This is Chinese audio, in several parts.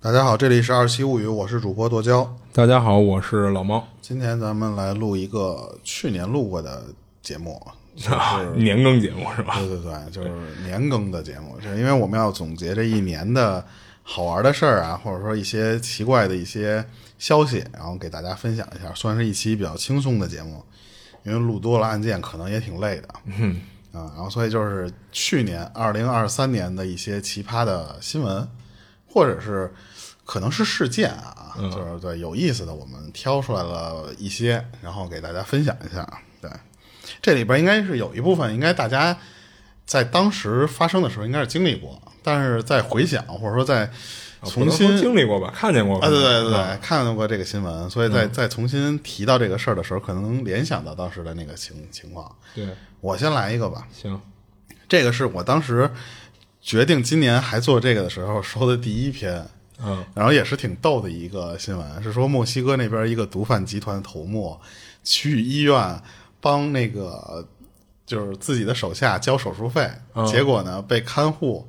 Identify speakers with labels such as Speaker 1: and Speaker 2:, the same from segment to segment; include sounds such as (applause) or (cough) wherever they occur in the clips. Speaker 1: 大家好，这里是二七物语，我是主播剁椒。
Speaker 2: 大家好，我是老猫。
Speaker 1: 今天咱们来录一个去年录过的节目，啊
Speaker 2: 年更节目是吧？
Speaker 1: 对对对，就是年更的节目，就是因为我们要总结这一年的好玩的事儿啊，或者说一些奇怪的一些消息，然后给大家分享一下，算是一期比较轻松的节目。因为录多了案件可能也挺累的，嗯啊，然后所以就是去年二零二三年的一些奇葩的新闻，或者是可能是事件啊，
Speaker 2: 嗯
Speaker 1: 就是对有意思的，我们挑出来了一些，然后给大家分享一下。对，这里边应该是有一部分，应该大家在当时发生的时候应该是经历过，但是在回想或者说在重
Speaker 2: 啊不
Speaker 1: 新
Speaker 2: 能说经历过吧，看见过吧嗯
Speaker 1: 啊，对对对对，看到过这个新闻，所以在在重新提到这个事儿的时候，可能能联想到当时的那个情情况。
Speaker 2: 对，
Speaker 1: 我先来一个吧，
Speaker 2: 行，
Speaker 1: 这个是我当时决定今年还做这个的时候收的第一篇，
Speaker 2: 嗯，
Speaker 1: 然后也是挺逗的一个新闻，是说墨西哥那边一个毒贩集团头目去医院帮那个就是自己的手下交手术费，
Speaker 2: 嗯
Speaker 1: 结果呢被看护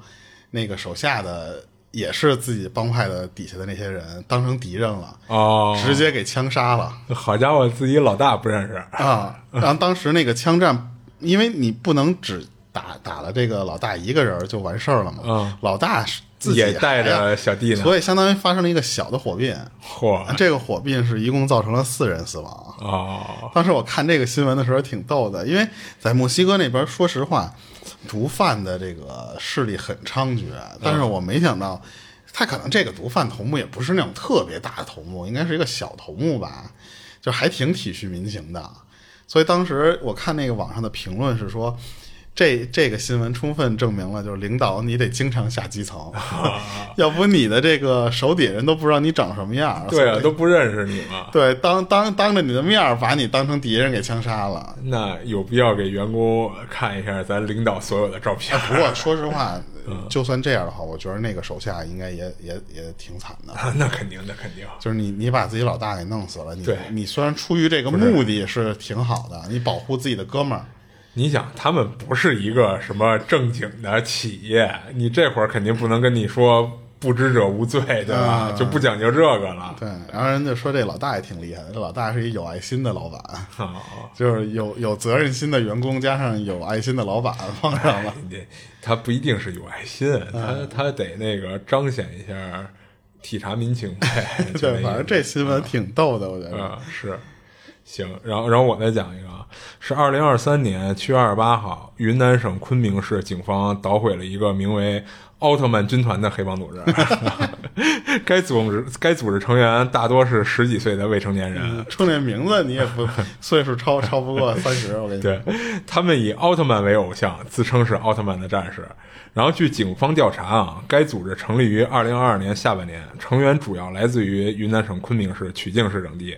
Speaker 1: 那个手下的也是自己帮派的底下的那些人当成敌人了，
Speaker 2: 哦，
Speaker 1: 直接给枪杀了。
Speaker 2: 好家伙，自己老大不认识，
Speaker 1: 啊，
Speaker 2: (laughs)
Speaker 1: 然后当时那个枪战，因为你不能只打打了这个老大一个人儿就完事儿了嘛，
Speaker 2: 嗯
Speaker 1: 老大是自己哎
Speaker 2: 也带
Speaker 1: 还要
Speaker 2: 着小弟呢，
Speaker 1: 所以相当于发生了一个小的火并，
Speaker 2: 嚯，
Speaker 1: 啊这个火并是一共造成了四人死亡。啊
Speaker 2: 哦，
Speaker 1: 当时我看这个新闻的时候挺逗的，因为在墨西哥那边，说实话，毒贩的这个势力很猖獗，啊但是
Speaker 2: 嗯
Speaker 1: 我没想到，他可能这个毒贩头目也不是那种特别大的头目，应该是一个小头目吧，就还挺体恤民情的。所以当时我看那个网上的评论是说。这这个新闻充分证明了，就是领导你得经常下基
Speaker 2: (laughs)
Speaker 1: 层，要不你的这个手底下人都不知道你长什么样儿。 (laughs)
Speaker 2: 对啊，都不认识你嘛，
Speaker 1: 对，当当当着你的面儿把你当成敌人给枪杀了。
Speaker 2: 那有必要给员工看一下咱领导所有的照片？
Speaker 1: 哎啊不过说实话，
Speaker 2: 嗯
Speaker 1: 就算这样的话，我觉得那个手下应该也也也挺惨的。
Speaker 2: (laughs) 那肯定，那肯定，
Speaker 1: 就是你，你把自己老大给弄死了，你
Speaker 2: 对
Speaker 1: 你虽然出于这个目的是挺好的，你保护自己的哥们儿，
Speaker 2: 你想，他们不是一个什么正经的企业，你这会儿肯定不能跟你说不知者无罪，对
Speaker 1: 啊
Speaker 2: 吧？就不讲究这个了。
Speaker 1: 对。然后人家说这老大也挺厉害的，这老大是一有爱心的老板，
Speaker 2: (laughs) 啊，
Speaker 1: 就是有有责任心的员工加上有爱心的老板碰上了。
Speaker 2: 你他不一定是有爱心，
Speaker 1: 嗯
Speaker 2: 他他得那个彰显一下体察民情呗。 (laughs) 就
Speaker 1: (laughs)
Speaker 2: 那
Speaker 1: 对，
Speaker 2: 意思
Speaker 1: 反正这新闻挺逗的，我觉得。
Speaker 2: 啊、是，行，然后然后我再讲一个啊，是二零二三年七月二十八号，云南省昆明市警方捣毁了一个名为“奥特曼军团”的黑帮组织， (laughs) 该组织该组织成员大多是十几岁的未成年人。
Speaker 1: 冲这名字你也不岁数超超不过三十，我跟你说
Speaker 2: 对。他们以奥特曼为偶像，自称是奥特曼的战士。然后据警方调查啊，该组织成立于二零二二年下半年，成员主要来自于云南省昆明市曲靖市等地。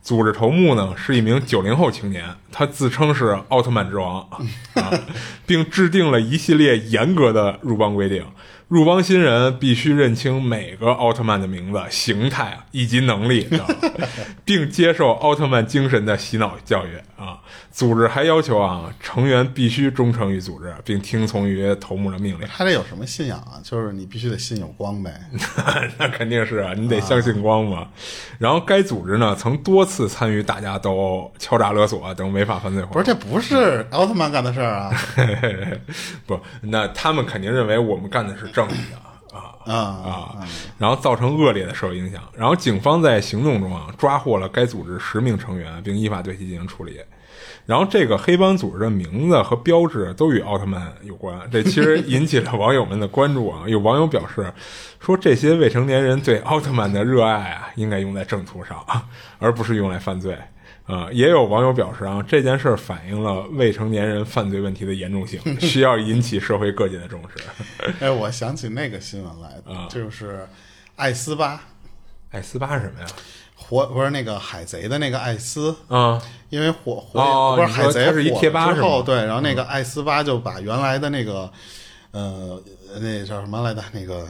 Speaker 2: 组织头目呢是一名九零后青年，他自称是奥特曼之王啊，并制定了一系列严格的入帮规定。入帮新人必须认清每个奥特曼的名字、形态啊以及能力，知道吗并接受奥特曼精神的洗脑教育啊。组织还要求啊，成员必须忠诚于组织，并听从于头目的命令。 (laughs)
Speaker 1: 他这有什么信仰啊？就是你必须得信有光呗。
Speaker 2: 那肯定是啊，你得相信光嘛。然后该组织呢，曾多次参与打架斗殴、敲诈勒索等违法犯罪
Speaker 1: 不
Speaker 2: 活动 (laughs)
Speaker 1: 是，。这不是奥特曼干的事儿啊！
Speaker 2: 不，那他们肯定认为我们干的是正义的啊。
Speaker 1: 啊、
Speaker 2: 啊，然后造成恶劣的社会影响。然后警方在行动中啊，抓获了该组织十名成员，并依法对其进行处理。然后这个黑帮组织的名字和标志都与奥特曼有关， (laughs) 这其实引起了网友们的关注啊。有网友表示说，这些未成年人对奥特曼的热爱啊，应该用在正途上，而不是用来犯罪。啊、也有网友表示啊，这件事儿反映了未成年人犯罪问题的严重性，需要引起社会各界的重视。 (laughs)
Speaker 1: 哎，我想起那个新闻来，
Speaker 2: 啊
Speaker 1: 就是艾斯巴
Speaker 2: 艾哎斯巴是什么呀？
Speaker 1: 火，不是那个海贼的那个艾斯，
Speaker 2: 啊、
Speaker 1: 因为火火、
Speaker 2: 哦
Speaker 1: 不是
Speaker 2: 你说
Speaker 1: 海贼
Speaker 2: 他是一
Speaker 1: 火
Speaker 2: 贴吧
Speaker 1: 了之
Speaker 2: 是吗嗯
Speaker 1: 后，对，然后那个艾斯巴就把原来的那个呃那叫什么来着？那个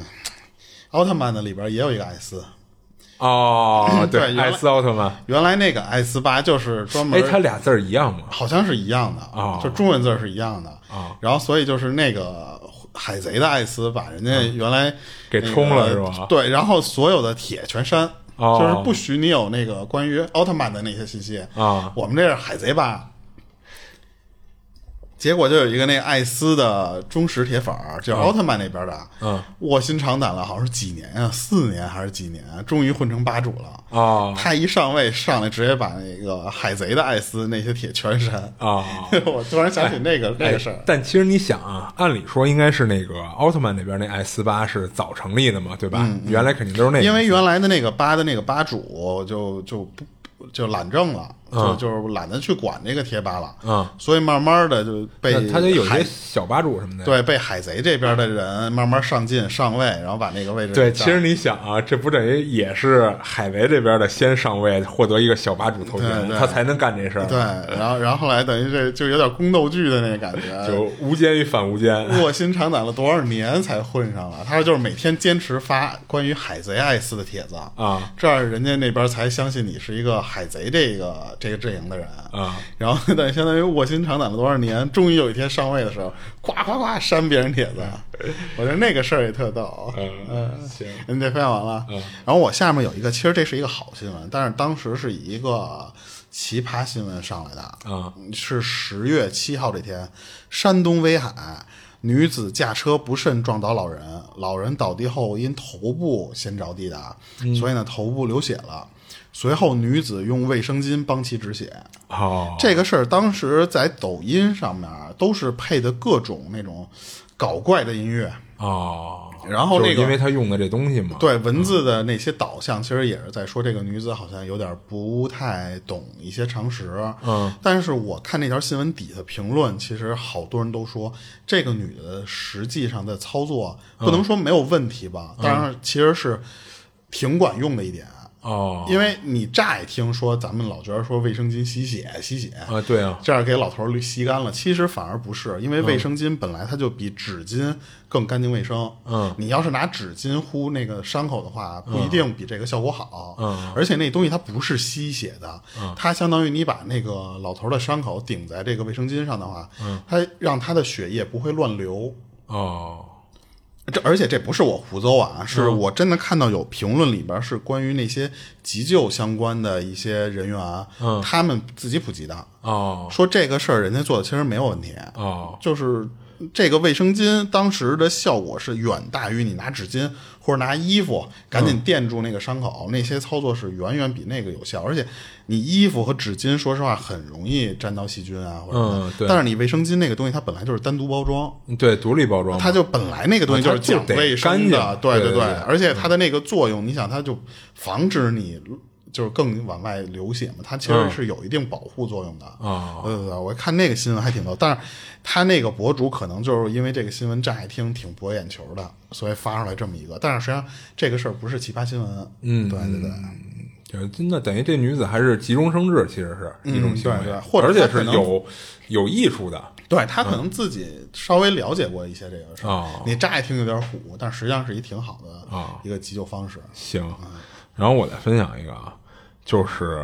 Speaker 1: 奥特曼的里边也有一个艾斯，
Speaker 2: 哦，
Speaker 1: 对原来
Speaker 2: 艾斯奥特曼，
Speaker 1: 原来那个艾斯巴就是专门
Speaker 2: 哎，它俩字儿一样吗？
Speaker 1: 好像是一样的
Speaker 2: 哦
Speaker 1: 就中文字儿是一样的
Speaker 2: 哦
Speaker 1: 然后所以就是那个海贼的艾斯把人家原来、
Speaker 2: 啊给冲了是吧
Speaker 1: 对，然后所有的铁全删，
Speaker 2: 哦
Speaker 1: 就是不许你有那个关于奥特曼的那些信息
Speaker 2: 啊
Speaker 1: 我们这是海贼吧。结果就有一个那艾斯的忠实铁粉儿，就是奥特曼那边的，
Speaker 2: 啊嗯，
Speaker 1: 卧薪尝胆了，好像是几年啊，四年还是几年啊，终于混成吧主了。
Speaker 2: 啊
Speaker 1: 他一上位，上来直接把那个海贼的艾斯那些铁全删。
Speaker 2: 啊！
Speaker 1: (laughs) 我突然想起那个那个事儿
Speaker 2: 哎，但其实你想啊，按理说应该是那个奥特曼那边那 S 八是早成立的嘛，对吧？原来肯定都是那
Speaker 1: 嗯
Speaker 2: 个，
Speaker 1: 因为原来的那个吧的那个吧主就就不就懒政了，就就是懒得去管这个贴吧了，
Speaker 2: 嗯，
Speaker 1: 所以慢慢的就被
Speaker 2: 那他就有
Speaker 1: 海
Speaker 2: 些小吧主什么的。
Speaker 1: 对被海贼这边的人慢慢上进上位，然后把那个位置
Speaker 2: 对，
Speaker 1: 给
Speaker 2: 其
Speaker 1: 占
Speaker 2: 实你想啊，这不等于也是海贼这边的先上位，获得一个小吧主头衔，
Speaker 1: 对对
Speaker 2: 他才能干这事儿。
Speaker 1: 对，，然后然后后来等于这就有点宫斗剧的那个感觉，
Speaker 2: 就无奸与
Speaker 1: (laughs)
Speaker 2: 反无奸。
Speaker 1: 卧薪尝胆了多少年才混上了？他就是每天坚持发关于海贼艾斯的帖子
Speaker 2: 啊，
Speaker 1: 这样人家那边才相信你是一个海贼这个这个阵营的人
Speaker 2: 啊。
Speaker 1: (laughs) 然后等于相当于卧薪尝胆了多少年，终于有一天上位的时候，呱呱呱删别人帖子，我觉得那个事儿也特逗。
Speaker 2: 嗯，行，
Speaker 1: 你这分享完了，然后我下面有一个，其实这是一个好新闻，但是当时是以一个奇葩新闻上来的嗯
Speaker 2: 啊，
Speaker 1: 是十月七号这天，山东威海女子驾车不慎撞倒老人，老人倒地后因头部先着地的，所以呢头部流血了，随后女子用卫生巾帮其止血，
Speaker 2: 好，
Speaker 1: 这个事儿当时在抖音上面都是配的各种那种搞怪的音乐。
Speaker 2: 哦，
Speaker 1: 然后那个
Speaker 2: 就是因为他用的这东西嘛，，
Speaker 1: 对文字的那些导向，其实也是在说这个女子好像有点不太懂一些常识。
Speaker 2: 嗯，
Speaker 1: 但是我看那条新闻底下评论，其实好多人都说这个女的实际上的操作
Speaker 2: 嗯
Speaker 1: 不能说没有问题吧，当然其实是挺管用的一点。
Speaker 2: 哦，
Speaker 1: 因为你乍一听说咱们老觉得说卫生巾吸血吸血，
Speaker 2: 啊，对啊，
Speaker 1: 这样给老头儿捋吸干了。其实反而不是，因为
Speaker 2: 嗯
Speaker 1: 卫生巾本来它就比纸巾更干净卫生。
Speaker 2: 嗯，
Speaker 1: 你要是拿纸巾糊那个伤口的话，不一定比这个效果好。
Speaker 2: 嗯，
Speaker 1: 而且那东西它不是吸血的，它相当于你把那个老头儿的伤口顶在这个卫生巾上的话，
Speaker 2: 嗯
Speaker 1: 它让他的血液不会乱流。
Speaker 2: 哦，
Speaker 1: 这而且这不是我胡诌啊，
Speaker 2: 嗯
Speaker 1: 是我真的看到有评论里边是关于那些急救相关的一些人员，啊
Speaker 2: 嗯
Speaker 1: 他们自己普及的，
Speaker 2: 哦，
Speaker 1: 说这个事儿人家做的其实没有问题，
Speaker 2: 哦，
Speaker 1: 就是这个卫生巾当时的效果是远大于你拿纸巾或者拿衣服赶紧垫住那个伤口，那些操作是远远比那个有效。而且你衣服和纸巾，说实话很容易沾到细菌啊，或者什么的
Speaker 2: 嗯对
Speaker 1: 但是你卫生巾那个东西，它本来就是单独包装，
Speaker 2: 对，独立包装嘛，
Speaker 1: 它就本来那个东西就是讲卫生的，
Speaker 2: 啊它就得干净
Speaker 1: 对
Speaker 2: 对对
Speaker 1: 对，
Speaker 2: 对
Speaker 1: 而且它的那个作用，你想，它就防止你就是更往外流血嘛，它其实是有一定保护作用的
Speaker 2: 哦
Speaker 1: 对对对，我看那个新闻还挺逗，但是他那个博主可能就是因为这个新闻乍一听挺博眼球的，所以发出来这么一个，但是实际上这个事儿不是奇葩新闻，
Speaker 2: 嗯
Speaker 1: 对对对。
Speaker 2: 就是真的等于这女子还是急中生智，其实是一种行为，
Speaker 1: 嗯对对或者
Speaker 2: 而且
Speaker 1: 她可
Speaker 2: 是
Speaker 1: 能
Speaker 2: 有有艺术的，
Speaker 1: 对他可能自己稍微了解过一些这个事儿，
Speaker 2: 嗯哦
Speaker 1: 你乍一听有点虎，但实际上是一挺好的
Speaker 2: 哦
Speaker 1: 一个急救方式。
Speaker 2: 行，然后我再分享一个啊，就是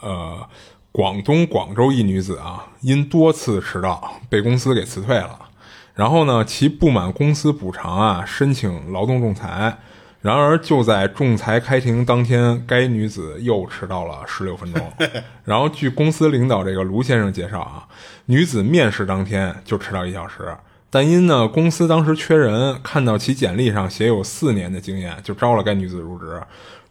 Speaker 2: 呃，广东广州一女子啊，因多次迟到被公司给辞退了，然后呢，其不满公司补偿啊，申请劳动仲裁。然而，就在仲裁开庭当天，该女子又迟到了十六分钟。然后，据公司领导这个卢先生介绍啊，女子面试当天就迟到一小时，但因呢公司当时缺人，看到其简历上写有四年的经验，就招了该女子入职。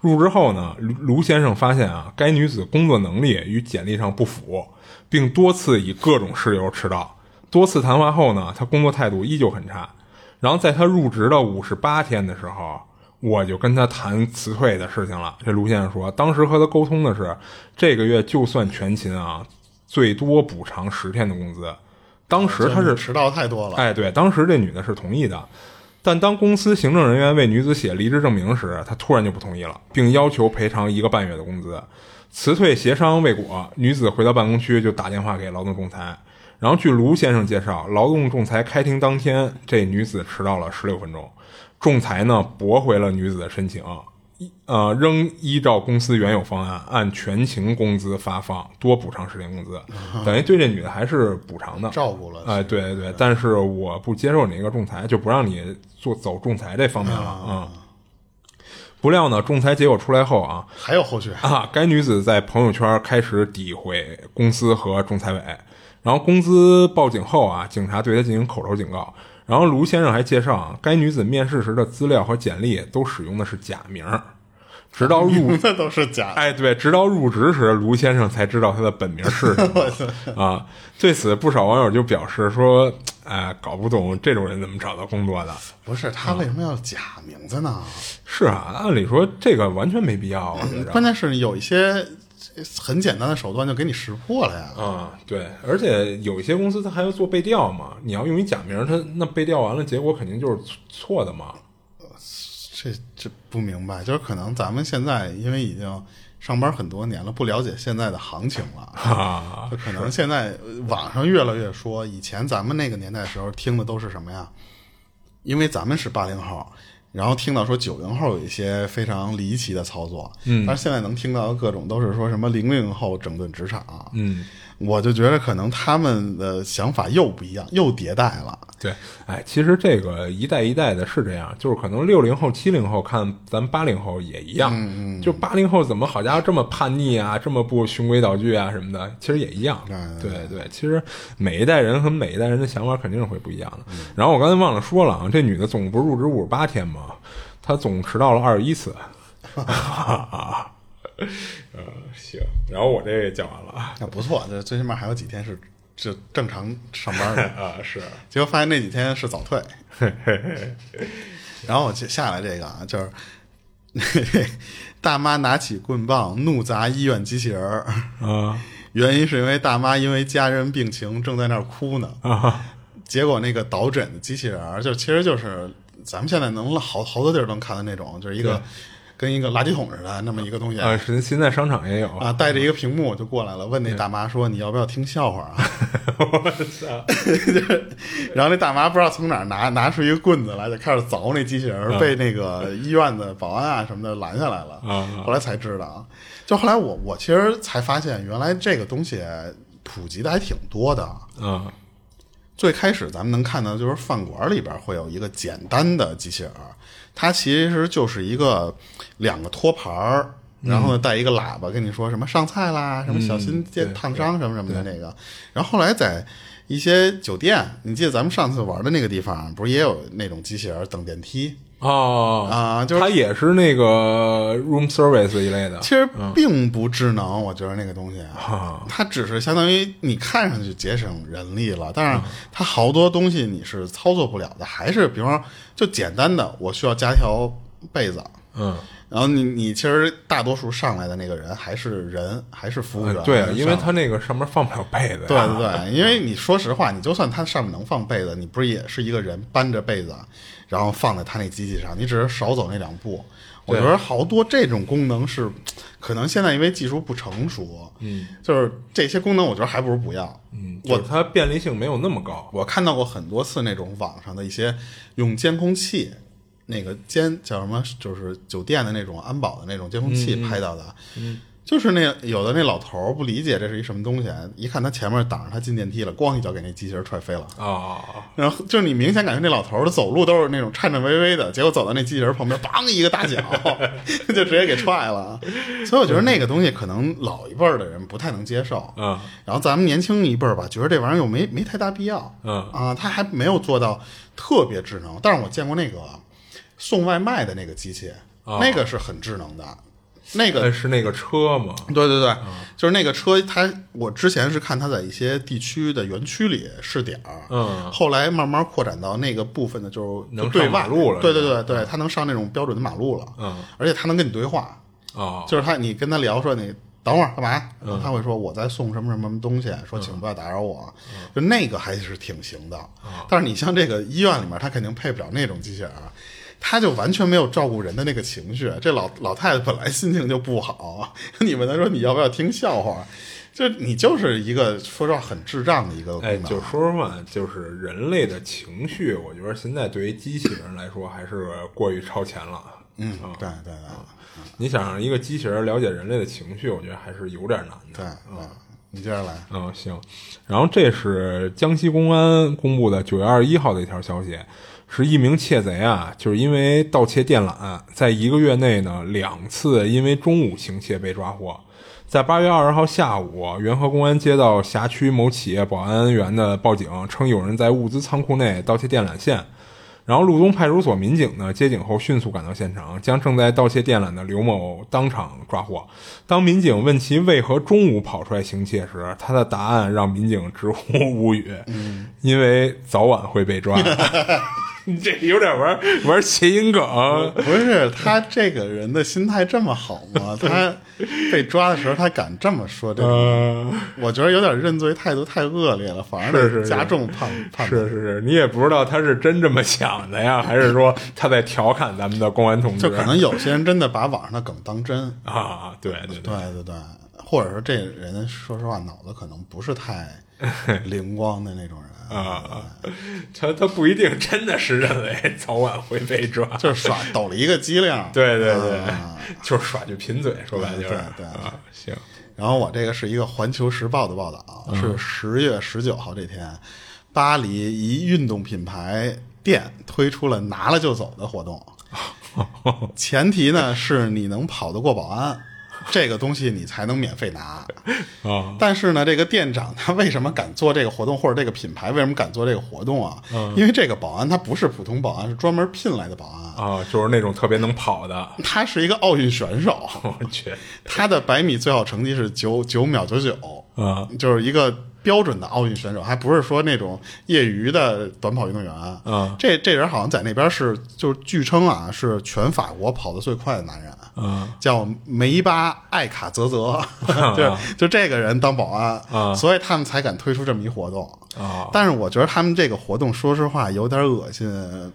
Speaker 2: 入职后呢，卢卢先生发现啊，该女子工作能力与简历上不符，并多次以各种事由迟到。多次谈话后呢，她工作态度依旧很差。然后在她入职的五十八天的时候，我就跟她谈辞退的事情了。这卢先生说，当时和她沟通的是，这个月就算全勤啊，最多补偿十天的工资。当时她是
Speaker 1: 迟到太多了，
Speaker 2: 哎，对，当时这女的是同意的，但当公司行政人员为女子写离职证明时，她突然就不同意了，并要求赔偿一个半月的工资。辞退协商未果，女子回到办公区就打电话给劳动仲裁。然后据卢先生介绍，劳动仲裁开庭当天，这女子迟到了十六分钟，仲裁呢驳回了女子的申请，呃，仍依照公司原有方案按全勤工资发放，多补偿十天工资，等于对这女的还是补偿的，
Speaker 1: 照顾了
Speaker 2: 哎、对对对，但是我不接受你这个仲裁，就不让你做走仲裁这方面了啊、嗯。不料呢，仲裁结果出来后啊， (laughs)
Speaker 1: 还有后续，
Speaker 2: 啊，该女子在朋友圈开始诋毁公司和仲裁委，然后公司报警后啊，警察对她进行口头警告。然后卢先生还介绍啊，该女子面试时的资料和简历都使用的是假名儿，直到入
Speaker 1: (laughs) (laughs) 那都是假的。
Speaker 2: 哎，对，直到入职时，卢先生才知道他的本名是什么啊。对此，不少网友就表示说：“哎，搞不懂这种人怎么找到工作的。
Speaker 1: 不是他为什么要假名字呢？”
Speaker 2: 哦是啊，按理说这个完全没必要，我啊
Speaker 1: (coughs)
Speaker 2: 觉着。
Speaker 1: 关键是有一些很简单的手段就给你识破了呀。
Speaker 2: 啊、对，而且有一些公司它还要做背调嘛，你要用一假名，它那背调完了，结果肯定就是错错的嘛。
Speaker 1: 这这不明白，就是可能咱们现在因为已经上班很多年了，不了解现在的行情 (laughs) 了。
Speaker 2: 啊，
Speaker 1: 就可能现在呃网上越来越说，以前咱们那个年代的时候听的都是什么呀？因为咱们是八零后，然后听到说九零后有一些非常离奇的操作，嗯，但是现在能听到的各种都是说什么零零后整顿职场，啊
Speaker 2: 嗯，
Speaker 1: 我就觉得可能他们的想法又不一样，又迭代了。
Speaker 2: 对，哎，其实这个一代一代的是这样，就是可能六零后、七零后看咱八零后也一样，就八零后怎么好家伙这么叛逆啊，这么不循规蹈矩啊什么的，其实也一样。对对，其实每一代人和每一代人的想法肯定是会不一样的。然后我刚才忘了说了啊，这女的总不是入职五十八天吗？她总迟到了二十一 (laughs) 次。啊，呃，行，然后我这也讲完了啊
Speaker 1: 那不错，这最起码还有几天是这正常上班的，
Speaker 2: 啊，是，
Speaker 1: 结果发现那几天是早退。然后我接下来这个啊，就是 (laughs) 大妈拿起棍棒怒砸医院机器人儿，
Speaker 2: 啊
Speaker 1: 原因是因为大妈因为家人病情正在那儿哭呢，
Speaker 2: 啊，
Speaker 1: 结果那个导诊的机器人儿就其实就是咱们现在能好好多地儿能看到那种，就是一个跟一个垃圾桶似的那么一个东西，
Speaker 2: 啊，是现在商场也有
Speaker 1: 啊，带着一个屏幕就过来了，问那大妈说：“你要不要听笑话啊？”就是， (laughs) 然后那大妈不知道从哪儿拿拿出一个棍子来，就开始凿那机器人儿，被那个医院的保安啊什么的拦下来了。
Speaker 2: 啊
Speaker 1: 后来才知道啊，就后来我我其实才发现，原来这个东西普及的还挺多的。
Speaker 2: 啊，
Speaker 1: 最开始咱们能看到，就是饭馆里边会有一个简单的机器人儿，它其实就是一个两个托盘儿，然后呢带一个喇叭跟你说什么上菜啦，什么小心电
Speaker 2: 对
Speaker 1: 烫伤什么什么的那个。然后后来在一些酒店，你记得咱们上次玩的那个地方，不是也有那种机器人儿等电梯？
Speaker 2: 哦
Speaker 1: 啊就是
Speaker 2: 它也是那个 room service 一
Speaker 1: (laughs)
Speaker 2: 类的
Speaker 1: 其实并不智能，我觉得那个东西，
Speaker 2: 啊
Speaker 1: 它只是相当于你看上去节省人力了，但是
Speaker 2: 嗯
Speaker 1: 它好多东西你是操作不了的，还是比方说就简单的，我需要加条被子，
Speaker 2: 嗯，
Speaker 1: 然后你你其实大多数上来的那个人还是人，还是服务员，
Speaker 2: 呃对，啊因为
Speaker 1: 上
Speaker 2: 它那个上面放不了被子呀，
Speaker 1: 对啊嗯对对，因为你说实话，你就算它上面能放被子，你不是也是一个人搬着被子，然后放在它那机器上，你只是少走那两步。我觉得好多这种功能是，可能现在因为技术不成熟，嗯，就是这些功能，我觉得还不如不要。嗯，
Speaker 2: 我它便利性没有那么高
Speaker 1: 我看到过很多次那种网上的一些用监控器，那个监叫什么，就是酒店的那种安保的那种监控器拍到的，就是那有的那老头儿不理解这是一什么东西，一看他前面挡着他进电梯了，咣一脚给那机器人踹飞了。
Speaker 2: 啊，
Speaker 1: 然后就是你明显感觉那老头儿走路都是那种颤颤巍巍的，结果走到那机器人旁边，梆一个大脚， (laughs) 就直接给踹了。所以我觉得那个东西可能老一辈儿的人不太能接受，
Speaker 2: 嗯
Speaker 1: 然后咱们年轻一辈儿吧，觉得这玩意儿又没没太大必要，
Speaker 2: 嗯
Speaker 1: 啊，它还没有做到特别智能。但是我见过那个送外卖的那个机器，
Speaker 2: 哦哎
Speaker 1: 那个是很智能的，那个
Speaker 2: 但是那个车嘛，
Speaker 1: 对对对，
Speaker 2: 嗯
Speaker 1: 就是那个车，它我之前是看它在一些地区的园区里试点儿，
Speaker 2: 嗯
Speaker 1: 后来慢慢扩展到那个部分的，就是
Speaker 2: 能
Speaker 1: 就对
Speaker 2: 上马
Speaker 1: 外
Speaker 2: 路了
Speaker 1: 对对
Speaker 2: 是
Speaker 1: 对对，它能上那种标准的马路了，
Speaker 2: 嗯，
Speaker 1: 而且它能跟你对话，
Speaker 2: 啊
Speaker 1: 就是他，你跟他聊说你等会儿干嘛？然后他会说我在送什么什么什么东西，说请不要打扰我。就那个还是挺行的，但是你像这个医院里面，他肯定配不了那种机器人儿，他就完全没有照顾人的那个情绪。这老老太太本来心情就不好，啊 (laughs) 你问她说你要不要听笑话？就你就是一个说实话很智障的一个功
Speaker 2: 哎，
Speaker 1: 能，
Speaker 2: 就说实话，就是人类的情绪，我觉得现在对于机器人来说还是过于超前了。
Speaker 1: 嗯，对对对
Speaker 2: 你想让一个机器人了解人类的情绪，我觉得还是有点难的。
Speaker 1: 对，对，你接着来。
Speaker 2: 嗯，行。然后这是江西公安公布的九月二十一号的一条消息，是一名窃贼啊，就是因为盗窃电缆，在一个月内呢两次因为中午行窃被抓获。在八月二十号下午，元和公安接到辖区某企业保安员的报警，称有人在物资仓库内盗窃电缆线。然后，路东派出所民警呢接警后迅速赶到现场，将正在盗窃电缆的刘某当场抓获。当民警问其为何中午跑出来行窃时，他的答案让民警直呼无语，
Speaker 1: 嗯
Speaker 2: 因为早晚会被
Speaker 1: (laughs)
Speaker 2: 抓。你这有点玩玩谐音梗，
Speaker 1: (laughs) 不是他这个人的心态这么好
Speaker 2: (laughs)
Speaker 1: 吗？他被抓的时候，他敢这么说这个，
Speaker 2: 呃，
Speaker 1: 我觉得有点认罪态度太恶劣了，反
Speaker 2: 是
Speaker 1: 而
Speaker 2: 是
Speaker 1: 得
Speaker 2: 是
Speaker 1: 加重判判
Speaker 2: 是是是，你也不知道他是真这么想的呀，还是说他在调侃咱们的公安同志
Speaker 1: 就可能有些人真的把网上的梗当真，
Speaker 2: 啊？对对对，
Speaker 1: 对对对，或者说这人说实话脑子可能不是太灵光的那种人，
Speaker 2: (laughs) 啊，他他不一定真的是认为早晚会被抓，
Speaker 1: 就是耍抖了一个机灵。
Speaker 2: (laughs) 对对对，
Speaker 1: 啊
Speaker 2: 就是耍句贫嘴，说白了就是
Speaker 1: 对对
Speaker 2: 啊，行，
Speaker 1: 然后我这个是一个《环球时报》的报道，啊是十月十九号这天，巴黎一运动品牌店推出了“拿了就走”的活动，前提呢是你能跑得过保安，这个东西你才能免费拿。
Speaker 2: 啊
Speaker 1: 但是呢，这个店长他为什么敢做这个活动，或者这个品牌为什么敢做这个活动啊？因为这个保安他不是普通保安，是专门聘来的保安，
Speaker 2: 啊，就是那种特别能跑的， (laughs)
Speaker 1: 他是一个奥运选手，
Speaker 2: 我去
Speaker 1: 他的百米最好成绩是九九秒九九。
Speaker 2: 啊
Speaker 1: 就是一个标准的奥运选手，还不是说那种业余的短跑运动员。
Speaker 2: 嗯
Speaker 1: 这这人好像在那边是，就是据称啊，是全法国跑得最快的男人，
Speaker 2: 啊
Speaker 1: 叫梅巴艾卡泽
Speaker 2: (laughs)
Speaker 1: 泽，就是就这个人当保安，
Speaker 2: 嗯
Speaker 1: 所以他们才敢推出这么一活动。
Speaker 2: 啊， (laughs)
Speaker 1: 但是我觉得他们这个活动，说实话有点恶心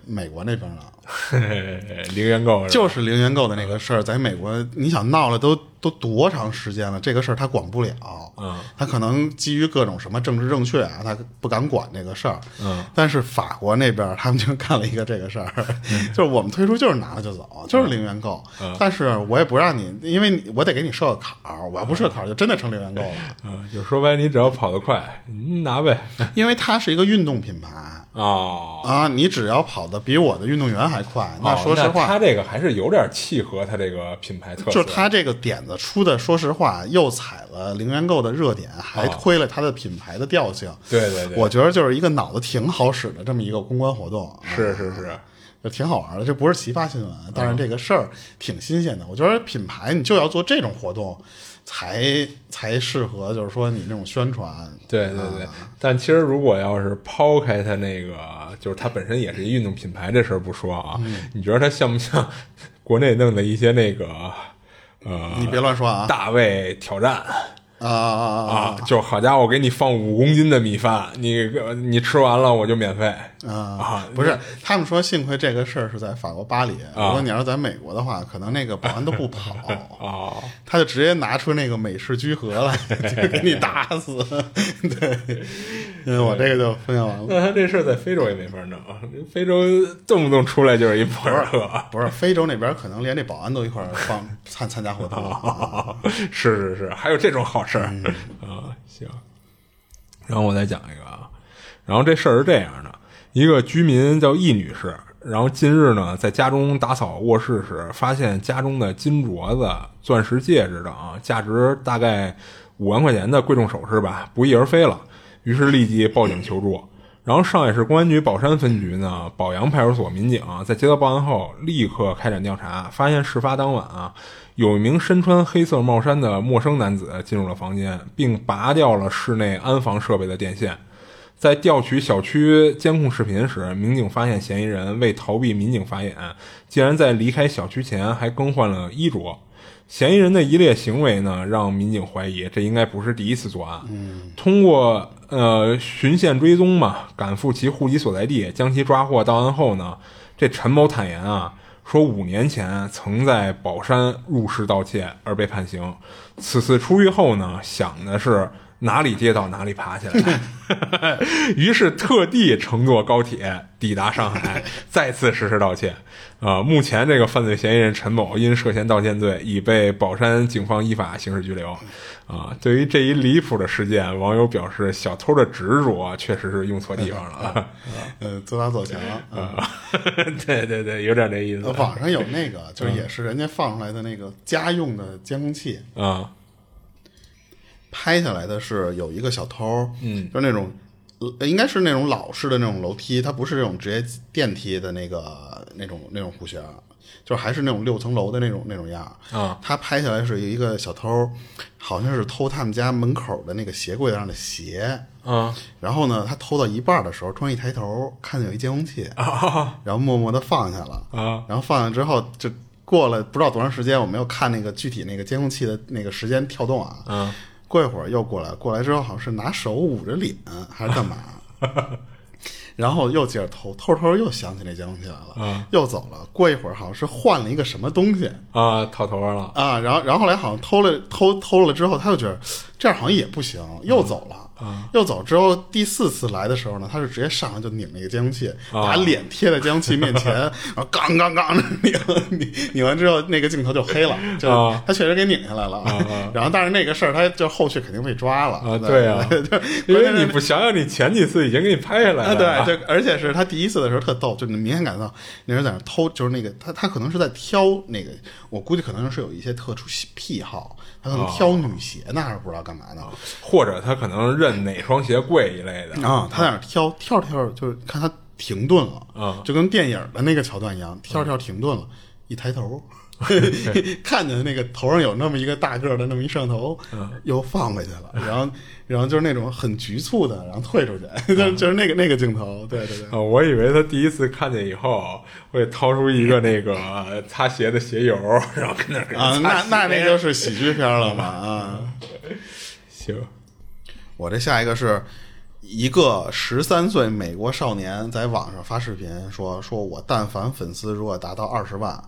Speaker 1: 美国那边了，
Speaker 2: 嘿嘿嘿零元购是吧
Speaker 1: 就是零元购的那个事儿，在美国你想闹了都都多长时间了，这个事儿他管不了，
Speaker 2: 嗯
Speaker 1: 他可能基于各种什么政治正确啊，他不敢管这个事儿。
Speaker 2: 嗯，
Speaker 1: 但是法国那边儿他们就干了一个这个事儿，
Speaker 2: 嗯
Speaker 1: 就是我们推出就是拿了就走，就是零元购。但是我也不让你，因为你我得给你设个坎儿，我要不设坎儿就真的成零元购了。
Speaker 2: (laughs) 啊，就说白了，你只要跑得快，你拿呗
Speaker 1: 因为它是一个运动品牌
Speaker 2: 哦。
Speaker 1: 啊，你只要跑得比我的运动员还快， (laughs) 那
Speaker 2: 哦
Speaker 1: 说实话，
Speaker 2: 他这个还是有点契合他这个品牌特色，
Speaker 1: 就是他这个点子出的，说实话又踩了零元购的热点，还推了他的品牌的调性。
Speaker 2: 哦对对对，
Speaker 1: 我觉得就是一个脑子挺好使的这么一个公关活动，啊
Speaker 2: 是是是，
Speaker 1: 就挺好玩的。这不是奇葩新闻，但是这个事儿挺新鲜的。
Speaker 2: 哦
Speaker 1: 我觉得品牌你就要做这种活动，才才适合，就是说你那种宣传。
Speaker 2: 对对
Speaker 1: 啊
Speaker 2: 对，但其实如果要是抛开它那个，就是它本身也是一运动品牌这事儿不说啊，
Speaker 1: 嗯
Speaker 2: 你觉得它像不像国内弄的一些那个呃
Speaker 1: 你别乱说啊
Speaker 2: 大胃挑战
Speaker 1: 啊啊啊啊！
Speaker 2: 啊？就好家伙，给你放五公斤的米饭，你呃你吃完了我就免费。
Speaker 1: 啊
Speaker 2: 啊，
Speaker 1: 不是，他们说幸亏这个事儿是在法国巴黎，如果你要是在美国的话，可能那个保安都不跑，
Speaker 2: 哦，
Speaker 1: 他就直接拿出那个美式居合来，就给你打死。对，嗯，我这个就分享完了。
Speaker 2: 那他这事儿在非洲也没法弄，非洲动不动出来就是一博尔特。
Speaker 1: 不是非洲那边可能连这保安都一块儿放参参加活动啊
Speaker 2: (laughs) 是是是，还有这种好事儿、 (laughs) 啊！行，然后我再讲一个啊，然后这事儿是这样的：一个居民叫易女士，然后近日呢在家中打扫卧室时，发现家中的金镯子、钻石戒指等啊价值大概五万块钱的贵重首饰吧，不翼而飞了。于是立即报警求助。然后上海市公安局宝山分局呢，宝阳派出所民警啊在接到报案后，立刻开展调查，发现事发当晚啊，有一名身穿黑色帽衫的陌生男子进入了房间，并拔掉了室内安防设备的电线。在调取小区监控视频时，民警发现嫌疑人为逃避民警法眼，竟然在离开小区前还更换了衣着。嫌疑人的一列行为呢，让民警怀疑这应该不是第一次作案。通过呃循线追踪嘛，赶赴其户籍所在地，将其抓获到案后呢，这陈某坦言啊，说五年前曾在宝山入室盗窃而被判刑，此次出狱后呢，想的是哪里跌倒哪里爬起来。于是特地乘坐高铁抵达上海，再次实施道歉。啊、目前这个犯罪嫌疑人陈某因涉嫌盗窃罪已被宝山警方依法刑事拘留。啊、对于这一离谱的事件，网友表示小偷的执着确实是用错地方了啊。
Speaker 1: 呃，自打走强了。嗯
Speaker 2: 啊， (laughs) 对对对，有点这意思
Speaker 1: 呃网上有那个，就是也是人家放出来的那个家用的监控器，
Speaker 2: 啊。
Speaker 1: 拍下来的是有一个小偷，嗯，就是那种，呃应该是那种老式的那种楼梯，它不是这种直接电梯的那个那种那种虎穴儿，就是还是那种六层楼的那种那种样儿
Speaker 2: 啊。
Speaker 1: 他拍下来是一个小偷，好像是偷他们家门口的那个鞋柜上的鞋，
Speaker 2: 啊
Speaker 1: 然后呢，他偷到一半儿的时候，突然一抬头看见有一监控器，
Speaker 2: 啊
Speaker 1: 然后默默的放下了。
Speaker 2: 啊！
Speaker 1: 然后放下之后，就过了不知道多长时间，我没有看那个具体那个监控器的那个时间跳动啊。
Speaker 2: 嗯，
Speaker 1: 过一会儿又过来，过来之后好像是拿手捂着脸还是干嘛，然后又接着偷，偷着偷着又想起那监控器来了，又走了。过一会儿好像是换了一个什么东西
Speaker 2: 啊，套头发了
Speaker 1: 啊，然后然后后来好像偷了偷偷了之后，他又觉得这样好像也不行，又走了。
Speaker 2: 啊
Speaker 1: 又走之后，第四次来的时候呢，他是直接上来就拧那个监控器，
Speaker 2: 啊
Speaker 1: 把脸贴在监控器面
Speaker 2: (laughs)
Speaker 1: 前，然后杠杠杠的拧 (laughs) 拧拧完之后，那个镜头就黑了，就
Speaker 2: 啊
Speaker 1: 是他确实给拧下来了。然后，但是那个事儿他就后续肯定被抓了
Speaker 2: 啊！
Speaker 1: (laughs)
Speaker 2: 对啊，因为你不想想，你前几次已经给你拍下来
Speaker 1: 啊，
Speaker 2: 了，
Speaker 1: 对，就而且是他第一次的时候特逗，就你明显感到那人在那偷，就是那个他他可能是在挑那个，我估计可能是有一些特殊喜癖好，他可能挑女鞋呢，还是不知道干嘛呢。
Speaker 2: 或者他可能认哪双鞋贵一类的
Speaker 1: 啊，他在那挑挑着挑着，就是看他停顿了，
Speaker 2: 啊
Speaker 1: 就跟电影的那个桥段一样，挑着挑着停顿了，一抬头。 (laughs) 看见那个头上有那么一个大个儿的那么一摄像头，又放回去了，然后，然后就是那种很局促的，然后退出去， (laughs) 就是就是那个那个镜头，对对对，
Speaker 2: 啊！我以为他第一次看见以后会掏出一个那个擦鞋的鞋油，然后跟那儿给
Speaker 1: 啊，
Speaker 2: 人擦
Speaker 1: 那
Speaker 2: 鞋
Speaker 1: 那那就是喜剧片了嘛啊！
Speaker 2: 行
Speaker 1: (laughs) 我这下一个是一个十三岁美国少年在网上发视频说，说我但凡粉丝如果达到二十万，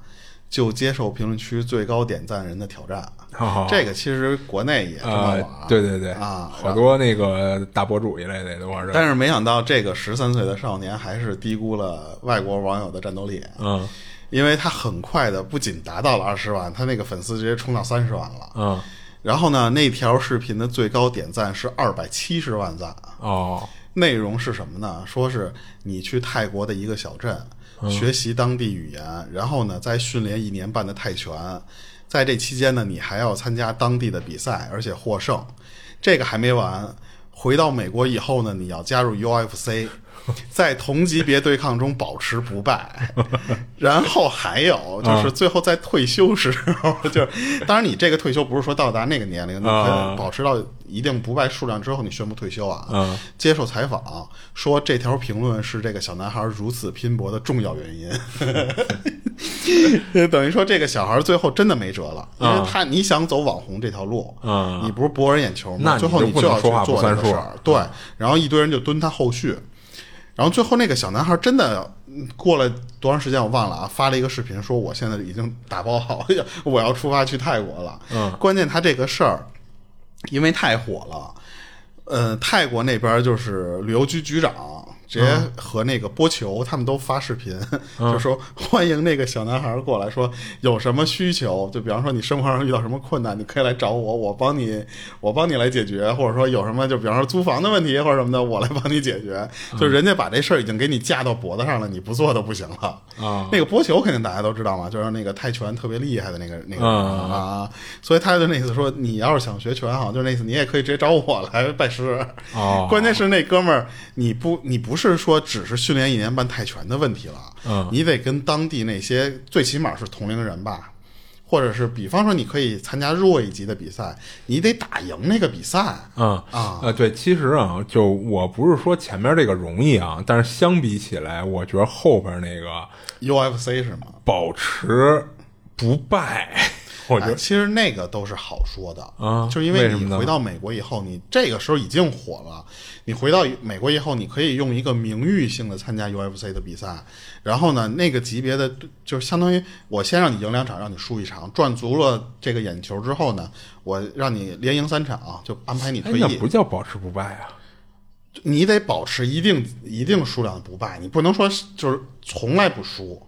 Speaker 1: 就接受评论区最高点赞人的挑战。
Speaker 2: 哦
Speaker 1: 这个其实国内也这么
Speaker 2: 啊
Speaker 1: 玩、，
Speaker 2: 对对对
Speaker 1: 啊，
Speaker 2: 好多那个大博主一类的都玩这个，
Speaker 1: 但是没想到，这个十三岁的少年还是低估了外国网友的战斗力，
Speaker 2: 嗯
Speaker 1: 因为他很快的不仅达到了二十万，他那个粉丝直接冲到三十万了。
Speaker 2: 嗯
Speaker 1: 然后呢，那条视频的最高点赞是二百七十万赞，啊
Speaker 2: 哦
Speaker 1: 内容是什么呢？说是你去泰国的一个小镇、学习当地语言，然后呢再训练一年半的泰拳，在这期间呢，你还要参加当地的比赛，而且获胜。这个还没完，回到美国以后呢，你要加入 UFC，在同级别对抗中保持不败， (laughs) 然后还有就是最后在退休时候， (laughs) 就是当然你这个退休不是说到达那个年龄，你可
Speaker 2: 啊
Speaker 1: 以保持到一定不败数量之后，你宣布退休啊。
Speaker 2: 嗯
Speaker 1: 接受采访说，这条评论是这个小男孩如此拼搏的重要原因。 (laughs) 等于说，这个小孩最后真的没辙了，因为他你想走网红这条路，
Speaker 2: 嗯
Speaker 1: 你不是博人眼球吗？
Speaker 2: 那你
Speaker 1: 最后
Speaker 2: 就
Speaker 1: 你
Speaker 2: 不
Speaker 1: 就
Speaker 2: 能
Speaker 1: 要去
Speaker 2: 说话不
Speaker 1: 做
Speaker 2: 算
Speaker 1: 这个
Speaker 2: 数嗯
Speaker 1: 事儿，对。然后一堆人就蹲他后续，然后最后那个小男孩真的嗯过了多长时间我忘了啊，发了一个视频说我现在已经打包好， (laughs) 我要出发去泰国了。嗯，关键他这个事儿因为太火了，呃，泰国那边就是旅游局局长。直接和那个波球他们都发视频， (laughs) 就说欢迎那个小男孩过来说有什么需求，就比方说你生活上遇到什么困难，你可以来找我，我帮你，我帮你来解决，或者说有什么就比方说租房的问题或者什么的，我来帮你解决。就人家把这事儿已经给你架到脖子上了，你不做都不行了。
Speaker 2: 啊
Speaker 1: 那个波球肯定大家都知道嘛，就是那个泰拳特别厉害的那个那个人
Speaker 2: 嗯嗯
Speaker 1: 啊，所以他就那意思说，你要是想学拳，好像就那意思，你也可以直接找我来拜师。
Speaker 2: 哦
Speaker 1: 关键是那哥们儿，你不你不是说只是训练一年半泰拳的问题了，
Speaker 2: 嗯
Speaker 1: 你得跟当地那些最起码是同龄人吧。或者是，比方说，你可以参加弱一级的比赛，你得打赢那个比赛。
Speaker 2: 嗯
Speaker 1: 啊
Speaker 2: 呃，对，其实啊，就我不是说前面这个容易啊，但是相比起来，我觉得后边那个
Speaker 1: UFC 是吗？
Speaker 2: 保持不败，我觉
Speaker 1: 哎，
Speaker 2: 得
Speaker 1: 其实那个都是好说的
Speaker 2: 啊
Speaker 1: 就是因
Speaker 2: 为什
Speaker 1: 你
Speaker 2: 么呢
Speaker 1: 回到美国以后，你这个时候已经火了。你回到美国以后，你可以用一个名誉性的参加 UFC 的比赛，然后呢，那个级别的就是相当于我先让你赢两场，让你输一场，赚足了这个眼球之后呢，我让你连赢三场，就安排你
Speaker 2: 哎
Speaker 1: 退，
Speaker 2: 那
Speaker 1: 役
Speaker 2: 不。叫保持不败啊。
Speaker 1: 你得保持一定一定数量的不败，你不能说是就是从来不输。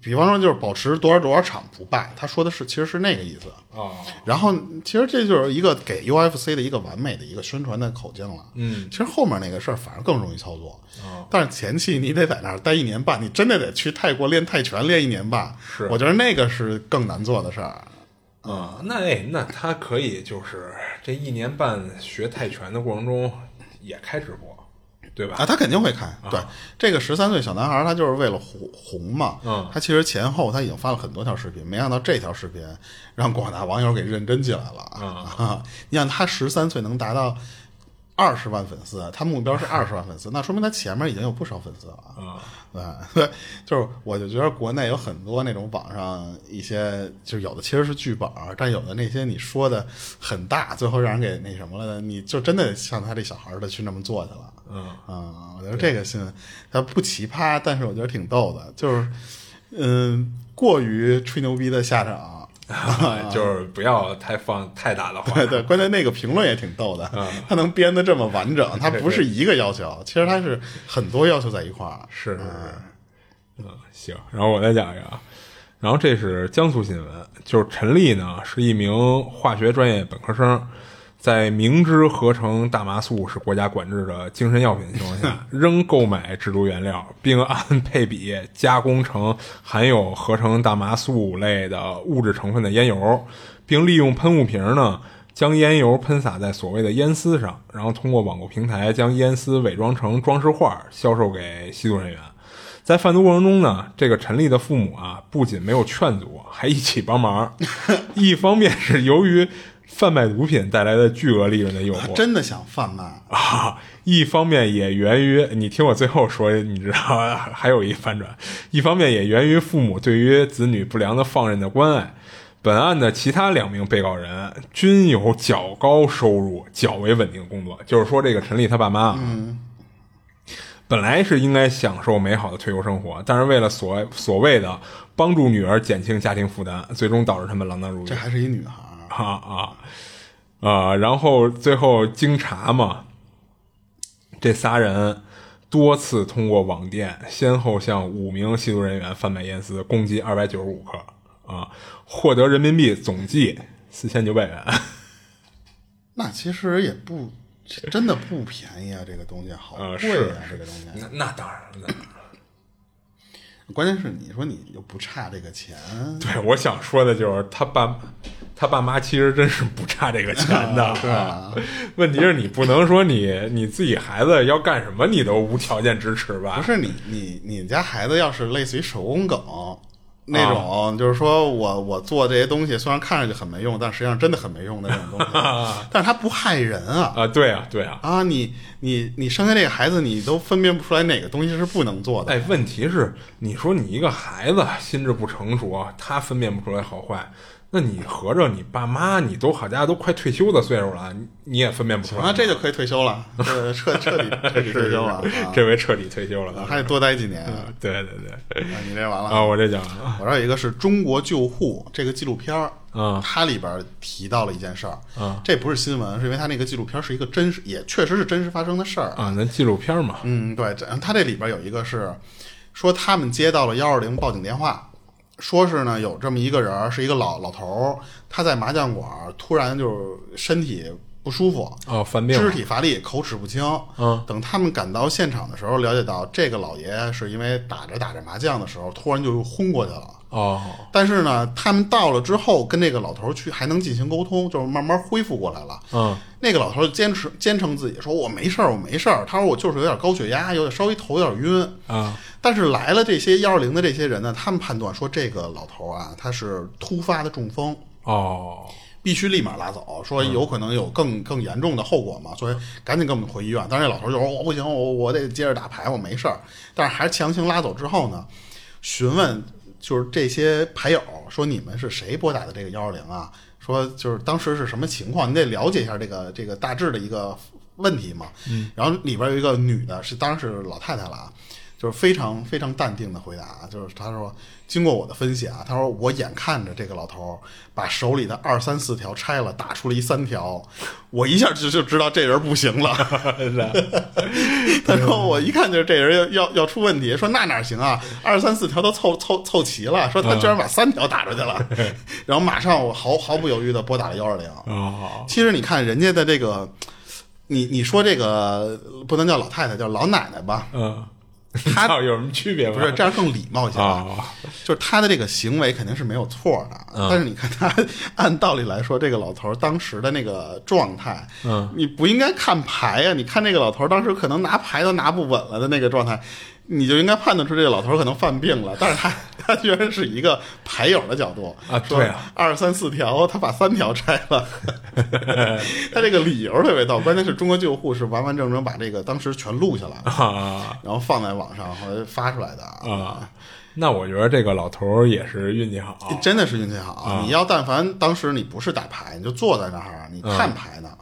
Speaker 1: 比方说，就是保持多少多少场不败，他说的是其实是那个意思。
Speaker 2: 哦，
Speaker 1: 然后其实这就是一个给 UFC 的一个完美的一个宣传的口径了。
Speaker 2: 嗯，哦
Speaker 1: 其实后面那个事儿反而更容易操作。但是前期你得在那儿待一年半，你真的得去泰国练泰拳练一年半。
Speaker 2: 是
Speaker 1: 我觉得那个是更难做的事儿。
Speaker 2: 啊，那哎，那他可以就是这一年半学泰拳的过程中也开直播，对吧？
Speaker 1: 啊，他肯定会开。对，这个十三岁小男孩儿，他就是为了红红嘛。
Speaker 2: 嗯
Speaker 1: 他其实前后他已经发了很多条视频，没想到这条视频让广大网友给认真起来了啊！
Speaker 2: 嗯
Speaker 1: (laughs) 你想，他十三岁能达到二十万粉丝，啊他目标是二十万粉丝，那说明他前面已经有不少粉丝了啊。
Speaker 2: 啊，
Speaker 1: (laughs) 对，就是我就觉得国内有很多那种网上一些，就是有的其实是剧本儿，但有的那些你说的很大，最后让人给那什么了的，你就真的像他这小孩儿的去那么做去了。
Speaker 2: 嗯
Speaker 1: 啊、我觉得这个新闻它不奇葩，但是我觉得挺逗的，就是嗯，过于吹牛逼的下场。
Speaker 2: (laughs) 就是不要太放太大的话
Speaker 1: (laughs) 对。对，关键那个评论也挺逗的，
Speaker 2: 嗯
Speaker 1: (laughs) 他能编的这么完整，他不是一个要求，其实他是很多要求在一块儿。
Speaker 2: 是是是，嗯，行，然后我再讲一个啊。然后这是江苏新闻，就是陈丽呢是一名化学专业本科生，在明知合成大麻素是国家管制的精神药品的情况下，仍购买制毒原料，并按 (laughs) 配比加工成含有合成大麻素类的物质成分的烟油，并利用喷雾瓶呢将烟油喷洒在所谓的烟丝上，然后通过网购平台将烟丝伪装成装饰画销售给吸毒人员。在贩毒过程中呢，这个陈丽的父母啊，不仅没有劝阻，还一起帮忙。一方面是由于贩卖毒品带来的巨额利润的诱惑，
Speaker 1: 真的想贩卖，
Speaker 2: 啊， (laughs) 一方面也源于你听我最后说，你知道 (laughs) 还有一反转，一方面也源于父母对于子女不良的放任的关爱。本案的其他两名被告人均有较高收入、较为稳定的工作，就是说这个陈丽他爸妈啊，本来是应该享受美好的退休生活，但是为了所谓所谓的帮助女儿减轻家庭负担，最终导致他们锒铛入狱
Speaker 1: 这。还是一女孩儿。
Speaker 2: 啊啊啊！然后最后经查嘛，这仨人多次通过网店，先后向五名吸毒人员贩卖烟丝，共计二百九十五克啊，获得人民币总计四千九百元。
Speaker 1: 那其实也不真的不便宜啊，这个东西好
Speaker 2: 呃
Speaker 1: 贵啊，
Speaker 2: 是
Speaker 1: 这个东西。
Speaker 2: 那那当然了，
Speaker 1: 关键是你说你又不差这个钱，
Speaker 2: 对我想说的就是他爸他爸妈其实真是不差这个钱的，
Speaker 1: 是吧？
Speaker 2: (laughs) 问题是你不能说你你自己孩子要干什么你都无条件支持吧？
Speaker 1: 不是你你你家孩子要是类似于手工梗
Speaker 2: 啊
Speaker 1: 那种，就是说我我做这些东西虽然看上去很没用，但实际上真的很没用的那种东
Speaker 2: (laughs)
Speaker 1: 西，但是它不害人啊。
Speaker 2: 啊，对啊，对啊，
Speaker 1: 啊，你你你生下这个孩子，你都分辨不出来哪个东西是不能做的。
Speaker 2: 哎，问题是，你说你一个孩子心智不成熟，他分辨不出来好坏，那你合着你爸妈，你都好家都快退休的岁数了，你你也分辨不出来
Speaker 1: 那，啊这就可以退休
Speaker 2: (laughs)
Speaker 1: 了，这彻彻底彻底退休了，啊
Speaker 2: 这回彻底退休了。
Speaker 1: 还得多待几年。啊，
Speaker 2: 对对对，
Speaker 1: 你这完了
Speaker 2: 啊，我这讲啊，
Speaker 1: 我这儿有一个是中国救护这个纪录片儿，
Speaker 2: 嗯
Speaker 1: 它里边儿提到了一件事儿，
Speaker 2: 嗯
Speaker 1: 这不是新闻，是因为它那个纪录片儿是一个真实，也确实是真实发生的事儿。
Speaker 2: 啊，咱纪录片嘛，
Speaker 1: 嗯，对，这它这里边儿有一个是说他们接到了幺二零报警电话，说是呢有这么一个人儿是一个老老头儿，他在麻将馆儿突然就是身体不舒服，
Speaker 2: 哦，犯病
Speaker 1: 肢
Speaker 2: 了，
Speaker 1: 体乏力，口齿不清。
Speaker 2: 嗯，
Speaker 1: 等他们赶到现场的时候，了解到这个老爷是因为打着打着麻将的时候，突然就昏过去了。
Speaker 2: 哦，
Speaker 1: 但是呢，他们到了之后，跟这个老头儿去还能进行沟通，就是慢慢恢复过来了。
Speaker 2: 嗯，
Speaker 1: 那个老头儿坚持坚称自己说：“我没事儿，我没事儿。”他说：“我就是有点高血压，有点稍微头有点晕。”
Speaker 2: 啊，
Speaker 1: 但是来了这些幺二零的这些人呢，他们判断说这个老头儿啊，他是突发的中风，
Speaker 2: 哦，
Speaker 1: 必须立马拉走，说有可能有更更严重的后果嘛，所以赶紧跟我们回医院。但是那老头就说哦我不行，我我得接着打牌，我没事儿。但是还是强行拉走之后呢，询问就是这些牌友说你们是谁拨打的这个幺二零啊？说就是当时是什么情况，你得了解一下这个这个大致的一个问题嘛。嗯，然后里边有一个女的，是当然是老太太了啊，就是非常非常淡定的回答啊，就是她说经过我的分析啊，她说我眼看着这个老头儿把手里的二三四条拆了，打出了一三条，我一下就就知道这人不行了。 (laughs) 他说我一看就是这人要要要出问题，说那哪行啊，二三四条都凑凑凑齐了，说他居然把三条打出去了，然后马上我毫毫不犹豫的拨打了幺二零。
Speaker 2: 哦，
Speaker 1: 其实你看人家的这个，你你说这个不能叫老太太，叫老奶奶吧，
Speaker 2: 嗯，
Speaker 1: 他
Speaker 2: 到底有什么区别吗？
Speaker 1: 不是这样更礼貌一些吧。
Speaker 2: 啊，
Speaker 1: 就是他的这个行为肯定是没有错的，
Speaker 2: 嗯
Speaker 1: 但是你看他按道理来说，这个老头儿当时的那个状态，
Speaker 2: 嗯，
Speaker 1: 你不应该看牌啊呀、你看这个老头儿当时可能拿牌都拿不稳了的那个状态，你就应该判断出这个老头儿可能犯病了，但是他 (laughs) 他居然是一个牌友的角度
Speaker 2: 啊
Speaker 1: 说
Speaker 2: 对啊
Speaker 1: 二三四条他把三条拆
Speaker 2: (laughs)
Speaker 1: 了，他这个理由特别逗，关键是中国救护是完完整整把这个当时全录下来了，
Speaker 2: 啊
Speaker 1: 然后放在网上后来发出来的啊
Speaker 2: 啊，那我觉得这个老头儿也是运气好，嗯
Speaker 1: 真的是运气好。你要但凡当时你不是打牌，你就坐在那儿，你看牌呢。
Speaker 2: 嗯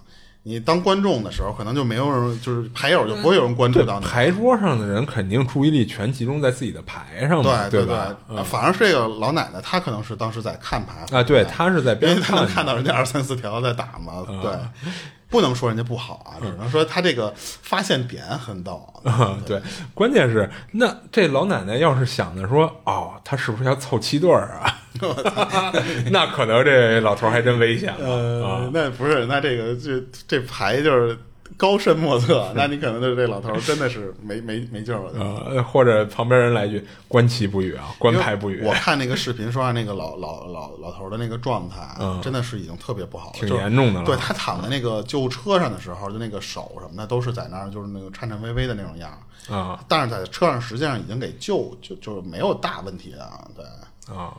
Speaker 1: 你当观众的时候，可能就没有人，就是牌友就不会有人关注
Speaker 2: 对
Speaker 1: 到，你。
Speaker 2: 牌桌上的人肯定注意力全集中在自己的牌上嘛，
Speaker 1: 对对
Speaker 2: 吧？嗯
Speaker 1: 对，反而是这个老奶奶，她可能是当时在看牌
Speaker 2: 啊，对，，他是在
Speaker 1: 因为
Speaker 2: 边
Speaker 1: 她能
Speaker 2: 看嗯
Speaker 1: 看到人家二三四条在打嘛。对，不能说人家不好啊，只能说她这个发现点很逗。
Speaker 2: 啊， (laughs) 对，关键是那这老奶奶要是想着说，哦，她是不是要凑七对儿啊？ (laughs) 那可能这老头儿还真危险了啊！
Speaker 1: 呃，那不是，那这个这这牌就是高深莫
Speaker 2: 嗯
Speaker 1: 测，那你可能就是这老头儿真的是没没没救了。
Speaker 2: 呃，或者旁边人来一句“观棋不语啊，观牌不语
Speaker 1: 我看那个视频，说话那个老老老老头儿的那个状态啊，真的是已经特别不好了，
Speaker 2: 嗯挺
Speaker 1: 就是
Speaker 2: 严重的了
Speaker 1: 对他躺在那个救护车上的时候，就那个手什么的都是在那儿，就是那个颤颤巍巍的那种样儿。
Speaker 2: 啊
Speaker 1: 但是在车上实际上已经给救，就就是没有大问题的啊。对，
Speaker 2: 啊！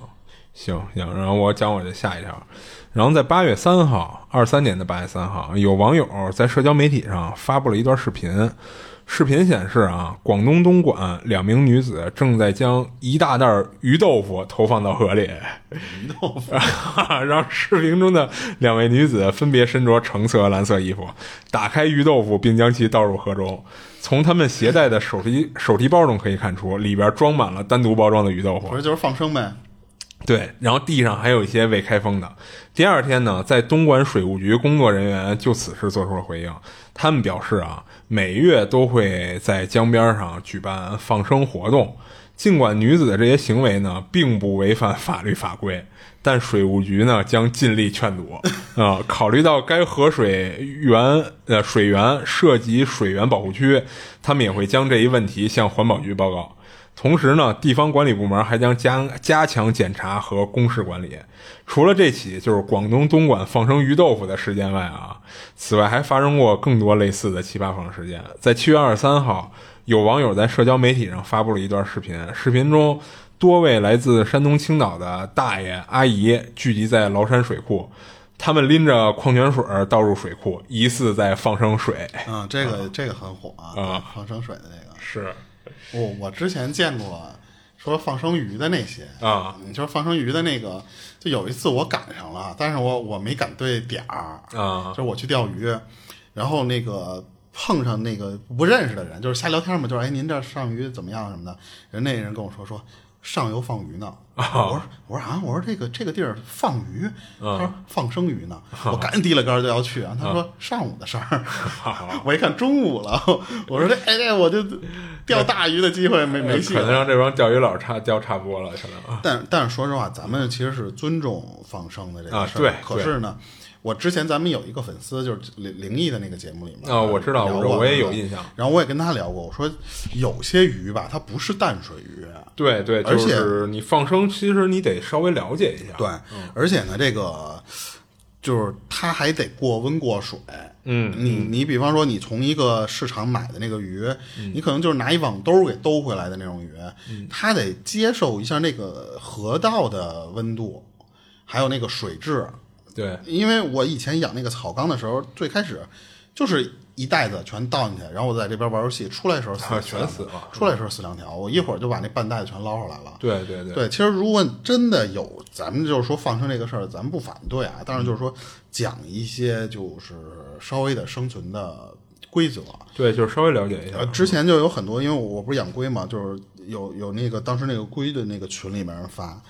Speaker 2: 行行，然后我讲我的下一条。然后在八月三号，二三年的八月三号，有网友在社交媒体上发布了一段视频。视频显示啊，广东东莞两名女子正在将一大袋儿鱼豆腐投放到河里。 (laughs) 然后视频中的两位女子分别身着橙色、蓝色衣服，打开鱼豆腐并将其倒入河中。从他们携带的手提手提包中可以看出，里边装满了单独包装的鱼豆腐
Speaker 1: 不。是就是放生呗。
Speaker 2: 对，然后地上还有一些未开封的。第二天呢，在东莞水务局工作人员就此事做出了回应，他们表示啊，每月都会在江边上举办放生活动。尽管女子的这些行为呢，并不违反法律法规，但水务局呢将尽力劝阻。啊、考虑到该河水源呃水源涉及水源保护区，他们也会将这一问题向环保局报告。同时呢，地方管理部门还将加加强检查和公示管理。除了这起就是广东东莞放生鱼豆腐的事件外啊，此外还发生过更多类似的奇葩放生事件。在七月二十三号，有网友在社交媒体上发布了一段视频，视频中多位来自山东青岛的大爷阿姨聚集在崂山水库，他们拎着矿泉水儿倒入水库，疑似在放生水。
Speaker 1: 嗯，这个这个很火啊，
Speaker 2: 啊
Speaker 1: 放生水的那个，
Speaker 2: 是
Speaker 1: 我我之前见过说放生鱼的那些
Speaker 2: 啊
Speaker 1: 你说放生鱼的那个，就有一次我赶上了，但是我我没赶对点儿，
Speaker 2: 啊
Speaker 1: 就是我去钓鱼，然后那个碰上那个不认识的人，就是瞎聊天嘛，就是哎您这上鱼怎么样什么的，人那人跟我说说上游放鱼呢，我说我说啊，我说这个这个地儿放鱼，他说放生鱼呢，我赶紧提了杆就要去啊，他说上午的事儿， (laughs) 我一看中午了，我说这哎这我就钓大鱼的机会没没戏
Speaker 2: 可
Speaker 1: 了
Speaker 2: 能。让这帮钓鱼佬差钓差不多了，可能啊
Speaker 1: 但但是说实话，咱们其实是尊重放生的这个
Speaker 2: 啊
Speaker 1: 事儿、
Speaker 2: 对
Speaker 1: 可是呢，我之前咱们有一个粉丝就是灵灵异的那个节目里面
Speaker 2: 啊我知道
Speaker 1: 聊
Speaker 2: 我
Speaker 1: 过
Speaker 2: 我
Speaker 1: 这
Speaker 2: 也
Speaker 1: 个
Speaker 2: 有印象。
Speaker 1: 然后我也跟他聊过，我说有些鱼吧，它不是淡水鱼。啊
Speaker 2: 对对，
Speaker 1: 而
Speaker 2: 就
Speaker 1: 且
Speaker 2: 是你放生，其实你得稍微了解一下。
Speaker 1: 对，
Speaker 2: 嗯
Speaker 1: 而且呢，这个就是它还得过温过水。
Speaker 2: 嗯，嗯
Speaker 1: 你你比方说，你从一个市场买的那个鱼，你可能就是拿一网兜给兜回来的那种鱼，它得接受一下那个河道的温度，还有那个水质。
Speaker 2: 对
Speaker 1: 因为我以前养那个草缸的时候，最开始就是一袋子全倒进去，然后我在这边玩游戏，出来的时候死
Speaker 2: 啊全
Speaker 1: 死
Speaker 2: 死
Speaker 1: 两条
Speaker 2: 了
Speaker 1: 出来的时候死两条，我一会儿就把那半袋子全捞上来了。
Speaker 2: 对对对，
Speaker 1: 对，其实如果真的有，咱们就是说放生这个事儿，咱们不反对啊。但是就是
Speaker 2: 嗯
Speaker 1: 说讲一些就是稍微的生存的规则。
Speaker 2: 对，就是稍微了解一下
Speaker 1: 呃，。之前就有很多，因为我不是养龟嘛，就是有有那个当时那个龟的那个群里面人发，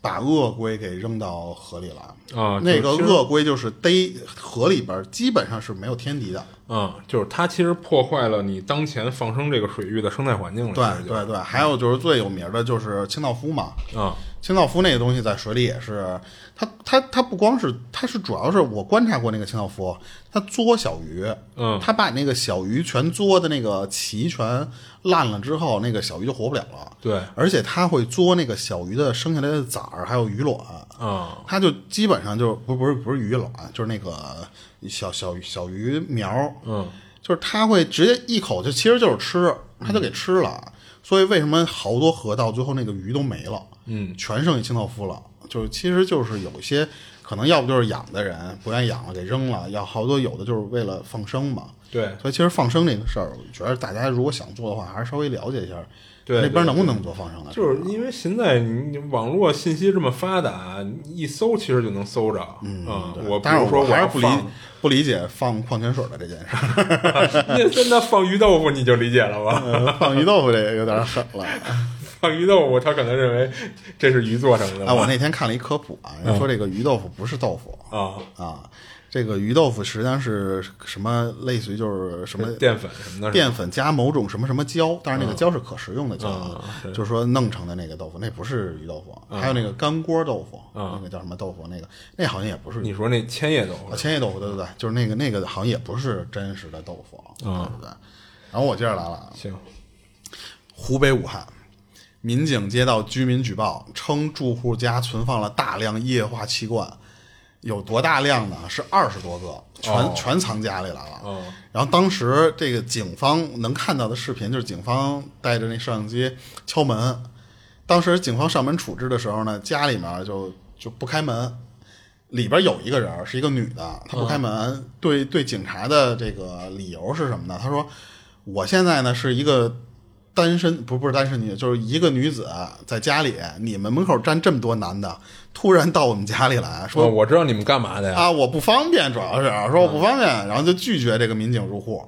Speaker 1: 把鳄龟给扔到河里了。
Speaker 2: 啊，
Speaker 1: 那个
Speaker 2: 就是其实
Speaker 1: 鳄龟就是逮河里边，基本上是没有天敌的。
Speaker 2: 嗯，就是它其实破坏了你当前放生这个水域的生态环境了。
Speaker 1: 对
Speaker 2: 其实就
Speaker 1: 对对，还有就是最有名的就是清道夫嘛，
Speaker 2: 啊，
Speaker 1: 清道夫那个东西在水里也是，它它它不光是，它是主要是我观察过那个清道夫，它作小鱼，
Speaker 2: 嗯，
Speaker 1: 它把那个小鱼全作的那个鳍全烂了之后，那个小鱼就活不了了，
Speaker 2: 对，
Speaker 1: 而且它会作那个小鱼的生下来的崽儿还有鱼卵，
Speaker 2: 啊，
Speaker 1: 它就基本上就不不是不是鱼卵，就是那个小小鱼小鱼苗，
Speaker 2: 嗯，
Speaker 1: 就是它会直接一口就其实就是吃，它就给吃了。所以为什么好多河道最后那个鱼都没了，
Speaker 2: 嗯，
Speaker 1: 全剩下清道夫了。就是其实就是有一些可能要不就是养的人不愿意养了给扔了，要好多有的就是为了放生嘛。
Speaker 2: 对，
Speaker 1: 所以其实放生这个事儿，我觉得大家如果想做的话，还是稍微了解一下，
Speaker 2: 对
Speaker 1: 那边能不能做放生的。
Speaker 2: 就是因为现在你网络信息这么发达，你一搜其实就能搜着。嗯，我比
Speaker 1: 但是
Speaker 2: 如说
Speaker 1: 我还是
Speaker 2: 要
Speaker 1: 不理
Speaker 2: 放，
Speaker 1: 不理解放矿泉水的这件事儿，
Speaker 2: 那那放鱼豆腐你就理解了 (laughs) 吧？
Speaker 1: 放鱼豆腐这个有点狠
Speaker 2: (laughs)
Speaker 1: 了。
Speaker 2: 嗯放鱼豆腐，他可能认为这是鱼做成的吧。
Speaker 1: 啊，我那天看了一科普
Speaker 2: 嗯
Speaker 1: 啊，人说这个鱼豆腐不是豆腐
Speaker 2: 啊，
Speaker 1: 啊，这个鱼豆腐实际上是什么，类似于就是什么
Speaker 2: 是淀粉嗯什么的，
Speaker 1: 淀粉加某种什么什么胶，但是那个胶是可食用的胶
Speaker 2: 嗯
Speaker 1: 啊，就是说弄成的那个豆腐，那不是鱼豆腐。啊还有那个干锅豆腐，那个叫什么豆腐，那个那好像也不是鱼
Speaker 2: 嗯你说那千叶豆
Speaker 1: 啊，
Speaker 2: 腐，
Speaker 1: 千叶豆腐，对对对，就是那个那个好像也不是真实的豆腐，啊对
Speaker 2: 嗯
Speaker 1: 不对？然后我接着来了啊，
Speaker 2: 行，
Speaker 1: 湖北武汉，民警接到居民举报，称住户家存放了大量液化气罐，有多大量呢？是二十多个，全、
Speaker 2: 哦
Speaker 1: 全藏家里来了。
Speaker 2: 哦
Speaker 1: 然后当时这个警方能看到的视频，就是警方带着那摄像机敲门。当时警方上门处置的时候呢，家里面就就不开门，里边有一个人儿是一个女的，她
Speaker 2: 哦
Speaker 1: 不开门，对对警察的这个理由是什么呢？她说：“我现在呢是一个单身，不不是单身女，就是一个女子在家里，你们门口站这么多男的，突然到我们家里来
Speaker 2: 哦
Speaker 1: 说
Speaker 2: 我知道你们干嘛的呀？嗯
Speaker 1: 啊，我不方便，主要是说我不方便，然后就拒绝这个民警入户。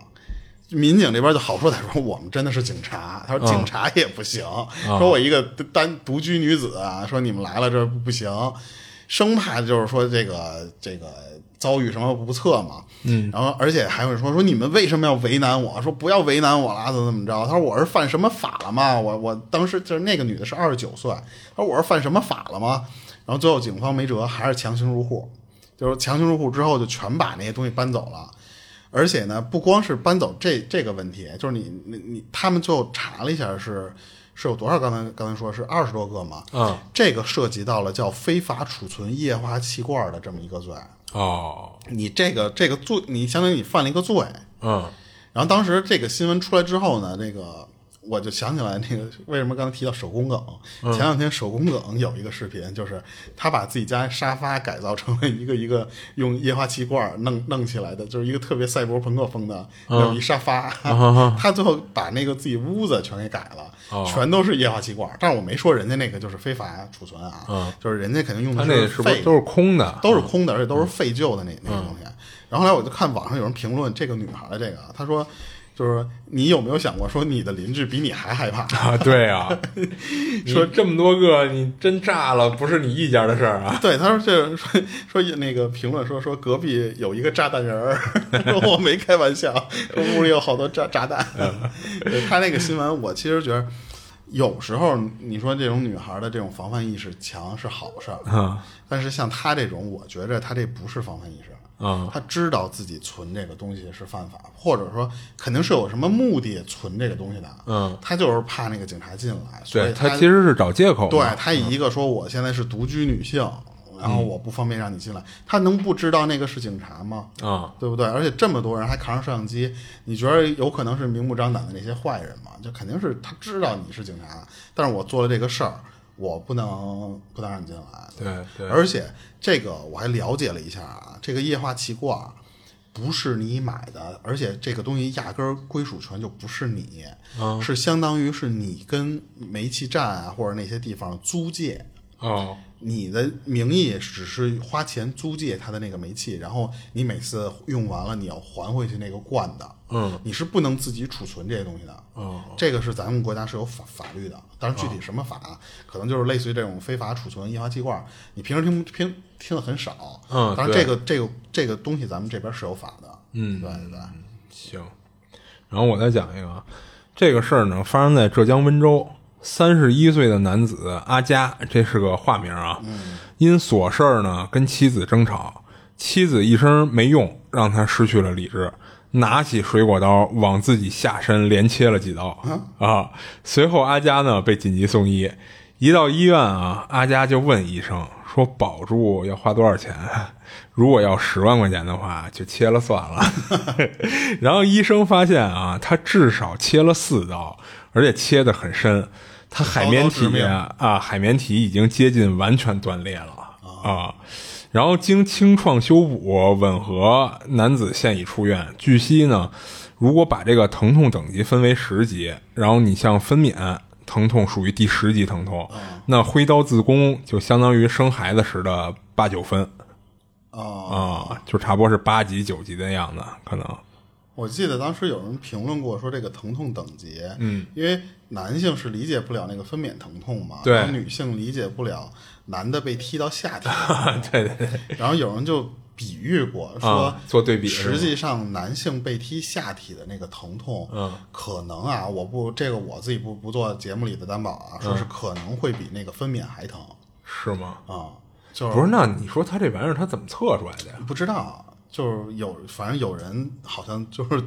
Speaker 1: 民警这边就好说歹说，我们真的是警察。他说警察也不行，说我一个单独居女子啊，说你们来了这不行，生怕就是说这个这个遭遇什么不测嘛。嗯，然后而且还会说说你们为什么要为难我？啊说不要为难我啦，怎么怎么着？他说我是犯什么法了吗？我我当时就是那个女的是二十九岁，他说我是犯什么法了吗？然后最后警方没辙，还是强行入户。就是强行入户之后，就全把那些东西搬走了。而且呢，不光是搬走这这个问题，就是你你你，他们最后查了一下是是有多少？刚才刚才说是二十多个嘛。
Speaker 2: 嗯，
Speaker 1: 这个涉及到了叫非法储存液化气罐的这么一个罪，
Speaker 2: 哦，
Speaker 1: 你这个这个罪，你相当于你犯了一个罪。
Speaker 2: 嗯，
Speaker 1: 然后当时这个新闻出来之后呢，那个我就想起来那个为什么刚才提到手工梗，
Speaker 2: 嗯
Speaker 1: 前两天手工梗有一个视频，就是他把自己家沙发改造成了一个一个用液化气罐弄弄起来的，就是一个特别赛博朋克风的
Speaker 2: 嗯
Speaker 1: 那种一沙发， (laughs) 他最后把那个自己屋子全给改了。
Speaker 2: 哦
Speaker 1: 全都是液化气罐，但是我没说人家那个就是非法储存啊，就是人家肯定用
Speaker 2: 嗯他
Speaker 1: 的
Speaker 2: 那是不
Speaker 1: 废
Speaker 2: 是都是空的？
Speaker 1: 都是空的，而且都是废旧的那那个东西。然后后来我就看网上有人评论这个女孩的这个，啊她说就是你有没有想过说你的邻居比你还害怕？ (laughs)
Speaker 2: 啊，对啊，说这么多个，你真炸了，不是你一家的事儿啊。
Speaker 1: 对，她说这说 (laughs) 说那个评论说说隔壁有一个炸弹人儿， (laughs) 说我没开玩笑，说屋里有好多炸炸弹。 (laughs) 对她那个新闻，我其实觉得有时候你说这种女孩的这种防范意识强是好事儿，
Speaker 2: 嗯
Speaker 1: 但是像她这种，我觉着她这不是防范意识。
Speaker 2: 嗯
Speaker 1: 他知道自己存这个东西是犯法，或者说肯定是有什么目的存这个东西的。
Speaker 2: 嗯，
Speaker 1: 他就是怕那个警察进来，所
Speaker 2: 对
Speaker 1: 以
Speaker 2: 他
Speaker 1: 他
Speaker 2: 其实是嗯找借口嘛。
Speaker 1: 对他以一个说我现在是独居女性，然
Speaker 2: 嗯
Speaker 1: 后我不方便让你进来，他能不知道那个是警察吗？
Speaker 2: 啊，
Speaker 1: 对不对？而且这么多人还扛着摄像机，你觉得有可能是明目张胆的那些坏人吗？就肯定是他知道你是警察，但是我做了这个事儿，我不能不能让你进来。
Speaker 2: 对对，
Speaker 1: 而且这个我还了解了一下啊，这个液化气罐儿不是你买的，而且这个东西压根儿归属权就不是你，
Speaker 2: 嗯
Speaker 1: 是相当于是你跟煤气站啊或者那些地方租借，
Speaker 2: 哦，
Speaker 1: 你的名义只是花钱租借它的那个煤气，然后你每次用完了你要还回去那个罐的，
Speaker 2: 嗯，
Speaker 1: 你是不能自己储存这些东西的，
Speaker 2: 哦，
Speaker 1: 这个是咱们国家是有法法律的，当然具体什么法啊、可能就是类似于这种非法储存液化气罐，你平时听不听听的很少，
Speaker 2: 嗯
Speaker 1: 当然
Speaker 2: 对
Speaker 1: 这个这个这个东西咱们这边是有法的，嗯，对对对，
Speaker 2: 行，然后我再讲一个，啊，这个事儿呢发生在浙江温州，三十一岁的男子阿佳，这是个化名啊，因琐事儿呢跟妻子争吵，妻子一声没用，让他失去了理智。拿起水果刀往自己下身连切了几刀啊！随后阿佳呢被紧急送医，一到医院啊，阿佳就问医生说：“保住要花多少钱？如果要十万块钱的话，就切了算
Speaker 1: (laughs)
Speaker 2: 了。”然后医生发现啊，他至少切了四刀，而且切得很深。他海绵体
Speaker 1: 刀刀致命
Speaker 2: 啊，海绵体已经接近完全断裂了啊。然后经清创修补吻合，男子现已出院。据悉呢，如果把这个疼痛等级分为十级，然后你像分娩疼痛属于第十级疼痛，
Speaker 1: 啊
Speaker 2: 那挥刀自宫就相当于生孩子时的八九分
Speaker 1: 哦、
Speaker 2: 啊，就差不多是八级九级的样子，可能
Speaker 1: 我记得当时有人评论过说这个疼痛等级，嗯，因为男性是理解不了那个分娩疼痛嘛，
Speaker 2: 对
Speaker 1: 然后女性理解不了男的被踢到下
Speaker 2: (laughs)
Speaker 1: 体，
Speaker 2: 啊，对对对，
Speaker 1: 然后有人就比喻过 (laughs) 说、
Speaker 2: 啊做对比是吗
Speaker 1: 实际上男性被踢下体的那个疼痛，
Speaker 2: 嗯，
Speaker 1: 可能啊，我不这个我自己不不做节目里的担保啊，
Speaker 2: 嗯
Speaker 1: 说是可能会比那个分娩还疼
Speaker 2: 是吗？
Speaker 1: 啊，就是
Speaker 2: 不是，那你说他这玩意儿他怎么测出来的呀？
Speaker 1: 不知道，就是有，反正有人好像就是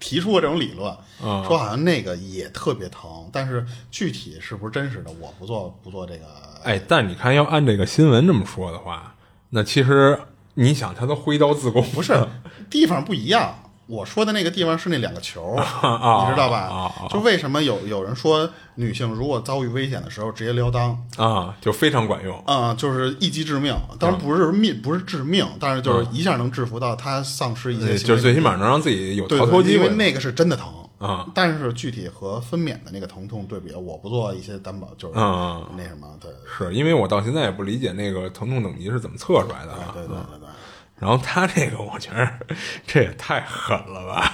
Speaker 1: 提出过这种理论，
Speaker 2: 啊
Speaker 1: 说好像那个也特别疼，但是具体是不是真实的，我不做不做这个。
Speaker 2: 哎，但你看，要按这个新闻这么说的话，那其实你想，他都挥刀自宫，
Speaker 1: 不是地方不一样。我说的那个地方是那两个球，
Speaker 2: (laughs) 啊
Speaker 1: 你知道吧？
Speaker 2: 啊啊
Speaker 1: 就为什么有有人说女性如果遭遇危险的时候直接撩裆，
Speaker 2: 啊，就非常管用。
Speaker 1: 啊、就是一击致命。当
Speaker 2: 嗯
Speaker 1: 然不是命，不是致命，但是就是一下能制服到她丧失一些行为能力，
Speaker 2: 呃就是最起码能让自己有
Speaker 1: 对
Speaker 2: 逃脱
Speaker 1: 对
Speaker 2: 机
Speaker 1: 因
Speaker 2: 会
Speaker 1: 为那个是真的疼
Speaker 2: 啊。
Speaker 1: 但是具体和分娩的那个疼痛对比，我不做一些担保，就是
Speaker 2: 啊
Speaker 1: 那什么，对对
Speaker 2: 是因为我到现在也不理解那个疼痛等级是怎么测出来的啊。
Speaker 1: 对对对对，
Speaker 2: 然后他这个，我觉得这也太狠了吧？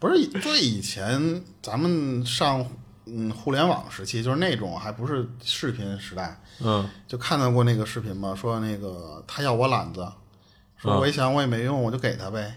Speaker 1: 不是最以前咱们上嗯互联网时期，就是那种还不是视频时代，
Speaker 2: 嗯，
Speaker 1: 就看到过那个视频嘛，说那个他要我懒子，
Speaker 2: 啊
Speaker 1: 说我一想我也没用，我就给他
Speaker 2: (laughs)
Speaker 1: 呗，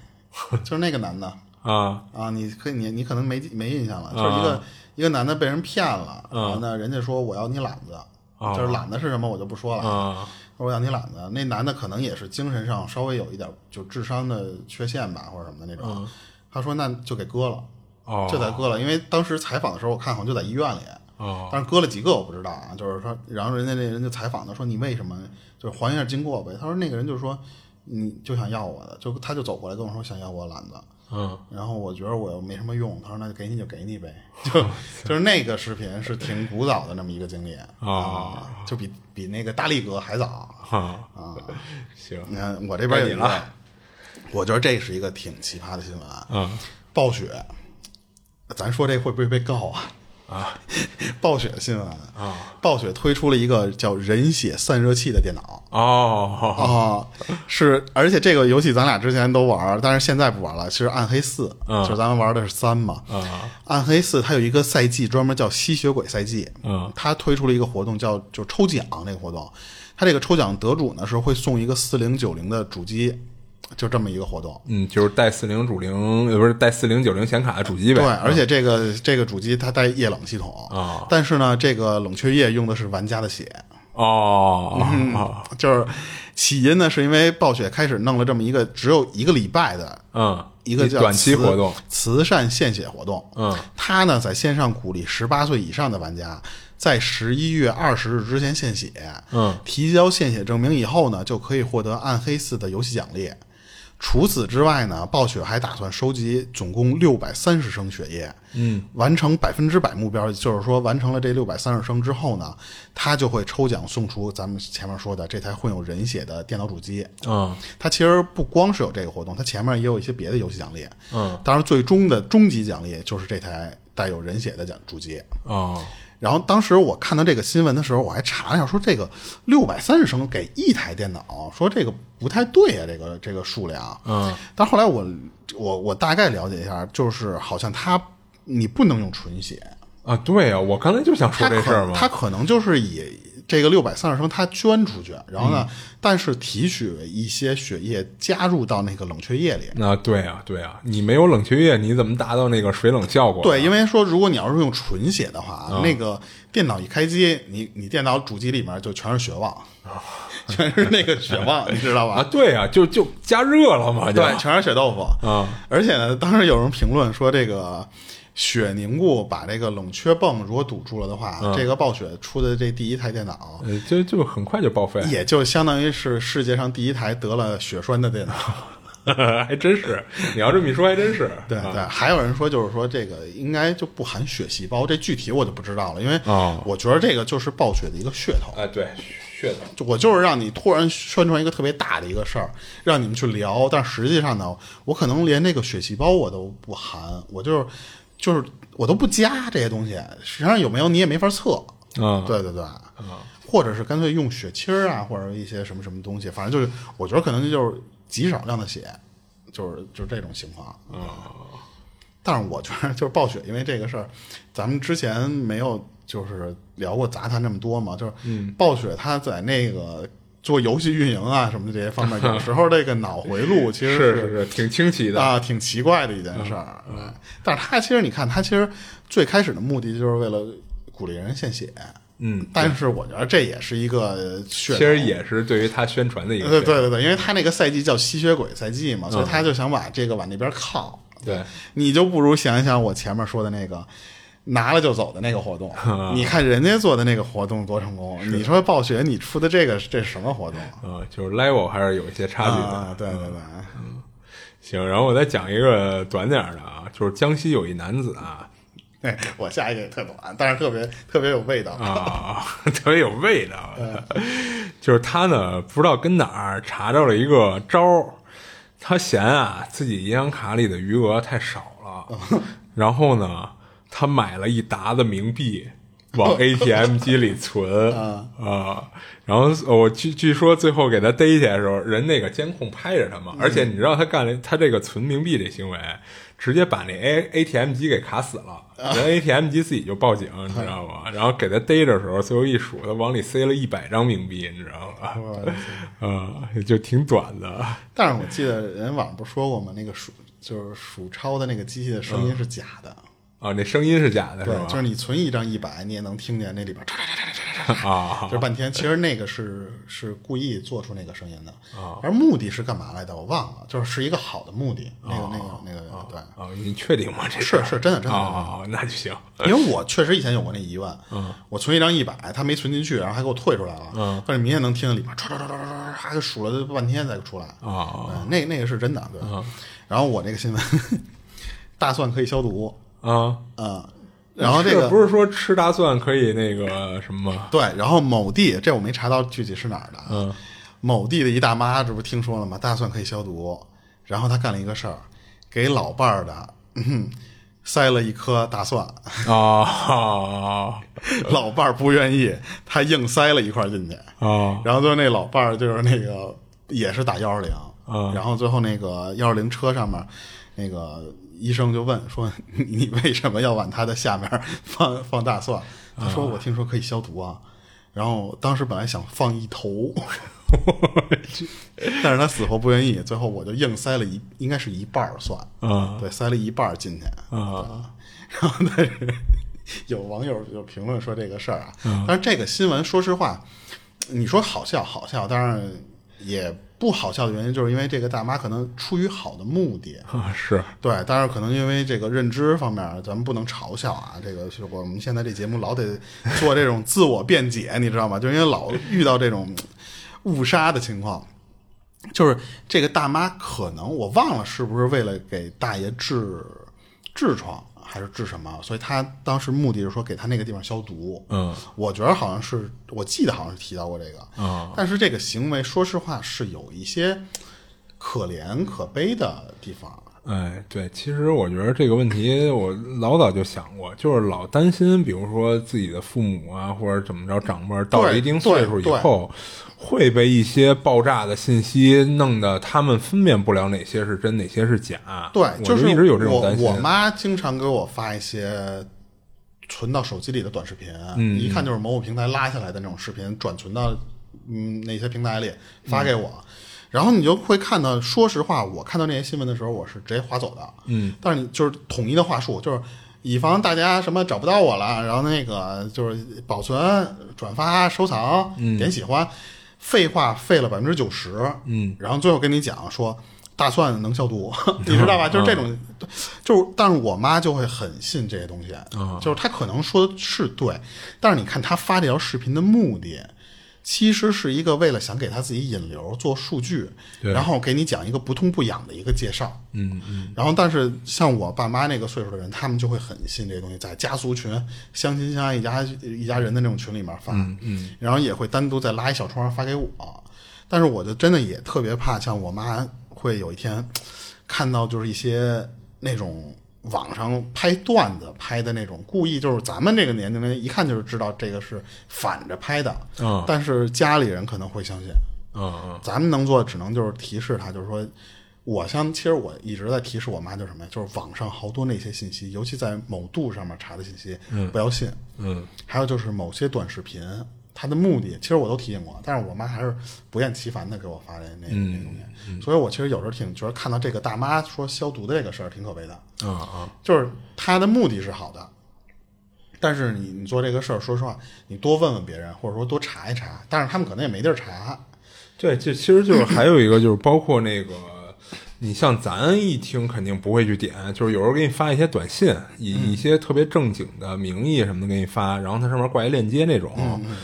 Speaker 1: 就是那个男的。
Speaker 2: (laughs) 啊
Speaker 1: 啊，你可以，你你可能没没印象了，就是一个、一个男的被人骗了，然后呢，人家说我要你懒子，
Speaker 2: 啊
Speaker 1: 就是懒子是什么我就不说了，
Speaker 2: 啊
Speaker 1: 说我要你懒子，那男的可能也是精神上稍微有一点就智商的缺陷吧，或者什么的那种，他说那就给割了，
Speaker 2: 嗯哦
Speaker 1: 就得割了，因为当时采访的时候我看好像就在医院里。
Speaker 2: 哦
Speaker 1: 但是割了几个我不知道啊，就是说，然后人家那人就采访他说你为什么就是还原一下经过呗？他说那个人就说你就想要我的，就他就走过来跟我说想要我懒子，
Speaker 2: 嗯
Speaker 1: 然后我觉得我又没什么用，他说那就给你就给你
Speaker 2: (laughs)
Speaker 1: 呗，就就是那个视频是挺古早的那么一个经历啊、
Speaker 2: 哦
Speaker 1: 就比比那个大力哥还早。
Speaker 2: 啊行
Speaker 1: 你看我这边有一
Speaker 2: 该你
Speaker 1: 个
Speaker 2: 了，
Speaker 1: 我觉得这是一个挺奇葩的新闻啊，
Speaker 2: 啊
Speaker 1: 暴雪，咱说这会不会被告啊？
Speaker 2: 啊
Speaker 1: (laughs) 暴雪新闻啊，暴雪推出了一个叫人血散热器的电脑。
Speaker 2: 哦
Speaker 1: 哦，是，而且这个游戏咱俩之前都玩儿，但是现在不玩了。其实《暗黑四》
Speaker 2: 嗯
Speaker 1: 就是咱们玩的是三嘛。暗黑四》它有一个赛季专门叫吸血鬼赛季。
Speaker 2: 嗯，
Speaker 1: 它推出了一个活动叫就抽奖这个活动，它这个抽奖得主呢是会送一个四零九零的主机，就这么一个活动。
Speaker 2: 嗯，就是带四零主零，呃不是带四零九零显卡的主机呗？
Speaker 1: 对，而且这个这个主机它带液冷系统
Speaker 2: 嗯啊
Speaker 1: 但是呢，这个冷却液用的是玩家的血。
Speaker 2: 哦
Speaker 1: 嗯
Speaker 2: 哦
Speaker 1: 就是起因呢，是因为暴雪开始弄了这么一个只有一个礼拜的
Speaker 2: 嗯，
Speaker 1: 一个叫
Speaker 2: 短期
Speaker 1: 慈
Speaker 2: 活动，
Speaker 1: 慈善献血活动。
Speaker 2: 嗯，
Speaker 1: 它呢在线上鼓励十八岁以上的玩家在十一月二十日之前献血。
Speaker 2: 嗯，
Speaker 1: 提交献血证明以后呢，就可以获得《暗黑四》的游戏奖励。除此之外呢，暴雪还打算收集总共六百三十升血液，嗯，完成百分之百目标，就是说完成了这六百三十升之后呢，他就会抽奖送出咱们前面说的这台混有人血的电脑主机。
Speaker 2: 嗯
Speaker 1: 它其实不光是有这个活动，它前面也有一些别的游戏奖励。
Speaker 2: 嗯，
Speaker 1: 当然最终的终极奖励就是这台带有人血的奖主机。
Speaker 2: 哦，
Speaker 1: 然后当时我看到这个新闻的时候，我还查了一下，说这个六百三十升给一台电脑，说这个不太对啊，这个这个数量。
Speaker 2: 嗯，
Speaker 1: 但后来我我我大概了解一下，就是好像它你不能用纯血，
Speaker 2: 啊，对呀、我刚才就想说
Speaker 1: 它
Speaker 2: 这
Speaker 1: 可
Speaker 2: 事儿嘛。
Speaker 1: 它可能就是以这个六百三十升它捐出去，然后呢，
Speaker 2: 嗯
Speaker 1: 但是提取一些血液加入到那个冷却液里。
Speaker 2: 啊，对呀、对呀、你没有冷却液，你怎么达到那个水冷效果？啊
Speaker 1: 对，，因为说如果你要是用纯血的话，啊
Speaker 2: 嗯
Speaker 1: 那个电脑一开机，你你电脑主机里面就全是血旺，全是那个血旺，你知道
Speaker 2: 啊，
Speaker 1: 吧？
Speaker 2: 对呀、就就加热了嘛，就
Speaker 1: 对，全是血豆腐
Speaker 2: 啊。
Speaker 1: 而且呢，当时有人评论说，这个血凝固把这个冷却泵如果堵住了的话，
Speaker 2: 嗯
Speaker 1: 这个暴雪出的这第一台电脑。
Speaker 2: 呃就就很快就报
Speaker 1: (laughs)
Speaker 2: 废，
Speaker 1: 也就相当于是世界上第一台得了血栓的电脑，
Speaker 2: 还真是。你要这么一说，还真是。
Speaker 1: 对
Speaker 2: 啊
Speaker 1: 对，还有人说就是说这个应该就不含血细胞，这具体我就不知道了，因为
Speaker 2: 哦
Speaker 1: 我觉得这个就是暴雪的一个噱头，
Speaker 2: 啊，对，噱头。
Speaker 1: 就我就是让你突然宣传一个特别大的一个事儿，让你们去聊，但实际上呢，我可能连那个血细胞我都不含，我就是就是我都不加这些东西，实际上有没有你也没法测，
Speaker 2: 啊
Speaker 1: 对对对，或者是干脆用血清儿啊，或者一些什么什么东西，反正就是我觉得可能就是极少量的血，就是就是这种情况，
Speaker 2: 嗯
Speaker 1: 但是我觉得就是暴雪，因为这个事儿，咱们之前没有就是聊过杂谈这么多嘛，就是
Speaker 2: 嗯
Speaker 1: 暴雪它在那个做游戏运营啊什么的这些方
Speaker 2: (laughs)
Speaker 1: 面，有时候这个脑回路其实
Speaker 2: 是是，挺清奇的。嗯
Speaker 1: 啊，挺奇怪的一件事儿。对但是它其实你看，它其实最开始的目的就是为了鼓励人献血，
Speaker 2: 嗯，
Speaker 1: 但是我觉得这也是一个噱
Speaker 2: 其
Speaker 1: 头，
Speaker 2: 实也是对于他宣传的一个噱
Speaker 1: 对
Speaker 2: 头
Speaker 1: 对对对，因为他那个赛季叫吸血鬼赛季
Speaker 2: 嗯
Speaker 1: 嘛，所以他就想把这个往那边靠。
Speaker 2: 对，
Speaker 1: 你就不如想一想我前面说的那个。拿了就走的那个活
Speaker 2: (laughs)
Speaker 1: 动，
Speaker 2: 啊
Speaker 1: 你看人家做的那个活动多成功，你说暴雪你出的这个这是什么活动
Speaker 2: 啊，就是 level 还是有一些差距的。
Speaker 1: 啊？对对对，
Speaker 2: 行，然后我再讲一个短点儿的啊，就是江西有一男子啊
Speaker 1: 哎，我下一个也特短，但是特别特别有味道。
Speaker 2: 啊， (laughs) 特别有味道， (laughs) 就是他呢不知道跟哪儿查着了一个招儿，他嫌啊自己银行卡里的余额太少了， (laughs) 然后呢他买了一沓子冥币。往 ATM 机里存啊、然后呃我据据说最后给他逮起来的时候，人那个监控拍着他嘛，而且你知道他干了他这个存冥币这行为，直接把那 A ATM 机给卡死了，人 ATM 机自己就报警，你知道吗？然后给他逮着的时候，最后一数，他往里塞了一百张冥币，你知道吗？
Speaker 1: 我的
Speaker 2: 啊、就挺短的，
Speaker 1: 但是我记得人网上不是说过吗？那个数就是数钞的那个机器的声音是假的，
Speaker 2: 啊，那声音是假嗯的是
Speaker 1: 对，
Speaker 2: 吧？
Speaker 1: 就是你存一张一百，你也能听见那里边嚓嚓嚓嚓嚓嚓嚓
Speaker 2: 啊，
Speaker 1: 这半天，其实那个是是故意做出那个声音的，
Speaker 2: 啊
Speaker 1: 而目的是干嘛来的我忘了，就是是一个好的目的，那个那个那个对。
Speaker 2: 啊，你确定吗？这事
Speaker 1: 是
Speaker 2: 儿
Speaker 1: 是真的真的
Speaker 2: 啊，哦那就行。
Speaker 1: 因为我确实以前有过那疑问，
Speaker 2: 嗯
Speaker 1: 我存一张一百，他没存进去，然后还给我退出来了，但是明显能听见里边唰唰唰唰唰，还数了半天才出来，
Speaker 2: 哦
Speaker 1: 嗯那那个是真的，对。
Speaker 2: 嗯
Speaker 1: 然后我那个新闻， (laughs) 大蒜可以消毒，
Speaker 2: 啊，
Speaker 1: 嗯，然后这
Speaker 2: 是
Speaker 1: 个
Speaker 2: 不是说吃大蒜可以那个什么吗？
Speaker 1: 对，然后某地这我没查到具体是哪儿的，嗯，某地的一大妈这不听说了吗？大蒜可以消毒，然后她干了一个事儿，给老伴儿的、嗯、塞了一颗大蒜， (laughs)
Speaker 2: 啊
Speaker 1: 老伴儿不愿意，他硬塞了一块儿进去，
Speaker 2: 啊
Speaker 1: 然后最后那老伴儿就是那个也是打幺二零，
Speaker 2: 啊
Speaker 1: 然后最后那个幺二零车上面那个医生就问说 (laughs) 你你为什么要往他的下面 (laughs) 放放大蒜？
Speaker 2: 啊
Speaker 1: 他说我听说可以消毒啊。然后当时本来想放一
Speaker 2: (laughs)
Speaker 1: 头，但是他死活不愿意，最后我就硬塞了一，应该是一半儿蒜，
Speaker 2: 啊
Speaker 1: 对，塞了一半儿进去，
Speaker 2: 啊！
Speaker 1: 然后但是 (laughs) 有网友就评论说这个事儿啊，但是这个新闻说实话，你说好笑好笑，当然也不好笑的原因就是因为这个大妈可能出于好的目的。
Speaker 2: 啊是
Speaker 1: 对，当然可能因为这个认知方面，咱们不能嘲笑啊。这个是我们现在这节目老得做这种自我辩解，你知道吗？就因为老遇到这种误杀的情况。就是这个大妈可能我忘了是不是为了给大爷治痔疮还是治什么，所以她当时目的是说给他那个地方消毒。
Speaker 2: 嗯，
Speaker 1: 我觉得好像是，我记得好像是提到过这个。
Speaker 2: 啊
Speaker 1: 但是这个行为，说实话是有一些可怜可悲的地方。
Speaker 2: 哎，对，其实我觉得这个问题我老早就想过，就是老担心，比如说自己的父母啊，或者怎么着，长辈儿到了一定岁数以后，会被一些爆炸的信息弄得他们分辨不了哪些是真，哪些是假。
Speaker 1: 对，
Speaker 2: 啊我
Speaker 1: 就是
Speaker 2: 一直有这种
Speaker 1: 我
Speaker 2: 担心。
Speaker 1: 我妈经常给我发一些存到手机里的短视频，啊
Speaker 2: 嗯
Speaker 1: 一看就是某某平台拉下来的那种视频，转存到嗯那些平台里发给我。
Speaker 2: 嗯
Speaker 1: 然后你就会看到，说实话，我看到那些新闻的时候，我是直接划走的。嗯，但是你就是统一的话术，就是以防大家什么找不到我了，然后那个就是保存、转发、收藏、
Speaker 2: 嗯
Speaker 1: 点喜欢，废话费了百分之九十。嗯，然后最后跟你讲说，大蒜能消毒，你知道吧？就是这种，就是但是我妈就会很信这些东西，就是她可能说的是对，但是你看她发这条视频的目的。其实是一个为了想给她自己引流做数据，然后给你讲一个不痛不痒的一个介绍，
Speaker 2: 嗯嗯，
Speaker 1: 然后，但是像我爸妈那个岁数的人，他们就会很信这些东西，在家族群、相亲相爱一家一家人的那种群里面发，嗯，然后也会单独再拉一小窗发给我。但是，我就真的也特别怕，像我妈会有一天看到就是一些那种网上拍段子拍的那种，故意就是咱们这个年龄人一看就是知道这个是反着拍的，
Speaker 2: 嗯
Speaker 1: 但是家里人可能会相信，
Speaker 2: 嗯嗯，
Speaker 1: 咱们能做的只能就是提示他，就是说，我像其实我一直在提示我妈，就是什么呀？就是网上好多那些信息，尤其在某度上面查的信息，不要信。
Speaker 2: 嗯，
Speaker 1: 还有就是某些短视频，它的目的其实我都提醒过，但是我妈还是不厌其烦的给我发的那、
Speaker 2: 嗯
Speaker 1: 那东西，所以我其实有时候挺觉得看到这个大妈说消毒的这个事儿挺可悲的，
Speaker 2: 啊啊，
Speaker 1: 就是她的目的是好的，但是你你做这个事儿，说实话，你多问问别人，或者说多查一查，但是他们可能也没地儿查。
Speaker 2: 对，这其实就是还有一个就是包括那个，你像咱一听肯定不会去点，就是有时候给你发一些短信，
Speaker 1: 嗯
Speaker 2: 以一些特别正经的名义什么的给你发，然后它上面挂一链接那种。
Speaker 1: 嗯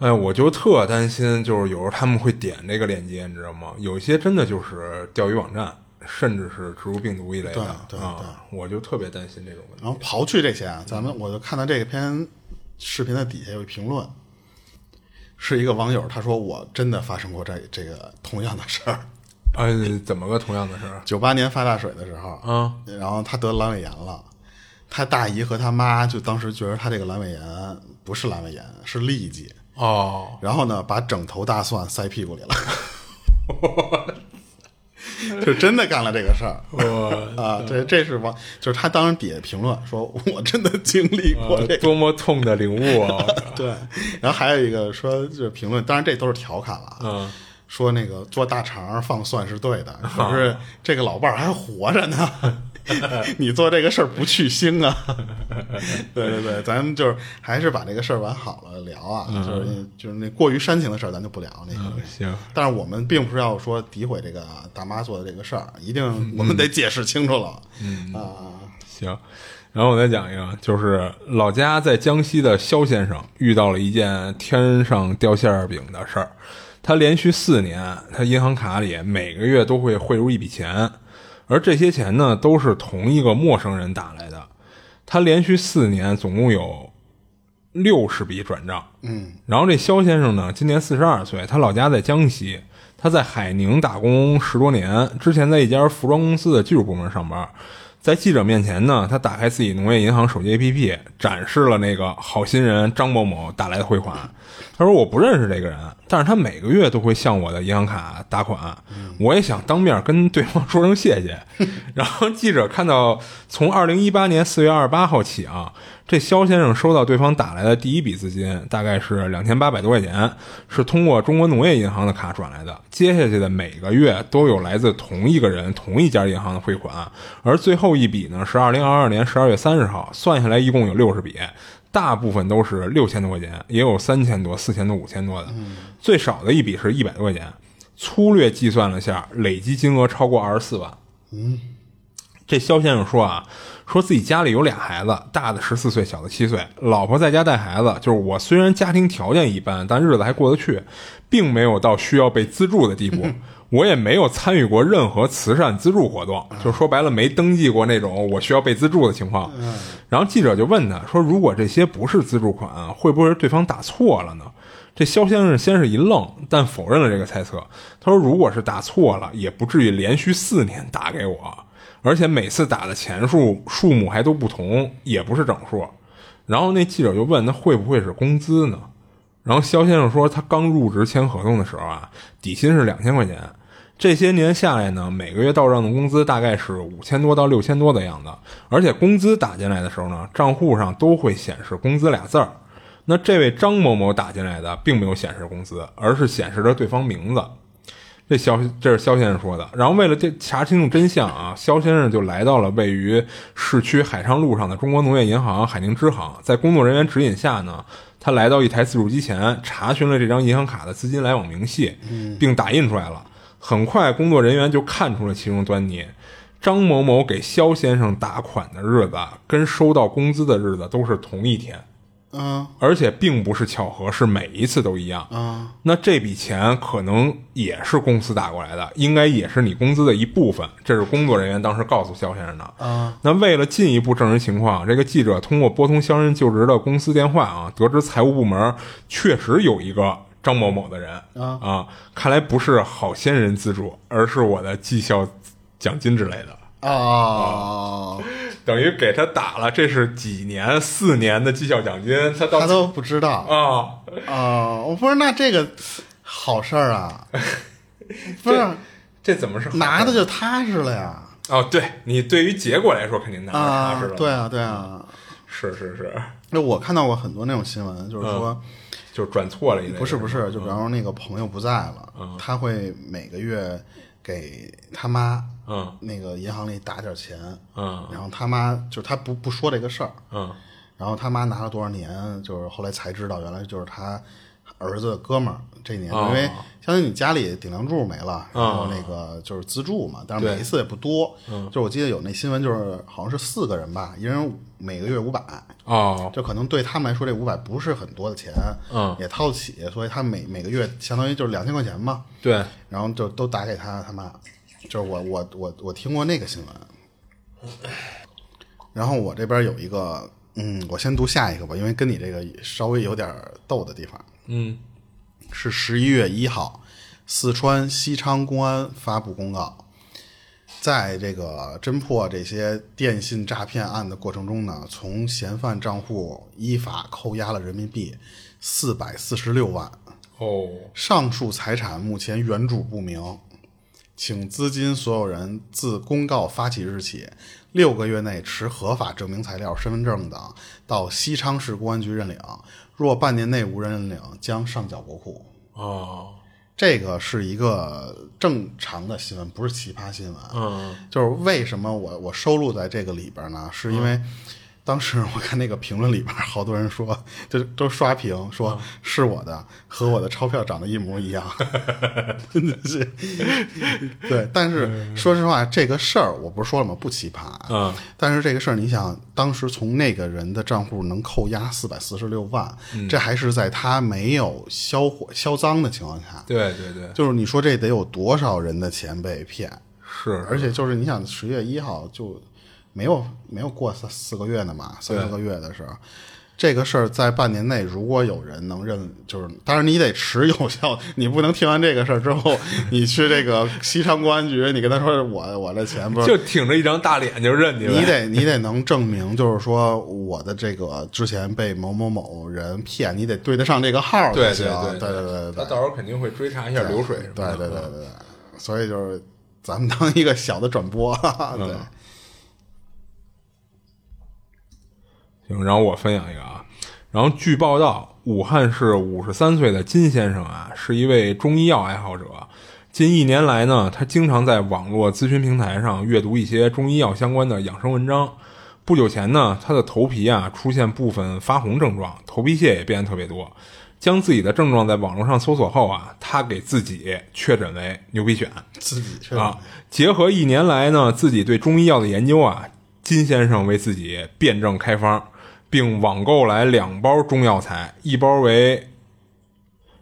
Speaker 2: 哎，我就特担心，就是有时候他们会点这个链接，你知道吗？有一些真的就是钓鱼网站，甚至是植入病毒一类的
Speaker 1: 对对
Speaker 2: 啊，我就特别担心这种问题。
Speaker 1: 然后刨去这些啊，咱们我就看到这篇视频的底下有一评论，是一个网友，他说我真的发生过这这个同样的事儿。
Speaker 2: 哎，怎么个同样的事儿？
Speaker 1: 九八年发大水的时候，
Speaker 2: 啊，
Speaker 1: 然后他得阑尾炎了，他大姨和他妈就当时觉得他这个阑尾炎不是阑尾炎，是痢疾，
Speaker 2: 哦，
Speaker 1: 然后呢，把整头大蒜塞屁股里了， (laughs) 就真的干了这个事儿。
Speaker 2: 我
Speaker 1: 啊，这这是网，就是他当时底下评论说，我真的经历过这个。
Speaker 2: 啊多么痛的领
Speaker 1: (laughs)
Speaker 2: 悟啊！
Speaker 1: 对，然后还有一个说，就是评论，当然这都是调侃了啊。
Speaker 2: 嗯
Speaker 1: 说那个做大肠放蒜是对的，可是这个老伴儿还活着呢， (laughs) 你做这个事儿不去腥 (laughs) 啊！对对对，咱们就是还是把这个事儿往好了聊啊，就是就是那过于煽情的事儿咱就不聊那个。
Speaker 2: 行，
Speaker 1: 但是我们并不是要说诋毁这个大妈做的这个事儿，一定我们得解释清楚了。嗯啊，
Speaker 2: 行，然后我再讲一个，就是老家在江西的肖先生遇到了一件天上掉馅儿饼的事儿。他连续四年，他银行卡里每个月都会汇入一笔钱，而这些钱呢，都是同一个陌生人打来的。他连续四年总共有六十笔转账。嗯，然后这肖先生呢，今年四十二岁，他老家在江西，他在海宁打工十多年，之前在一家服装公司的技术部门上班。在记者面前呢，他打开自己农业银行手机 APP，展示了那个好心人张某某打来的汇款。他说：“我不认识这个人，但是他每个月都会向我的银行卡打款，我也想当面跟对方说声谢谢。” (laughs) 然后记者看到，从二零一八年四月二十八号起啊，这肖先生收到对方打来的第一笔资金，大概是两千八百多块钱，是通过中国农业银行的卡转来的。接下去的每个月都有来自同一个人、同一家银行的汇款，而最后一笔呢是二零二二年十二月三十号，算下来一共有六十笔。大部分都是六千多块钱，也有三千多、四千多、五千多的，最少的一笔是一百多块钱。粗略计算了下，累计金额超过二十四万。这肖先生说啊，说自己家里有俩孩子，大的十四岁，小的七岁，老婆在家带孩子。就是我虽然家庭条件一般，但日子还过得去，并没有到需要被资助的地步。我也没有参与过任何慈善资助活动，就说白了没登记过那种我需要被资助的情况。然后记者就问他说：“如果这些不是资助款，会不会是对方打错了呢？”这肖先生先是一愣，但否认了这个猜测。他说：“如果是打错了，也不至于连续四年打给我，而且每次打的钱数数目还都不同，也不是整数。”然后那记者就问：“那会不会是工资呢？”然后肖先生说，他刚入职签合同的时候啊，底薪是两千块钱，这些年下来呢，每个月到账的工资大概是五千多到六千多的样子，而且工资打进来的时候呢，账户上都会显示“工资”俩字儿。那这位张某某打进来的并没有显示工资，而是显示着对方名字。这肖这是肖先生说的。然后为了这查清楚真相啊，肖先生就来到了位于市区海昌路上的中国农业银行海宁支行，在工作人员指引下呢，他来到一台自助机前，查询了这张银行卡的资金来往明细，并打印出来了。很快，工作人员就看出了其中端倪。张某某给肖先生打款的日子啊跟收到工资的日子都是同一天。
Speaker 1: 嗯
Speaker 2: 而且并不是巧合，是每一次都一样。
Speaker 1: 嗯
Speaker 2: 那这笔钱可能也是公司打过来的，应该也是你工资的一部分。这是工作人员当时告诉肖先生的。
Speaker 1: 啊
Speaker 2: 那为了进一步证实情况，这个记者通过拨通肖人就职的公司电话啊，得知财务部门确实有一个张某某的人
Speaker 1: 啊
Speaker 2: 看来不是好先人资助，而是我的绩效奖金之类的。
Speaker 1: 啊哦，
Speaker 2: 等于给他打了，这是几年四年的绩效奖金，他到
Speaker 1: 他都不知道
Speaker 2: 啊，
Speaker 1: 啊！我不是，那这个好事儿
Speaker 2: (laughs)
Speaker 1: 啊，不是
Speaker 2: 这怎么是好事
Speaker 1: 拿的就踏实了呀
Speaker 2: 哦，对你对于结果来说肯定拿得踏
Speaker 1: 啊
Speaker 2: 实了，！
Speaker 1: 对，啊，对啊。
Speaker 2: 是是是，
Speaker 1: 那我看到过很多那种新闻，就是
Speaker 2: 啊
Speaker 1: 说
Speaker 2: 就是转错了一类，
Speaker 1: 不是不是，就比方说那个朋友不在
Speaker 2: 嗯
Speaker 1: 了，他会每个月给他妈
Speaker 2: 嗯
Speaker 1: 那个银行里打点钱，
Speaker 2: 嗯
Speaker 1: 然后他妈就是他不不说这个事儿，
Speaker 2: 嗯
Speaker 1: 然后他妈拿了多少年，就是后来才知道，原来就是他儿子的哥们儿这一年，
Speaker 2: 哦
Speaker 1: 因为相当于你家里顶梁柱没了，然后那个就是资助嘛，但是每一次也不多，
Speaker 2: 嗯
Speaker 1: 就是我记得有那新闻，就是好像是四个人吧，一人每个月五百，
Speaker 2: 哦
Speaker 1: 就可能对他们来说这五百不是很多的钱，
Speaker 2: 嗯
Speaker 1: 也掏得起，所以他每每个月相当于就是两千块钱嘛，
Speaker 2: 对，
Speaker 1: 然后就都打给他他妈，就是我我我我听过那个新闻，然后我这边有一个，嗯，我先读下一个吧，因为跟你这个稍微有点逗的地方，
Speaker 2: 嗯
Speaker 1: 是十一月一号，四川西昌公安发布公告，在这个侦破这些电信诈骗案的过程中呢，从嫌犯账户依法扣押了人民币四百四十六万，
Speaker 2: 哦
Speaker 1: 上述财产目前原主不明，请资金所有人自公告发起日起六个月内持合法证明材料、身份证等到西昌市公安局认领，若半年内无人认领，将上缴国库。
Speaker 2: 哦
Speaker 1: 这个是一个正常的新闻，不是奇葩新闻。
Speaker 2: 嗯
Speaker 1: 就是为什么我我收录在这个里边呢？是因
Speaker 2: 嗯
Speaker 1: 为当时我看那个评论里边，好多人说，就都刷屏说
Speaker 2: 嗯
Speaker 1: 是我的，和我的钞票长得一模
Speaker 2: (laughs)
Speaker 1: 一样，真的是。对，但是说实话，这个事儿我不是说了吗？不奇葩。
Speaker 2: 嗯
Speaker 1: 但是这个事儿，你想，当时从那个人的账户能扣押四百四十六万，
Speaker 2: 嗯
Speaker 1: 这还是在他没有销毁销赃的情况下。
Speaker 2: 对对对
Speaker 1: 就是你说这得有多少人的钱被骗？
Speaker 2: 是
Speaker 1: 而且就是你想十月一号就没有没有过三四个月呢嘛，三四个月的时候，这个事儿在半年内如果有人能认，就是当然你得持有效， (laughs) 你不能听完这个事儿之后，你去这个西昌公安局，你跟他说我我的钱不是。
Speaker 2: 就挺着一张大脸就认你
Speaker 1: 你
Speaker 2: 了，
Speaker 1: 得你得能证明，就是说我的这个之前被某某某人骗，你得对得上这个号儿
Speaker 2: 对
Speaker 1: 才行。
Speaker 2: 对
Speaker 1: 对对对
Speaker 2: 他
Speaker 1: 对，
Speaker 2: 到时候肯定会追查一下流水嗯什么
Speaker 1: 对
Speaker 2: 的，
Speaker 1: 对对对对，所以就是咱们当一个小的转播， (laughs) 哈哈
Speaker 2: 嗯
Speaker 1: 对，
Speaker 2: 行，然后我分享一个啊。然后据报道，武汉市五十三岁的金先生啊，是一位中医药爱好者。近一年来呢，他经常在网络咨询平台上阅读一些中医药相关的养生文章。不久前呢，他的头皮啊出现部分发红症状，头皮屑也变得特别多。将自己的症状在网络上搜索后啊，他给自己确诊为牛皮癣
Speaker 1: 自己确
Speaker 2: 啊。结合一年来呢自己对中医药的研究啊，金先生为自己辩证开方，并网购来两包中药材，一包为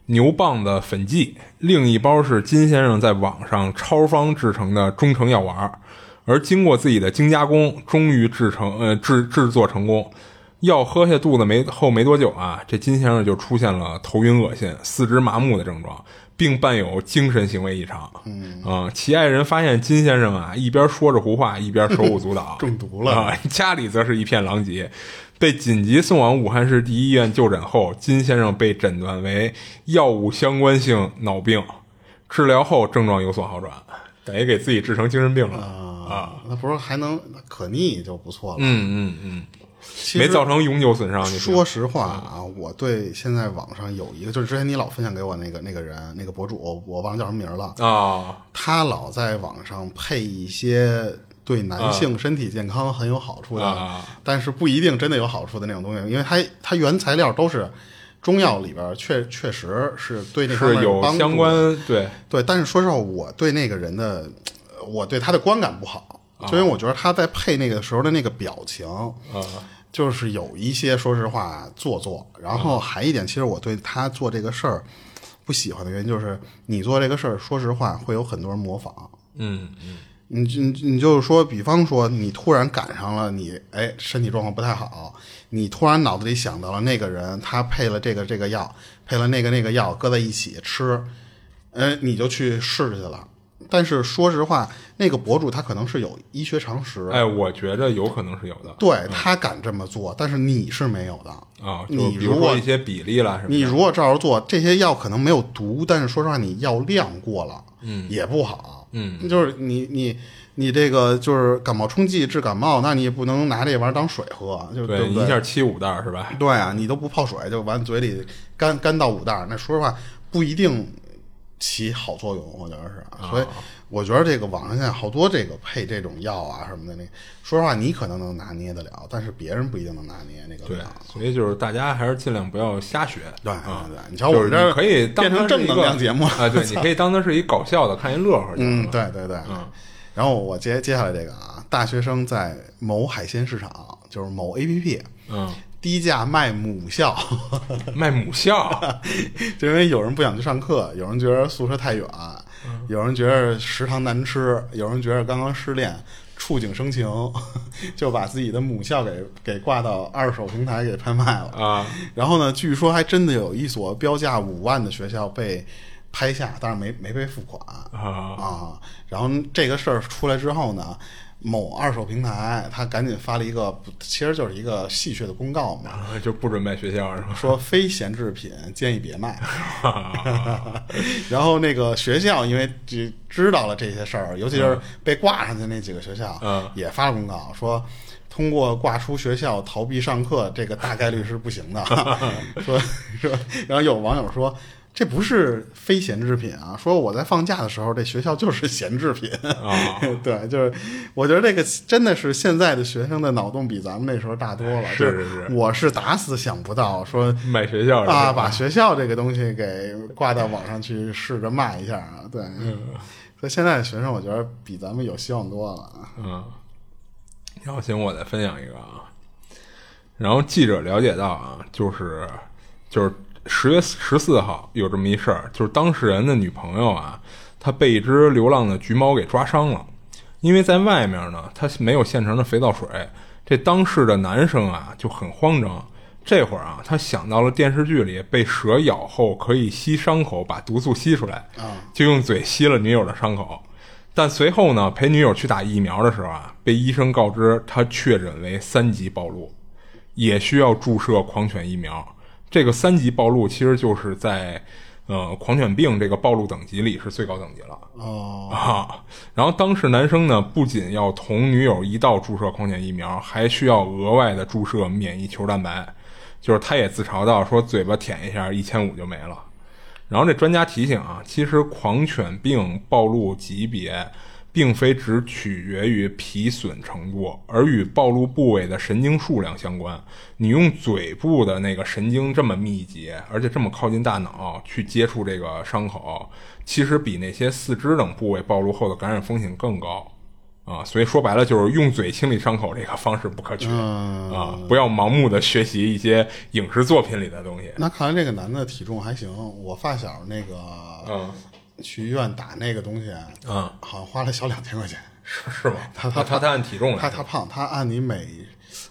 Speaker 2: 牛蒡的粉剂，另一包是金先生在网上超方制成的中成药丸儿，而经过自己的精加工，终于制成呃制制作成功。药喝下肚子没后没多久啊，这金先生就出现了头晕恶心、四肢麻木的症状，并伴有精神行为异常。嗯啊、其爱人发现金先生啊一边说着胡话，一边手舞足蹈，
Speaker 1: (laughs) 中毒了
Speaker 2: 啊、家里则是一片狼藉。被紧急送往武汉市第一医院就诊后，金先生被诊断为药物相关性脑病，治疗后症状有所好转，等于给自己治成精神病了。
Speaker 1: 啊，那不是还能那可逆就不错了。
Speaker 2: 嗯嗯嗯，
Speaker 1: 其
Speaker 2: 没
Speaker 1: 实
Speaker 2: 造成永久损伤。你嗯
Speaker 1: 说实话啊，我对现在网上有一个，就是之前你老分享给我那个那个人那个博主，我我忘了叫什么名儿了。
Speaker 2: 啊、
Speaker 1: 他老在网上配一些对男性身体健康很有好处的，
Speaker 2: 啊
Speaker 1: 但是不一定真的有好处的那种东西，因为它它原材料都是中药里边儿确确实是对那方
Speaker 2: 是
Speaker 1: 面
Speaker 2: 有
Speaker 1: 帮助
Speaker 2: 相关对
Speaker 1: 对，但是说实话，我对那个人的，呃我对他的观感不好，就因为我觉得他在配那个时候的那个表情，
Speaker 2: 啊
Speaker 1: 就是有一些说实话做作。然后还一点，其实我对他做这个事儿不喜欢的原因就是，你做这个事儿，说实话会有很多人模仿。
Speaker 2: 嗯
Speaker 1: 你你你就是说，比方说你突然赶上了你，哎，身体状况不太好，你突然脑子里想到了那个人，他配了这个这个药，配了那个那个药，搁在一起吃，呃，你就去试去了。但是说实话，那个博主他可能是有医学常识，
Speaker 2: 哎，我觉着有可能是有的
Speaker 1: 对他敢这么做，但是你是没有的。
Speaker 2: 啊，就
Speaker 1: 你
Speaker 2: 比如
Speaker 1: 如果
Speaker 2: 说一些比例啦什么
Speaker 1: 你
Speaker 2: 的。
Speaker 1: 如果照着做，这些药可能没有毒，但是说实话，你药量过了，嗯，也不好，嗯，就是你你你这个就是感冒冲剂治感冒，那你也不能拿这玩意儿当水喝，就对
Speaker 2: 对，
Speaker 1: 不
Speaker 2: 一
Speaker 1: 对？
Speaker 2: 下七五袋儿是吧？
Speaker 1: 对啊，你都不泡水就往嘴里干干到五袋儿，那说实话不一定起好作用，我觉得是，所以我觉得这个网上现在好多这个配这种药啊什么的，那说实话你可能能拿捏得了，但是别人不一定能拿捏那个
Speaker 2: 对
Speaker 1: 量。，
Speaker 2: 所以就是大家还是尽量不要瞎学。
Speaker 1: 啊对
Speaker 2: 啊
Speaker 1: 对，你瞧我们
Speaker 2: 就
Speaker 1: 这
Speaker 2: 是
Speaker 1: 儿
Speaker 2: 你可以当
Speaker 1: 变成
Speaker 2: 它是
Speaker 1: 正
Speaker 2: 一
Speaker 1: 能
Speaker 2: 个
Speaker 1: 量节目了
Speaker 2: (laughs) 啊，对，你可以当它是一搞笑的，看一乐呵就行
Speaker 1: 嗯，
Speaker 2: 了。
Speaker 1: 对对对，嗯。然后我接接下来这个啊，大学生在某海鲜市场，就是某 APP
Speaker 2: 嗯，
Speaker 1: 低价卖母校， (laughs)
Speaker 2: 卖母校，
Speaker 1: 就因为有人不想去上课，有人觉得宿舍太远，
Speaker 2: 嗯
Speaker 1: 有人觉得食堂难吃，有人觉得刚刚失恋，触景生情， (laughs) 就把自己的母校给给挂到二手平台给拍卖了
Speaker 2: 啊。
Speaker 1: (laughs) 然后呢，据说还真的有一所标价五万的学校被拍下，但是没没被付款
Speaker 2: 啊
Speaker 1: 然后这个事儿出来之后呢，某二手平台他赶紧发了一个，其实就是一个戏谑的公告嘛，
Speaker 2: 啊就不准卖学校是吧？
Speaker 1: 说非闲置品建议别卖。 (laughs) 然后那个学校因为知知道了这些事儿，尤其是被挂上去那几个学校，
Speaker 2: 嗯
Speaker 1: 也发了公告说。通过挂出学校逃避上课，这个大概率是不行
Speaker 2: (laughs)
Speaker 1: 的。说说，然后有网友说，这不是非闲置品啊！说我在放假的时候，这学校就是闲置品。
Speaker 2: 啊，
Speaker 1: (laughs) 对，就是我觉得这个真的是现在的学生的脑洞比咱们那时候大多了。
Speaker 2: 是
Speaker 1: 就是
Speaker 2: 是
Speaker 1: 我是打死想不到说
Speaker 2: 卖学校是吧
Speaker 1: 啊，把学校这个东西给挂到网上去试着卖一下啊。对，
Speaker 2: 嗯
Speaker 1: 所以现在的学生我觉得比咱们有希望多了啊。
Speaker 2: 嗯，然后行，我再分享一个啊。然后记者了解到啊，就是就是十月十四号有这么一事儿，就是当事人的女朋友啊，她被一只流浪的橘猫给抓伤了，因为在外面呢，她没有现成的肥皂水，这当事的男生啊就很慌张。这会儿啊，他想到了电视剧里被蛇咬后可以吸伤口，把毒素吸出来，就用嘴吸了女友的伤口。但随后呢，陪女友去打疫苗的时候啊，被医生告知他确诊为三级暴露，也需要注射狂犬疫苗。这个三级暴露其实就是在呃狂犬病这个暴露等级里是最高等级了。
Speaker 1: 哦，
Speaker 2: 啊，然后当事男生呢，不仅要同女友一道注射狂犬疫苗，还需要额外的注射免疫球蛋白，就是他也自嘲到说嘴巴舔一下一千五就没了。然后这专家提醒啊，其实狂犬病暴露级别并非只取决于皮损程度，而与暴露部位的神经数量相关。你用嘴部的那个神经这么密集，而且这么靠近大脑去接触这个伤口，其实比那些四肢等部位暴露后的感染风险更高。啊，所以说白了就是用嘴清理伤口这个方式不可取、
Speaker 1: 嗯
Speaker 2: 啊！不要盲目的学习一些影视作品里的东西。
Speaker 1: 那看来这个男的体重还行，我发小那个，
Speaker 2: 嗯，
Speaker 1: 去医院打那个东西，
Speaker 2: 嗯，
Speaker 1: 好像花了小两千块钱。
Speaker 2: 是 (laughs) 是吗？
Speaker 1: 他
Speaker 2: 他
Speaker 1: 他
Speaker 2: 他按体重来
Speaker 1: 他他胖，他按你每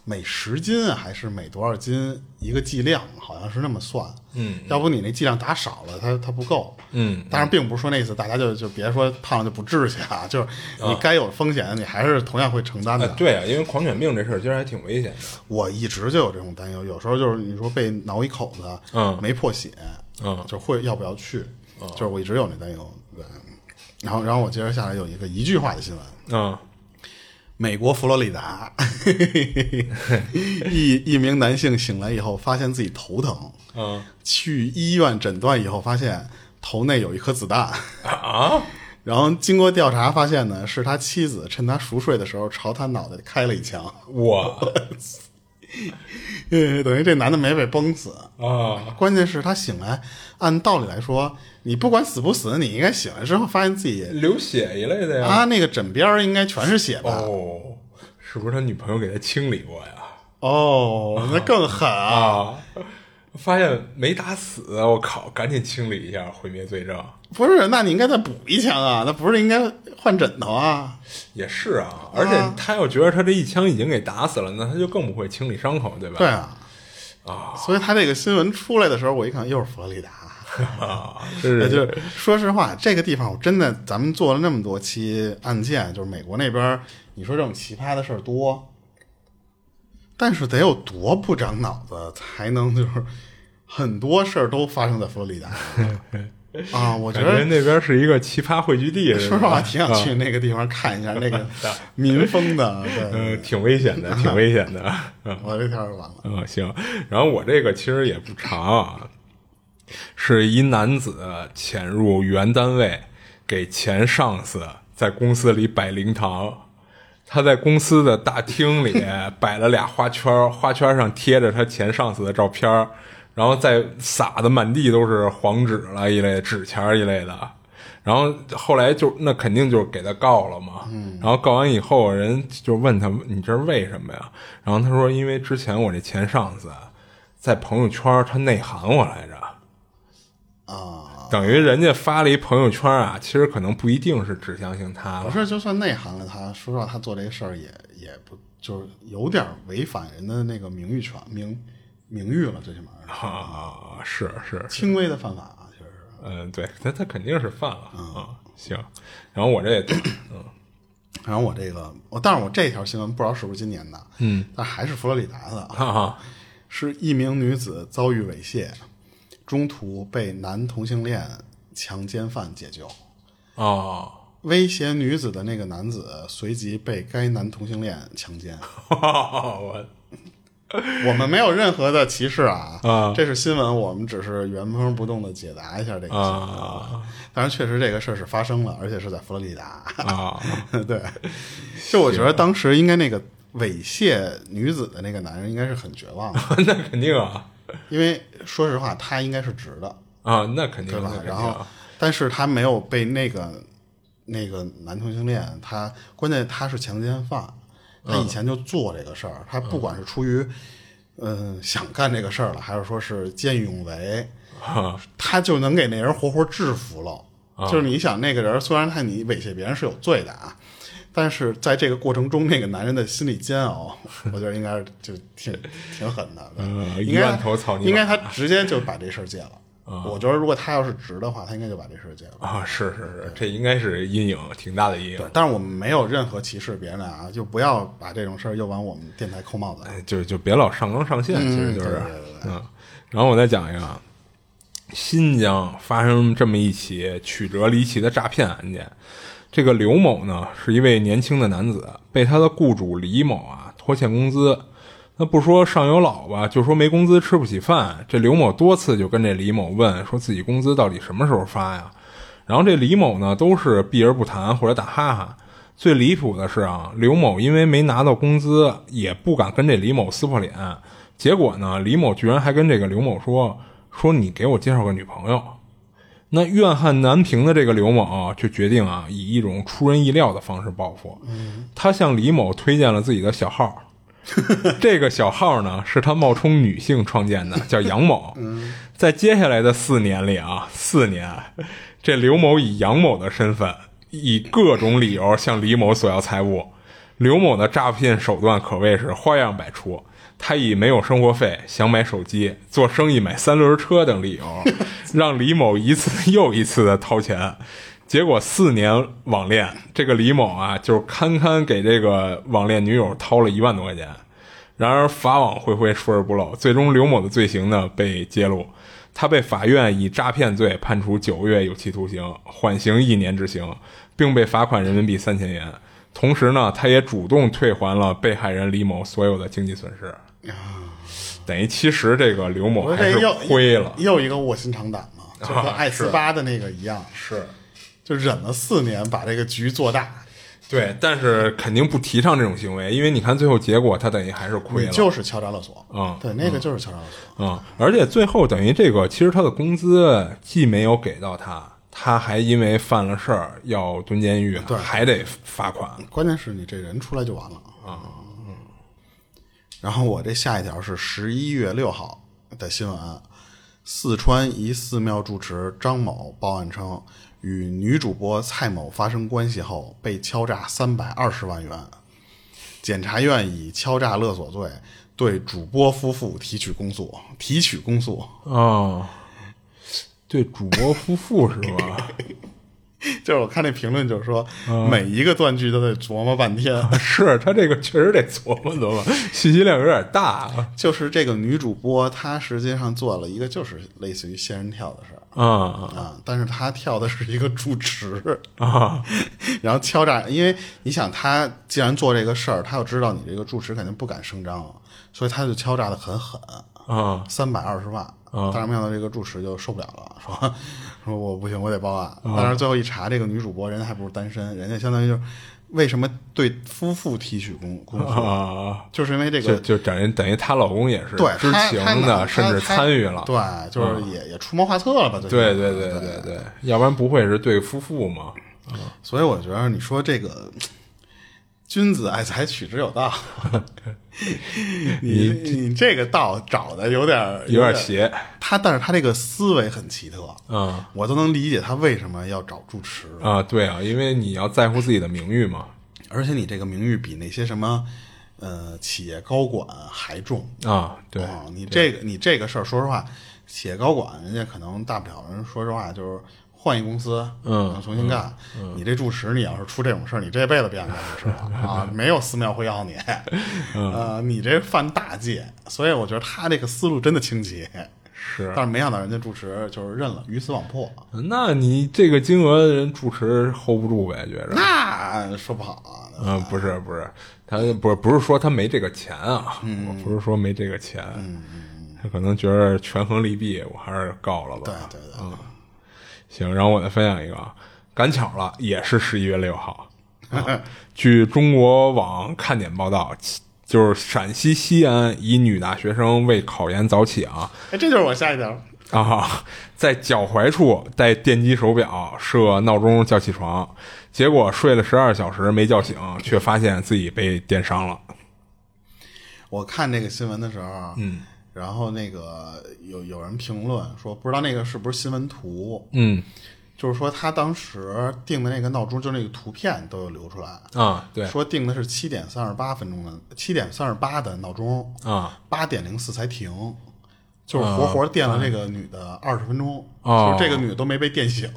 Speaker 1: 每十斤还是每多少斤一个剂量，好像是那么算。
Speaker 2: 嗯，
Speaker 1: 要不你那剂量打少了，它它不够。
Speaker 2: 嗯，
Speaker 1: 当然并不是说那意思，大家就就别说胖了就不治去啊， (laughs) 就是你该有的风险，你还是同样会承担
Speaker 2: 哎
Speaker 1: 的。
Speaker 2: 对啊，因为狂犬病这事儿其实还挺危险的。
Speaker 1: 我一直就有这种担忧，有时候就是你说被挠一口子，
Speaker 2: 嗯
Speaker 1: 没破血，
Speaker 2: 嗯
Speaker 1: 就会要不要去，就是我一直有那担忧。对，然后然后我接着下来有一个一句话的新闻，
Speaker 2: 嗯
Speaker 1: 美国佛罗里
Speaker 2: (laughs)
Speaker 1: 达， (laughs) 一一名男性醒来以后，发现自己头疼，
Speaker 2: 嗯
Speaker 1: 去医院诊断以后，发现头内有一颗子弹。
Speaker 2: 啊，
Speaker 1: 然后经过调查发现呢，是他妻子趁他熟睡的时候朝他脑袋开了一枪，
Speaker 2: 我
Speaker 1: 呃，等于这男的没被崩死。
Speaker 2: 啊，
Speaker 1: 关键是他醒来，按道理来说，你不管死不死，你应该醒来之后发现自己
Speaker 2: 流血一类的呀。
Speaker 1: 啊，那个枕边儿应该全是血吧？
Speaker 2: 嗯哦，是不是他女朋友给他清理过呀？
Speaker 1: 哦，那更狠啊！
Speaker 2: 啊，发现没打死，啊我靠，赶紧清理一下，毁灭罪证。
Speaker 1: 不是，那你应该再补一枪啊！那不是应该换枕头啊？
Speaker 2: 也是啊，而且他要觉得他这一枪已经给打死了，那他就更不会清理伤口，对吧？
Speaker 1: 对啊，啊，所以他这个新闻出来的时候，我一看又是佛罗里达，
Speaker 2: 啊，真
Speaker 1: 那
Speaker 2: 是
Speaker 1: 就是说实话，这个地方我真的，咱们做了那么多期案件，就是美国那边，你说这种奇葩的事儿多，但是得有多不长脑子才能就是很多事儿都发生在佛罗里
Speaker 2: (laughs)
Speaker 1: 达啊！我觉
Speaker 2: 感觉
Speaker 1: 得
Speaker 2: 那边是一个奇葩汇聚地，
Speaker 1: 说实话，挺想
Speaker 2: 啊
Speaker 1: 去那个地方看一下
Speaker 2: (laughs)
Speaker 1: 那个民风的，对，
Speaker 2: 嗯，挺危险的，挺危险的。 (laughs)
Speaker 1: 我这天儿完了。
Speaker 2: 嗯，行。然后我这个其实也不长啊，是一男子潜入原单位，给前上司在公司里摆灵堂。他在公司的大厅里摆了俩花圈儿，花圈上贴着他前上司的照片儿，然后再撒的满地都是黄纸了一类、纸钱儿一类的。然后后来就那肯定就是给他告了嘛，然后告完以后，人就问他你这是为什么呀？然后他说因为之前我这前上司在朋友圈他内涵我来着，
Speaker 1: 啊，
Speaker 2: 等于人家发了一朋友圈啊，其实可能不一定是指向性他
Speaker 1: 我
Speaker 2: 了，
Speaker 1: 说就算内涵了他，说实话，他做这个事儿也也不就是有点违反人的那个名誉权、名名誉了，最起码是
Speaker 2: 啊，是是
Speaker 1: 轻微的犯法啊，其实是。
Speaker 2: 嗯，对，他他肯定是犯了
Speaker 1: 嗯
Speaker 2: 啊。行，然后我这也短，嗯
Speaker 1: 然后我这个，我但是我这条新闻不知道是不是今年的，嗯，但还是佛罗里达的，啊，
Speaker 2: 哈哈，
Speaker 1: 是一名女子遭遇猥亵，中途被男同性恋强奸犯解救。
Speaker 2: 哦，
Speaker 1: 威胁女子的那个男子随即被该男同性恋强奸。
Speaker 2: 我
Speaker 1: (laughs) 我们没有任何的歧视啊，
Speaker 2: 啊
Speaker 1: 这是新闻，我们只是原封不动的解答一下这个新闻。
Speaker 2: 啊
Speaker 1: 当然，确实这个事儿是发生了，而且是在佛罗里达。 (laughs)
Speaker 2: 啊，
Speaker 1: 对，就我觉得当时应该那个猥亵女子的那个男人应该是很绝望的，
Speaker 2: (laughs) 那肯定啊
Speaker 1: 因为说实话，他应该是直的，
Speaker 2: 啊，那肯定
Speaker 1: 对吧
Speaker 2: 那肯？定
Speaker 1: 然
Speaker 2: 啊
Speaker 1: 后，但是他没有被那个那个男同性恋，他关键他是强奸犯，
Speaker 2: 嗯
Speaker 1: 他以前就做这个事儿，他不管是出于嗯、呃想干这个事儿了，还是说是见义勇为，
Speaker 2: 啊
Speaker 1: 他就能给那人活活制服了。
Speaker 2: 嗯
Speaker 1: 就是你想，那个人虽然他你猥亵别人是有罪的啊，但是在这个过程中，那个男人的心理煎熬，我觉得应该是就挺挺狠的。对
Speaker 2: 嗯
Speaker 1: 应该
Speaker 2: 一万头草泥马
Speaker 1: 应该他直接就把这事儿戒了。我觉得如果他要是直的话，他应该就把这事儿戒了。
Speaker 2: 啊，是是是，这应该是阴影，挺大的阴
Speaker 1: 对
Speaker 2: 影，，
Speaker 1: 但是我们没有任何歧视别人啊，就不要把这种事儿又往我们电台扣帽子。
Speaker 2: 哎就就别老上纲上线，其实就是
Speaker 1: 对对对，
Speaker 2: 嗯，然后我再讲一个啊，新疆发生这么一起曲折离奇的诈骗案件。这个刘某呢，是一位年轻的男子，被他的雇主李某啊拖欠工资。那不说上有老吧，就说没工资吃不起饭。这刘某多次就跟这李某问，说自己工资到底什么时候发呀？然后这李某呢，都是避而不谈或者打哈哈。最离谱的是啊，刘某因为没拿到工资，也不敢跟这李某撕破脸。结果呢，李某居然还跟这个刘某说：“说你给我介绍个女朋友。”那怨恨难平的这个刘某、啊、就决定啊，以一种出人意料的方式报复。他向李某推荐了自己的小号，这个小号呢是他冒充女性创建的，叫杨某。在接下来的四年里啊，四年，这刘某以杨某的身份，以各种理由向李某索要财物。刘某的诈骗手段可谓是花样百出。他以没有生活费、想买手机、做生意买三轮车等理由，让李某一次又一次的掏钱。结果四年网恋，这个李某啊，就是堪堪给这个网恋女友掏了一万多块钱。然而法网恢恢，疏而不漏，最终刘某的罪行呢被揭露，他被法院以诈骗罪判处九个月有期徒刑，缓刑一年执行，并被罚款人民币三千元。同时呢，他也主动退还了被害人李某所有的经济损失。等于其实这个刘某
Speaker 1: 我
Speaker 2: 还
Speaker 1: 这
Speaker 2: 是
Speaker 1: 又
Speaker 2: 灰了，
Speaker 1: 又一个卧薪尝胆嘛，就和
Speaker 2: 啊
Speaker 1: 艾斯巴的那个一样，
Speaker 2: 是。
Speaker 1: 就忍了四年把这个局做大，
Speaker 2: 对，但是肯定不提倡这种行为，因为你看最后结果，他等于还是亏
Speaker 1: 你
Speaker 2: 了。
Speaker 1: 就是敲诈勒索
Speaker 2: 嗯
Speaker 1: 对，那个就是敲诈勒索，
Speaker 2: 嗯，而且最后等于这个，其实他的工资既没有给到他，他还因为犯了事儿要蹲监狱，还得罚款。
Speaker 1: 关键是你这人出来就完了啊。然后我这下一条是十一月六号的新闻，啊四川一寺庙住持张某报案称，与女主播蔡某发生关系后被敲诈三百二十万元，检察院以敲诈勒索罪对主播夫妇提取公诉，提取公诉。 (laughs)
Speaker 2: 哦，对，主播夫妇是吧？ (laughs)
Speaker 1: 就是我看那评论就是说，每一个断句都得琢磨半天。
Speaker 2: 是他这个确实得琢磨琢磨， (laughs) 信息量有点大啊。
Speaker 1: 就是这个女主播，她实际上做了一个就是类似于仙人跳的事儿
Speaker 2: 啊
Speaker 1: 啊，但是她跳的是一个住持，
Speaker 2: 啊！
Speaker 1: 然后敲诈，因为你想，她既然做这个事儿，她要知道你这个住持肯定不敢声张，啊所以她就敲诈的很狠，
Speaker 2: 啊
Speaker 1: 三百二十万。但是没想到这个住持就受不了了，说说我不行，我得报
Speaker 2: 啊
Speaker 1: 案。但是最后一查，这个女主播人家还不是单身，人家相当于就是为什么对夫妇提取公公诉，
Speaker 2: 啊！
Speaker 1: 就是因为这个
Speaker 2: 就就等于等于她老公也是
Speaker 1: 对
Speaker 2: 知
Speaker 1: 他
Speaker 2: 情
Speaker 1: 他哪
Speaker 2: 的，
Speaker 1: 他
Speaker 2: 甚至
Speaker 1: 他
Speaker 2: 参与了。嗯
Speaker 1: 对，就是也、也出谋划策了吧？最
Speaker 2: 对
Speaker 1: 起
Speaker 2: 对
Speaker 1: 码
Speaker 2: 对对对，要不然不会是对夫妇嘛？
Speaker 1: 所以我觉得你说这个君子爱财，取之有
Speaker 2: (laughs)
Speaker 1: 道。你你这个道找的有点儿
Speaker 2: 有点
Speaker 1: 点儿，
Speaker 2: 邪。
Speaker 1: 他但是他这个思维很奇特，
Speaker 2: 嗯，
Speaker 1: 我都能理解他为什么要找住持，
Speaker 2: 啊，对啊，因为你要在乎自己的名誉嘛。
Speaker 1: 而且你这个名誉比那些什么呃企业高管还重。
Speaker 2: 啊，对，
Speaker 1: 啊，你这个你这个事儿，说实话，企业高管人家可能大不了人，说实话就是换一公司，
Speaker 2: 嗯
Speaker 1: 可能重新干。你这住持，你要是出这种事儿，你这辈子别想干这事儿了
Speaker 2: (laughs)
Speaker 1: 啊！没有寺庙会要你，
Speaker 2: 嗯
Speaker 1: 呃，你这犯大忌。所以我觉得他这个思路真的清奇，
Speaker 2: 是。
Speaker 1: 但是没想到人家住持就是认了，鱼死网破。
Speaker 2: 那你这个金额人主持 hold 不住呗，觉着。
Speaker 1: 那说不好啊，
Speaker 2: 嗯，不是不是，他不是不是说他没这个钱啊，我不是说没这个钱，他可能觉得权衡利弊，我还是告了吧。
Speaker 1: 对对对，
Speaker 2: 嗯行，然后我再分享一个啊，赶巧了，也是十一月六号。啊据中国网看点报道，其就是陕西西安一女大学生为考研早起啊
Speaker 1: 哎，这就是我下一条。
Speaker 2: 啊，在脚踝处戴电击手表设闹钟叫起床，结果睡了十二小时没叫醒，却发现自己被电伤了。
Speaker 1: 我看这个新闻的时候，嗯，然后那个有有人评论说，不知道那个是不是新闻图，
Speaker 2: 嗯
Speaker 1: 就是说他当时定的那个闹钟，就那个图片都有流出来，
Speaker 2: 啊，对
Speaker 1: 说定的是七点三十八分钟的七点三十八的闹钟，
Speaker 2: 啊
Speaker 1: 八点零四才停。就是活活电了这个女的二十分钟，
Speaker 2: 哦哎
Speaker 1: 就是这个女的都没被电
Speaker 2: (laughs)
Speaker 1: 醒，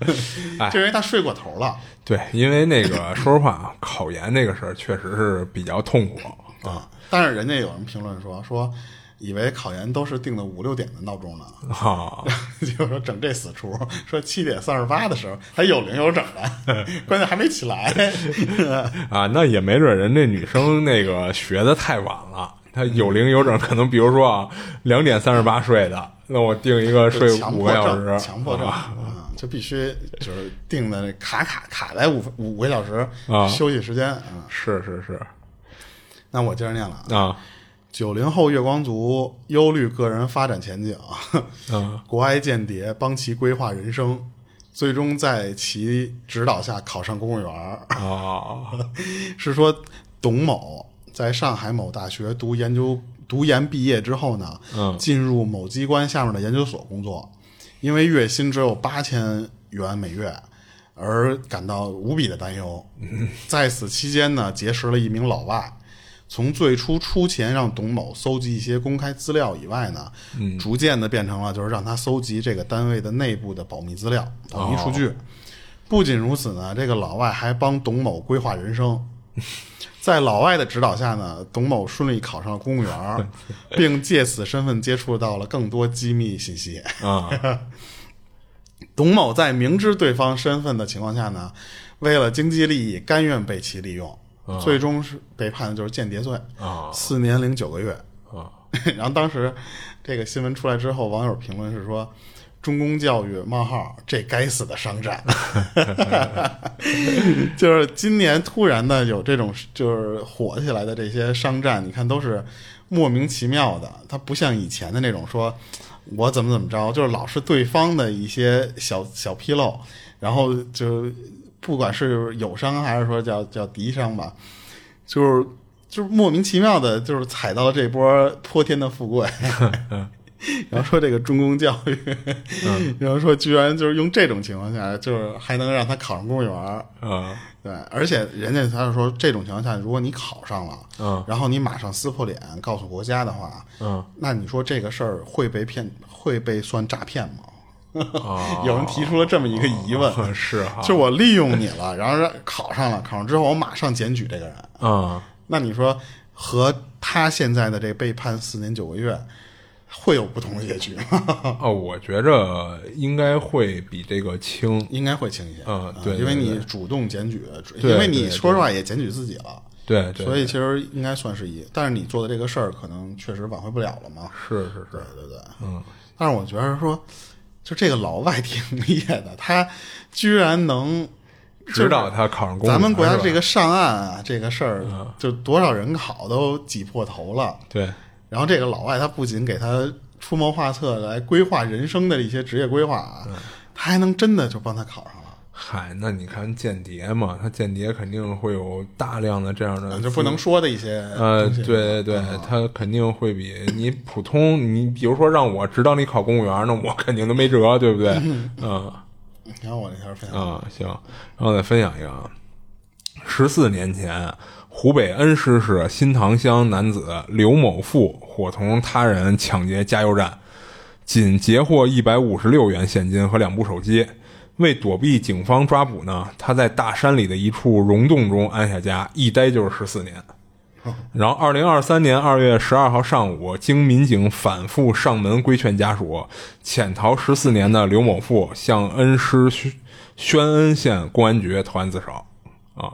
Speaker 1: (laughs) 就因为她睡过头了。
Speaker 2: 对，因为那个说实话啊，考研这个事儿确实是比较痛苦。
Speaker 1: 啊，但是人家有人评论说说，以为考研都是定的五六点的闹钟呢，
Speaker 2: 啊，
Speaker 1: (laughs) 就是说整这死出，说七点三十八的时候还有零有整
Speaker 2: (laughs)
Speaker 1: 的，关键还没起来。
Speaker 2: 啊，那也没准人这女生那个学的太晚了，她有零有整，可能比如 (laughs) 说啊，两点三十八睡的，那我定一个睡
Speaker 1: 强
Speaker 2: 五
Speaker 1: 迫
Speaker 2: 个小
Speaker 1: 症，
Speaker 2: 时，
Speaker 1: 强迫症，
Speaker 2: 啊
Speaker 1: 嗯就必须就是定的卡卡卡在五分五五个小时
Speaker 2: 啊
Speaker 1: 休息时间啊。
Speaker 2: 是是是
Speaker 1: 那我接着念了啊，
Speaker 2: 啊
Speaker 1: 九零后月光族忧虑个人发展前景，
Speaker 2: 啊
Speaker 1: 国外间谍帮其规划人生，最终在其指导下考上公务员儿。 (laughs)
Speaker 2: 啊
Speaker 1: 是说董某在上海某大学读研究读研毕业之后呢，
Speaker 2: 嗯
Speaker 1: 进入某机关下面的研究所工作，因为月薪只有八千元每月。而感到无比的担忧， (laughs) 在此期间呢，结识了一名老外。从最初出钱让董某搜集一些公开资料以外呢，逐渐的变成了就是让他搜集这个单位的内部的保密资料、保密数据。不仅如此呢，这个老外还帮董某规划人生。在老外的指导下呢，董某顺利考上了公务员儿，并借此身份接触到了更多机密信息。
Speaker 2: 啊！
Speaker 1: 董某在明知对方身份的情况下呢，为了经济利益，甘愿被其利用，最终是被判就是间谍罪
Speaker 2: 啊
Speaker 1: 四年零九个月。
Speaker 2: 啊
Speaker 1: (laughs) 然后当时这个新闻出来之后，网友评论是说：“中公教育冒号这该死的商
Speaker 2: (laughs)
Speaker 1: 战。” (laughs) 就是今年突然的有这种就是火起来的这些商战，你看都是莫名其妙的，它不像以前的那种说我怎么怎么着，就是老是对方的一些小小纰漏，然后就不管是友商还是说叫叫敌商吧，就是就是莫名其妙的，就是踩到了这波泼天的富
Speaker 2: (laughs)
Speaker 1: 贵。然后说这个中公教育，
Speaker 2: 嗯
Speaker 1: 然后说居然就是用这种情况下，就是还能让他考上公务员儿，
Speaker 2: 啊
Speaker 1: 对，而且人家他是说这种情况下，如果你考上了，
Speaker 2: 嗯
Speaker 1: 然后你马上撕破脸告诉国家的话，
Speaker 2: 嗯，
Speaker 1: 那你说这个事儿会被骗，会被算诈骗吗？(laughs)
Speaker 2: 啊
Speaker 1: 有人提出了这么一个疑问，
Speaker 2: 哦是哈
Speaker 1: 就是我利用你了，然后让考上了，考上之后我马上检举这个人，
Speaker 2: 啊
Speaker 1: 那你说和他现在的这被判四年九个月，会有不同的结局吗？ (laughs)
Speaker 2: 哦，我觉着应该会比这个轻。
Speaker 1: 应该会轻一些
Speaker 2: 嗯对
Speaker 1: 因为
Speaker 2: 对对
Speaker 1: 你主动检举，主
Speaker 2: 对
Speaker 1: 因为你
Speaker 2: 对
Speaker 1: 说实话也检举自己了。
Speaker 2: 对对，
Speaker 1: 所以其实应该算是一，但是你做的这个事儿可能确实挽回不了了嘛。
Speaker 2: 是是
Speaker 1: 对
Speaker 2: 是，
Speaker 1: 对对，嗯。但是我觉得说，就这个老外挺厉害的，他居然能
Speaker 2: 指导他考上公务员。
Speaker 1: 咱们国家
Speaker 2: 是吧嗯
Speaker 1: 这个上岸啊，这个事儿，就多少人考都挤破头了。
Speaker 2: 对
Speaker 1: 然后这个老外他不仅给他出谋划策来规划人生的一些职业规划啊，
Speaker 2: 嗯
Speaker 1: 他还能真的就帮他考上了。
Speaker 2: 嗨，那你看间谍嘛，他间谍肯定会有大量的这样的
Speaker 1: 啊就不能说的一些
Speaker 2: 呃，
Speaker 1: 东西啊
Speaker 2: 对对对，他肯定会比你普通，你比如说让我指导你考公务员，那我肯定都没辙，
Speaker 1: (laughs)
Speaker 2: 对不对？嗯
Speaker 1: 你看我那条分享，
Speaker 2: 啊，行，然后再分享一个啊，十四年前，湖北恩施市新塘乡男子刘某富伙同他人抢劫加油站，仅截获一百五十六元现金和两部手机。为躲避警方抓捕呢，他在大山里的一处溶洞中安下家，一待就是十四年。然后，二零二三年二月十二号上午，经民警反复上门规劝家属，潜逃十四年的刘某富向恩施宣宣恩县公安局投案自首。啊，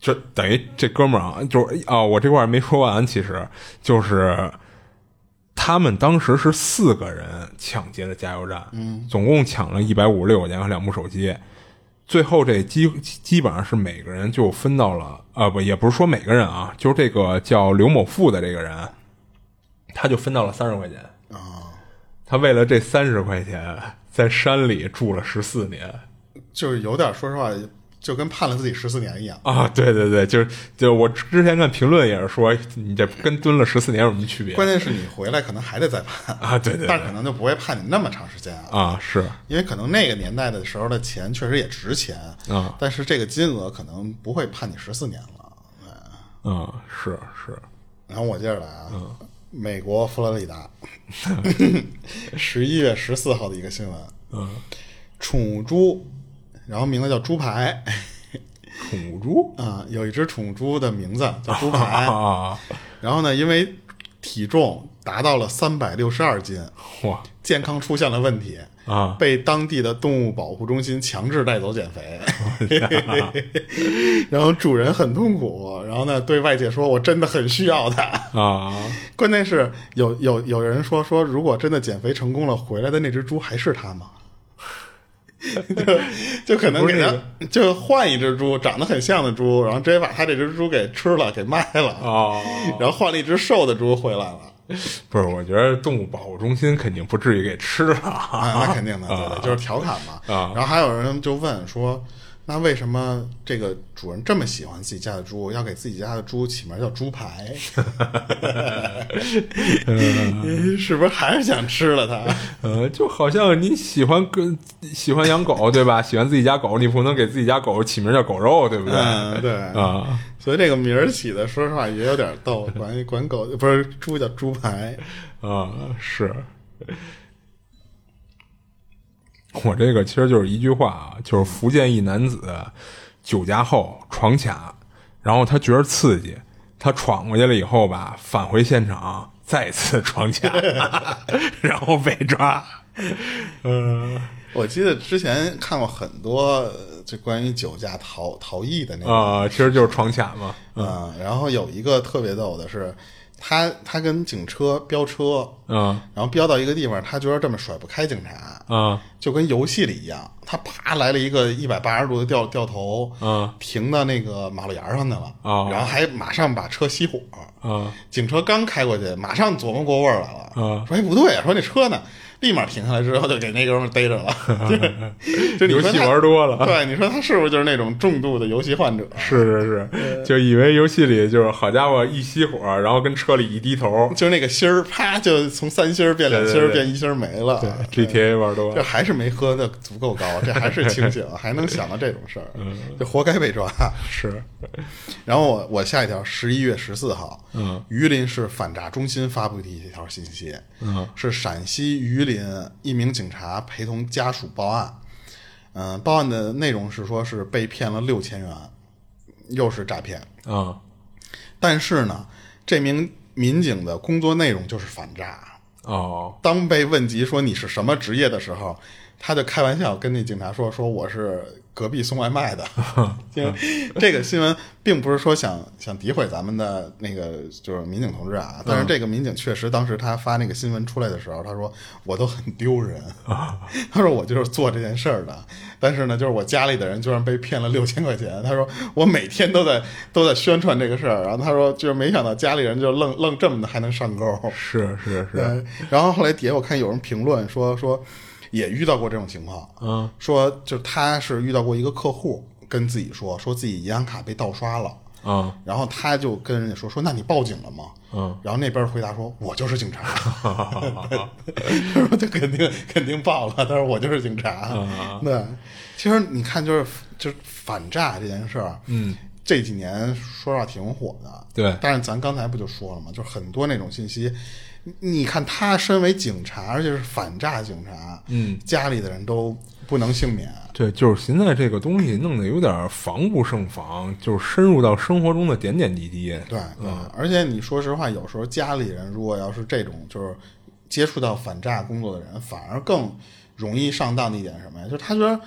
Speaker 2: 这等于这哥们儿啊，就是啊，我这块儿没说完，其实就是他们当时是四个人抢劫的加油站，嗯，总共抢了一百五十六块钱和两部手机。最后这基基本上是每个人就分到了，呃，不，也不是说每个人啊，就是这个叫刘某富的这个人，他就分到了三十块钱啊。他为了这三十块钱，在山里住了十四年。
Speaker 1: 就是有点说实话，就跟判了自己十四年一样。
Speaker 2: 啊，对对对，就是就我之前看评论也是说，你这跟蹲了十四年有什么区别？
Speaker 1: 关键是你回来可能还得再判
Speaker 2: 啊对对对
Speaker 1: 但可能就不会判你那么长时间啊，
Speaker 2: 啊，是
Speaker 1: 因为可能那个年代的时候的钱确实也值钱
Speaker 2: 啊，
Speaker 1: 但是这个金额可能不会判你十四年了。哎对
Speaker 2: 啊，是是，
Speaker 1: 然后我接着来啊，美国佛罗里达，十一月十四号的一个新闻，嗯，宠物猪，然后名字叫猪排
Speaker 2: 宠物猪
Speaker 1: 啊、有一只宠物猪的名字叫猪
Speaker 2: (laughs)
Speaker 1: 排，
Speaker 2: 啊，
Speaker 1: 然后呢，因为体重达到了三百六十二斤，
Speaker 2: 哇
Speaker 1: 健康出现了问题。
Speaker 2: 啊
Speaker 1: 被当地的动物保护中心强制带走减肥，然后主人很痛苦，然后呢对外界说：“我真的很需要它。”
Speaker 2: 啊
Speaker 1: 关键是有有有人说说，如果真的减肥成功了，回来的那只猪还是它吗？ (laughs) 就可能
Speaker 2: 不
Speaker 1: 给
Speaker 2: 是
Speaker 1: 它
Speaker 2: 那
Speaker 1: 就换一只猪，长得很像的猪，然后直接把它这只猪给吃了，给卖了，
Speaker 2: 哦，
Speaker 1: 然后换了一只瘦的猪回来了。
Speaker 2: 不是，我觉得动物保护中心肯定不至于给吃了。
Speaker 1: 啊，那肯定的，对对，就是调侃嘛。
Speaker 2: 啊
Speaker 1: 然后还有人就问说，那为什么这个主人这么喜欢自己家的猪，要给自己家的猪起名叫猪排？
Speaker 2: (laughs)
Speaker 1: (laughs) 是不是还是想吃了它？
Speaker 2: 呃，就好像你喜欢跟喜欢养狗对吧？喜欢自己家狗，你不能给自己家狗起名叫狗肉，对不对？
Speaker 1: 嗯，对。
Speaker 2: 啊，
Speaker 1: 所以这个名儿起的，说实话也有点逗，管管狗不是猪叫猪排，
Speaker 2: 啊，是。我这个其实就是一句话啊，就是福建一男子酒驾后闯卡，然后他觉得刺激，他闯过去了以后吧，返回现场再次闯卡， (laughs) 然后被抓。嗯、
Speaker 1: 我记得之前看过很多呃这关于酒驾逃逃逸的那种
Speaker 2: 啊、其实就是闯卡嘛。
Speaker 1: 嗯，然后有一个特别逗的是，他他跟警车飙车，
Speaker 2: 嗯
Speaker 1: 然后飙到一个地方，他觉得这么甩不开警察，
Speaker 2: 嗯
Speaker 1: 就跟游戏里一样，他啪来了一个一百八十度的掉掉头，
Speaker 2: 嗯，
Speaker 1: 停到那个马路牙上去了，
Speaker 2: 哦
Speaker 1: 然后还马上把车熄火，
Speaker 2: 嗯
Speaker 1: 警车刚开过去，马上琢磨过味儿来了，
Speaker 2: 嗯
Speaker 1: 说哎不对，说那车呢，立马停下来之后就给那哥们儿逮
Speaker 2: (laughs)
Speaker 1: 着了，就你
Speaker 2: 游
Speaker 1: 说
Speaker 2: 戏
Speaker 1: 他
Speaker 2: 玩多了
Speaker 1: 对，你说他是不是就是那种重度的游戏患者？
Speaker 2: 是
Speaker 1: (laughs)
Speaker 2: 是是，就以为游戏里就是好家伙一熄火，然后跟车里一低
Speaker 1: (laughs)
Speaker 2: 头
Speaker 1: 就是那个心儿，啪就从三心儿变两心
Speaker 2: 对
Speaker 1: 儿
Speaker 2: 对对
Speaker 1: 变一心儿没了。
Speaker 2: ，GTA 玩多
Speaker 1: 这
Speaker 2: 了。
Speaker 1: 还是没喝的足够高，这还是清醒，还能想到这种事儿，就活该被抓。
Speaker 2: 是，
Speaker 1: 然后我我下一条，十一月十四号，嗯，榆林市反诈中心发布的一条信息，嗯，是陕西榆林一名警察陪同家属报案，嗯、报案的内容是说是被骗了六千元，又是诈骗，
Speaker 2: 嗯
Speaker 1: 但是呢，这名民警的工作内容就是反诈，
Speaker 2: 哦
Speaker 1: 当被问及说你是什么职业的时候，他就开玩笑跟那警察说：“说我是隔壁送外卖的。”就这个新闻并不是说想想诋毁咱们的那个就是民警同志啊，但是这个民警确实当时他发那个新闻出来的时候，他说我都很丢人，他说我就是做这件事儿的，但是呢，就是我家里的人居然被骗了六千块钱，他说我每天都在都在宣传这个事儿，然后他说就是没想到家里人就愣愣这么的还能上钩。
Speaker 2: 是是是，
Speaker 1: 对，然后后来底下我看有人评论说说也遇到过这种情况，
Speaker 2: 嗯，
Speaker 1: 说就是他是遇到过一个客户跟自己说说自己银行卡被盗刷了，
Speaker 2: 嗯
Speaker 1: 然后他就跟人家说说那你报警了吗？
Speaker 2: 嗯，
Speaker 1: 然后那边回答说我就是警察，他说他肯定肯定报了，他说我就是警察，对，其实你看就是就是反诈这件事儿，嗯。这几年说实话挺火的，
Speaker 2: 对
Speaker 1: 但是咱刚才不就说了吗？就是很多那种信息，你你看他身为警察，而且是反诈警察，嗯，家里的人都不能幸免。
Speaker 2: 对，就是现在这个东西弄得有点防不胜防，就是深入到生活中的点点滴滴。
Speaker 1: 对，对，而且你说实话，有时候家里人如果要是这种就是接触到反诈工作的人，反而更容易上当的一点是什么呀？就是他觉得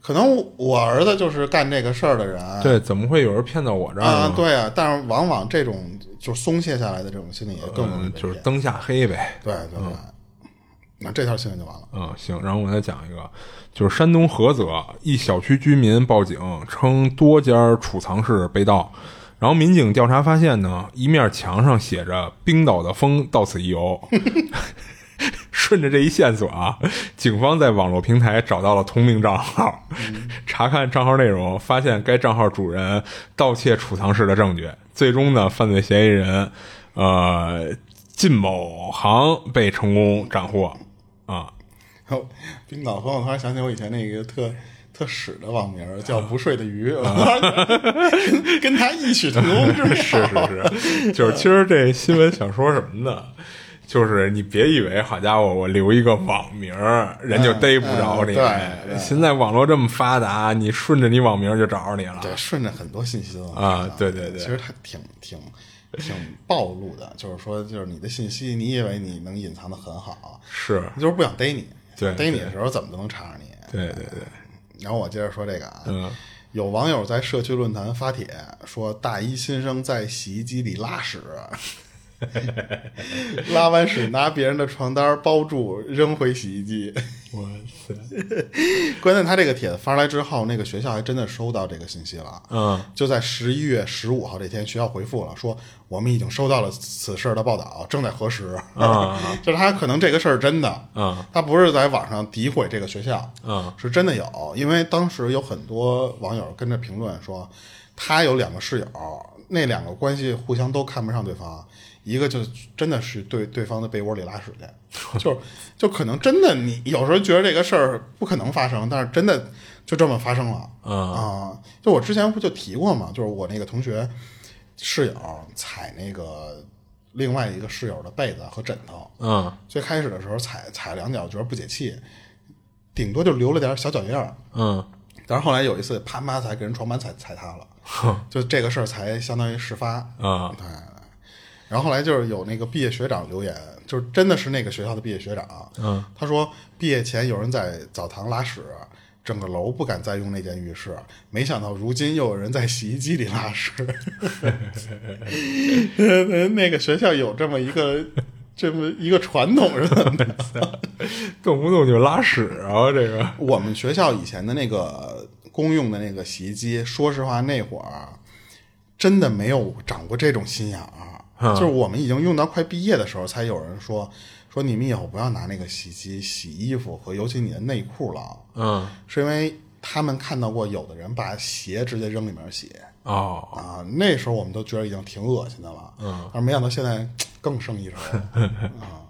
Speaker 1: 可能我儿子就是干这个事儿的人，
Speaker 2: 对，怎么会有人骗到我这儿
Speaker 1: 啊
Speaker 2: 呢？，
Speaker 1: 对啊，但是往往这种就松懈下来的这种心理也更容易
Speaker 2: 嗯，
Speaker 1: 被
Speaker 2: 就是嗯
Speaker 1: 骗
Speaker 2: 灯下黑呗。
Speaker 1: 对对对，那这条新闻就完了。
Speaker 2: 嗯，行，然后我再讲一个，就是山东菏泽一小区居民报警称多家储藏室被盗，然后民警调查发现呢，一面墙上写着“冰岛的风到此一游”， (laughs) 顺着这一线索啊，警方在网络平台找到了同名账号，查看账号内容，发现该账号主人盗窃储藏室的证据。最终呢，犯罪嫌疑人呃靳某航被成功斩获啊。
Speaker 1: 然后冰岛朋友突然想起我以前那个特特屎的网名儿叫
Speaker 2: 啊
Speaker 1: “不睡的鱼”， (laughs) 跟跟他异曲同工之妙。
Speaker 2: (laughs) 是是是，就是其实这新闻想说什么呢？就是你别以为好家伙，我留一个网名儿，人就逮不着
Speaker 1: 嗯
Speaker 2: 你。
Speaker 1: 嗯对对
Speaker 2: 现在网络这么发达，你顺着你网名儿就找着你了。
Speaker 1: 对，顺着很多信息都能
Speaker 2: 啊
Speaker 1: 查到
Speaker 2: 对对对
Speaker 1: 其实它挺挺挺暴露的，就是说，就是你的信息，你以为你能隐藏的很好，
Speaker 2: 是，
Speaker 1: 你就是不想逮你，
Speaker 2: 对
Speaker 1: 逮你的时候怎么都能查着你。
Speaker 2: 对对对，
Speaker 1: 然后我接着说这个啊，
Speaker 2: 嗯
Speaker 1: 有网友在社区论坛发帖说，大一新生在洗衣机里拉
Speaker 2: (laughs)
Speaker 1: 屎，拉完屎拿别人的床单包住扔回洗衣机，
Speaker 2: 我塞，
Speaker 1: (laughs) 关键他这个帖子发出来之后，那个学校还真的收到这个信息了。啊
Speaker 2: 嗯，
Speaker 1: 就在十一月十五号这天，学校回复了，说我们已经收到了此事的报道，正在核实。
Speaker 2: 啊，
Speaker 1: (laughs) 就是他可能这个事儿真的，
Speaker 2: 嗯，
Speaker 1: 他不是在网上诋毁这个学校，
Speaker 2: 嗯，
Speaker 1: 是真的有，因为当时有很多网友跟着评论说，他有两个室友，那两个关系互相都看不上对方，一个就真的是对对方的被窝里拉屎
Speaker 2: (laughs)
Speaker 1: 去，就就可能真的你有时候觉得这个事儿不可能发生，但是真的就这么发生了，
Speaker 2: 嗯
Speaker 1: 啊，就我之前不就提过嘛，就是我那个同学室友踩那个另外一个室友的被子和枕头，
Speaker 2: 嗯
Speaker 1: 最开始的时候踩踩两脚觉得不解气，顶多就留了点小脚印儿。
Speaker 2: 嗯
Speaker 1: 但是后来有一次啪啪才给人床板踩踩塌了，就这个事儿才相当于事发。
Speaker 2: 啊
Speaker 1: 对，然后后来就是有那个毕业学长留言，就是真的是那个学校的毕业学长，啊
Speaker 2: 嗯，
Speaker 1: 他说毕业前有人在澡堂拉屎，整个楼不敢再用那间浴室，没想到如今又有人在洗衣机里拉屎。 (laughs) 那个学校有这么一个这么一个传统是怎么的？
Speaker 2: 动不动就拉屎啊，这个
Speaker 1: 我们学校以前的那个公用的那个洗衣机，说实话，那会儿啊真的没有长过这种心眼儿、就是我们已经用到快毕业的时候，才有人说说你们以后不要拿那个洗衣机洗衣服和尤其你的内裤了，
Speaker 2: 嗯
Speaker 1: 是因为他们看到过有的人把鞋直接扔里面洗
Speaker 2: 哦，
Speaker 1: 啊，那时候我们都觉得已经挺恶心的了，嗯，但是没想到现在更胜一筹啊，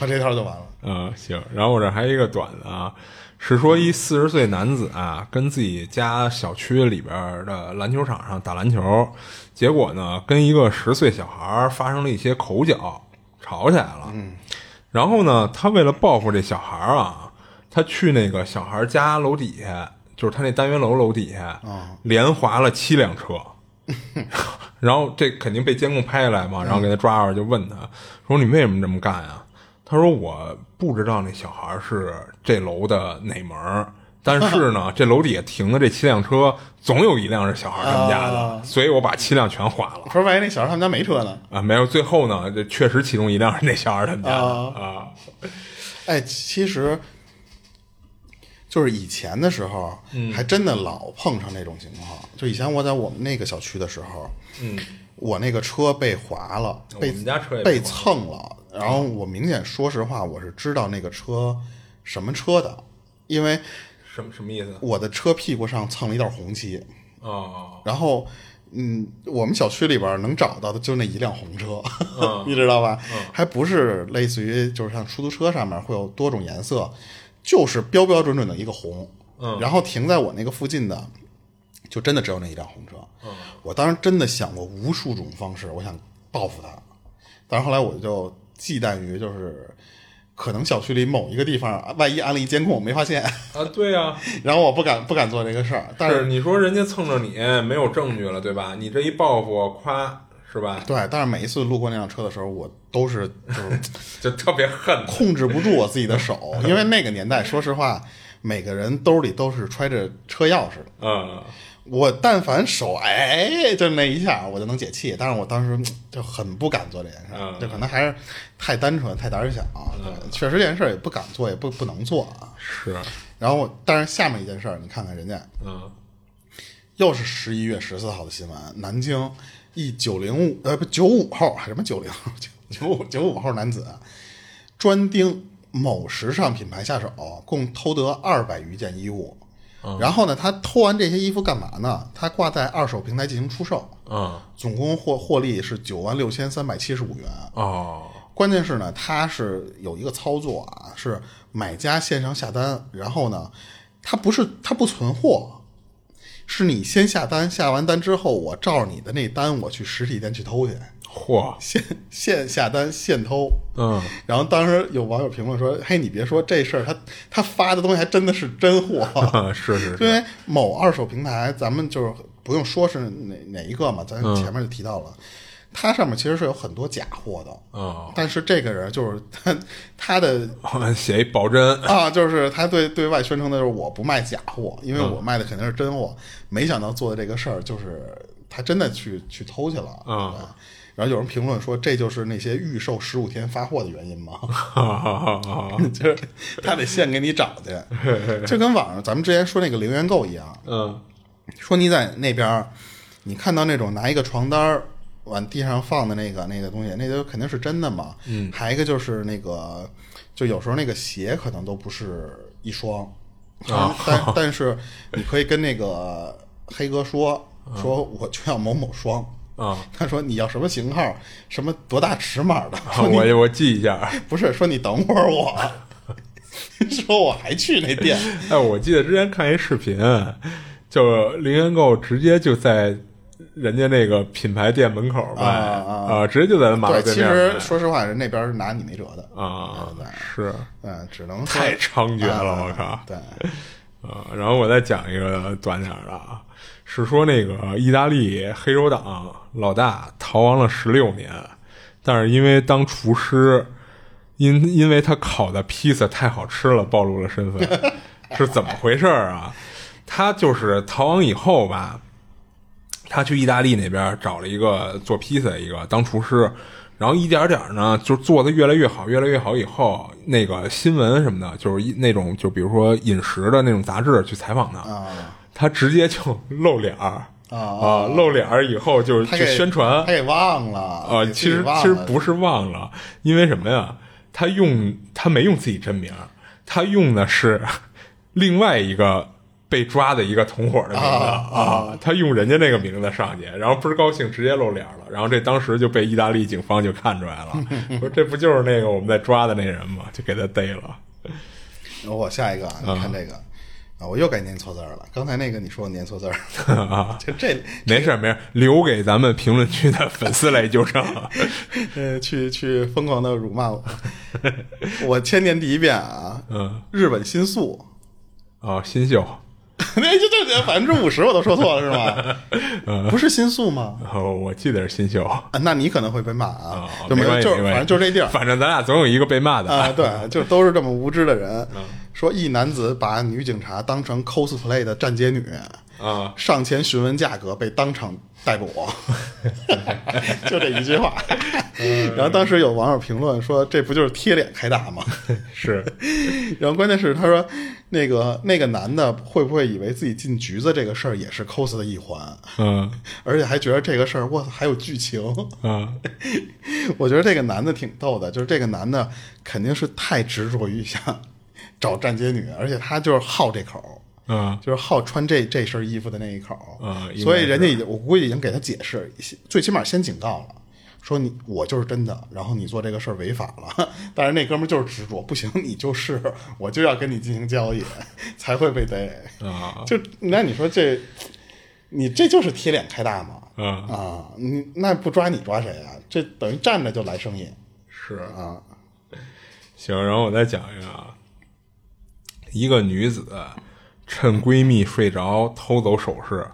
Speaker 1: 我这套就完了。
Speaker 2: 嗯，行。然后我这还有一个短的啊，是说一四十岁男子啊，跟自己家小区里边的篮球场上打篮球，结果呢，跟一个十岁小孩儿发生了一些口角，吵起来了。嗯。然后呢，他为了报复这小孩儿啊，他去那个小孩家楼底下，就是他那单元楼楼底下，
Speaker 1: 啊
Speaker 2: 连划了七
Speaker 1: (laughs)
Speaker 2: 辆车。然后这肯定被监控拍下来
Speaker 1: 嗯
Speaker 2: 嘛，然后给他抓着，就问他说：“你为什么这么干啊？”他说：“我不知道那小孩是这楼的哪门儿，但
Speaker 1: (laughs)
Speaker 2: 是呢，这楼底下停的这七辆车，总有一辆是小孩他们家
Speaker 1: 啊
Speaker 2: 的，所以我把七辆全划了
Speaker 1: 我说万一那小孩他们家没车呢？
Speaker 2: 啊。没有，最后呢，这确实其中一辆是那小孩他们家的
Speaker 1: 啊
Speaker 2: 啊。
Speaker 1: 哎，其实就是以前的时候，
Speaker 2: 嗯
Speaker 1: 还真的老碰上这种情况。就以前我在我们那个小区的时候，嗯，我那个车被划了，
Speaker 2: 我
Speaker 1: 被
Speaker 2: 们家车也
Speaker 1: 被
Speaker 2: 被划嗯
Speaker 1: 蹭了，然后我明显说实话，我是知道那个车什么车的，因为
Speaker 2: 什么什么意思？
Speaker 1: 我的车屁股上蹭了一道红漆，
Speaker 2: 哦，
Speaker 1: 然后。嗯，我们小区里边能找到的就那一辆红车， (laughs) 你知道吧？还不是类似于就是像出租车上面会有多种颜色，就是标标准准的一个红。嗯，然后停在我那个附近的，就真的只有那一辆红车。嗯，我当时真的想过无数种方式，我想报复他，但是后来我就忌惮于就是。可能小区里某一个地方，万一安了一监控，我没发现， (laughs)
Speaker 2: 啊，对呀、
Speaker 1: 然后我不敢不敢做这个事儿。但
Speaker 2: 但是
Speaker 1: 是
Speaker 2: 你说人家蹭着你没有证据了，对吧？你这一报复，夸是吧？
Speaker 1: 对，但是每一次路过那辆车的时候，我都是就是 (laughs)
Speaker 2: 就特别恨
Speaker 1: 控制不住我自己的手，因为那个年代，说实话，每个人兜里都是揣着车钥匙的。
Speaker 2: 啊。
Speaker 1: 我但凡手哎，就那一下，我就能解气。但是我当时嗯就很不敢做这件事
Speaker 2: 嗯，
Speaker 1: 就可能还是太单纯、太胆小。对，确实这件事儿也不敢做，也不不能做啊。
Speaker 2: 是，
Speaker 1: 然后我，但是下面一件事儿，你看看人家
Speaker 2: 嗯，
Speaker 1: 又是十一月十四号的新闻，南京一九零五呃不九五后什么九零 (laughs) 九五九五后男子专盯某时尚品牌下手，共偷得二百余件衣物。然后呢，他偷完这些衣服干嘛呢？他挂在二手平台进行出售，
Speaker 2: 嗯，
Speaker 1: 总共获获利是九万六千三百七十五元。
Speaker 2: 哦，
Speaker 1: 关键是呢，他是有一个操作啊，是买家线上下单，然后呢，他不是他不存货，是你先下单，下完单之后，我照着你的那单，我去实体店去偷去， (laughs)
Speaker 2: 嚯，
Speaker 1: 现现下单现偷。
Speaker 2: 嗯，
Speaker 1: 然后当时有网友评论说：“嘿，你别说这事儿，他他发的东西还真的是真货。” (laughs)
Speaker 2: 啊是是
Speaker 1: 因
Speaker 2: 是，
Speaker 1: 为某二手平台，咱们就是不用说是哪哪一个嘛，咱
Speaker 2: 嗯
Speaker 1: 前面就提到了，它上面其实是有很多假货的。
Speaker 2: 哦，
Speaker 1: 但是这个人就是他，他的
Speaker 2: 写一保真，
Speaker 1: 啊，就是他对对外宣称的就是我不卖假货，因为我
Speaker 2: 嗯
Speaker 1: 卖的肯定是真货。没想到做的这个事儿，就是他真的去去偷去了。
Speaker 2: 嗯
Speaker 1: 对吧然后有人评论说，这就是那些预售十五天发货的原因吗？ (laughs)
Speaker 2: 哈哈哈哈哈。
Speaker 1: 就是他得现给你找
Speaker 2: (laughs)
Speaker 1: 去，就跟网上咱们之前说那个零元购一样，
Speaker 2: 嗯
Speaker 1: 说你在那边儿，你看到那种拿一个床单儿往地上放的那个那个东西，那就肯定是真的嘛。嗯，还一个就是那个，就有时候那个鞋可能都不是一双，
Speaker 2: 啊
Speaker 1: 但但是你可以跟那个黑哥说，说我就要某某双。
Speaker 2: 啊，
Speaker 1: 他说你要什么型号，什么多大尺码的？ (laughs) 说你
Speaker 2: 我我记一下。
Speaker 1: 不是说你等会儿
Speaker 2: (laughs)
Speaker 1: 我，说我还去那店，
Speaker 2: 哎，我记得之前看一视频，就零元购直接就在人家那个品牌店门口卖
Speaker 1: 啊啊啊
Speaker 2: 直接就在马路
Speaker 1: 对，
Speaker 2: 对
Speaker 1: 其
Speaker 2: 面
Speaker 1: 实
Speaker 2: 卖
Speaker 1: 说实话，人那边是拿你没辙的，
Speaker 2: 啊
Speaker 1: 对对，
Speaker 2: 是
Speaker 1: 嗯，只能说
Speaker 2: 太猖獗了，
Speaker 1: 啊
Speaker 2: 我靠！
Speaker 1: 对，
Speaker 2: 啊，然后我再讲一个短点儿的啊，是说那个意大利黑手党老大逃亡了十六年，但是因为当厨师，因因为他烤的披萨太好吃了，暴露了
Speaker 1: (laughs)
Speaker 2: 身份，是怎么回事儿啊？他就是逃亡以后吧，他去意大利那边找了一个做披萨的一个当厨师，然后一点点儿呢，就做的越来越好，越来越好以后，那个新闻什么的，就是一那种就比如说饮食的那种杂志去采访他，他直接就露脸儿
Speaker 1: 啊
Speaker 2: 露脸儿以后就
Speaker 1: 他
Speaker 2: 就
Speaker 1: 给
Speaker 2: 哦宣传
Speaker 1: 他给忘了
Speaker 2: 啊，
Speaker 1: 给自己
Speaker 2: 其实
Speaker 1: 忘
Speaker 2: 其实
Speaker 1: 了
Speaker 2: 不是忘了，因为什么呀？他用他没用自己真名儿，他用的是 (laughs) 另外一个被抓的一个同伙的名字
Speaker 1: 啊
Speaker 2: (laughs) 他用人家那个名字上去，然后倍儿高兴，直接露脸了。然后这当时就被意大利警方就看出
Speaker 1: (laughs)
Speaker 2: 来了，说这不就是那个我们在抓的那人吗？就给他逮了。
Speaker 1: 我下一个，啊，你
Speaker 2: 嗯
Speaker 1: 看这个啊，我又该念错字儿了。刚才那个你说我念错字儿， (laughs) 就这
Speaker 2: 啊没事儿没事儿，留给咱们评论区的粉丝来纠正。 (laughs)
Speaker 1: 呃，去去疯狂的辱骂我，我先念第一遍啊，
Speaker 2: 嗯，
Speaker 1: 日本新宿， (laughs)
Speaker 2: 哦，新秀，
Speaker 1: 那就这这百分之五十我都说错了是
Speaker 2: 嗯
Speaker 1: 吗？不是新宿吗？
Speaker 2: 哦，我记得是新秀。
Speaker 1: 啊，那你可能会被骂啊
Speaker 2: 哦，
Speaker 1: 就
Speaker 2: 没
Speaker 1: 有，
Speaker 2: 关系，
Speaker 1: 就反
Speaker 2: 没关
Speaker 1: 正
Speaker 2: 系
Speaker 1: 就这地儿
Speaker 2: 反正咱俩总有一个被骂的 (laughs)
Speaker 1: 啊，对，就都是这么无知的人。说一男子把女警察当成 cosplay 的站街女，
Speaker 2: 啊
Speaker 1: 上前询问价格，被当场逮捕， (laughs) 就这一句话。然后当时有网友评论说：“这不就是贴脸开打吗？”
Speaker 2: 是
Speaker 1: 然后关键是他说，那个那个男的会不会以为自己进局子这个事儿也是 cos 的一环，
Speaker 2: 嗯
Speaker 1: (laughs) 而且还觉得这个事儿我操还有剧情？
Speaker 2: 嗯
Speaker 1: (laughs) 我觉得这个男的挺逗的，就是这个男的肯定是太执着于想找站街女，而且他就是好这口儿，
Speaker 2: 嗯
Speaker 1: 就是好穿这这身衣服的那一口儿，
Speaker 2: 啊应该
Speaker 1: 所以人家已经我估计已经给他解释，最起码先警告了。说你我就是真的，然后你做这个事儿违法了， (laughs) 但是那哥们儿就是执着，不行，你就是，我就要跟你进行交易， (laughs) 才会被逮。
Speaker 2: 啊
Speaker 1: 就那你说这，你这就是贴脸开大吗？
Speaker 2: 嗯
Speaker 1: 啊，你那不抓你抓谁啊？这等于站着就来生意
Speaker 2: 是
Speaker 1: 啊！
Speaker 2: 行，然后我再讲一个啊，一个女子趁闺蜜睡着偷走首饰。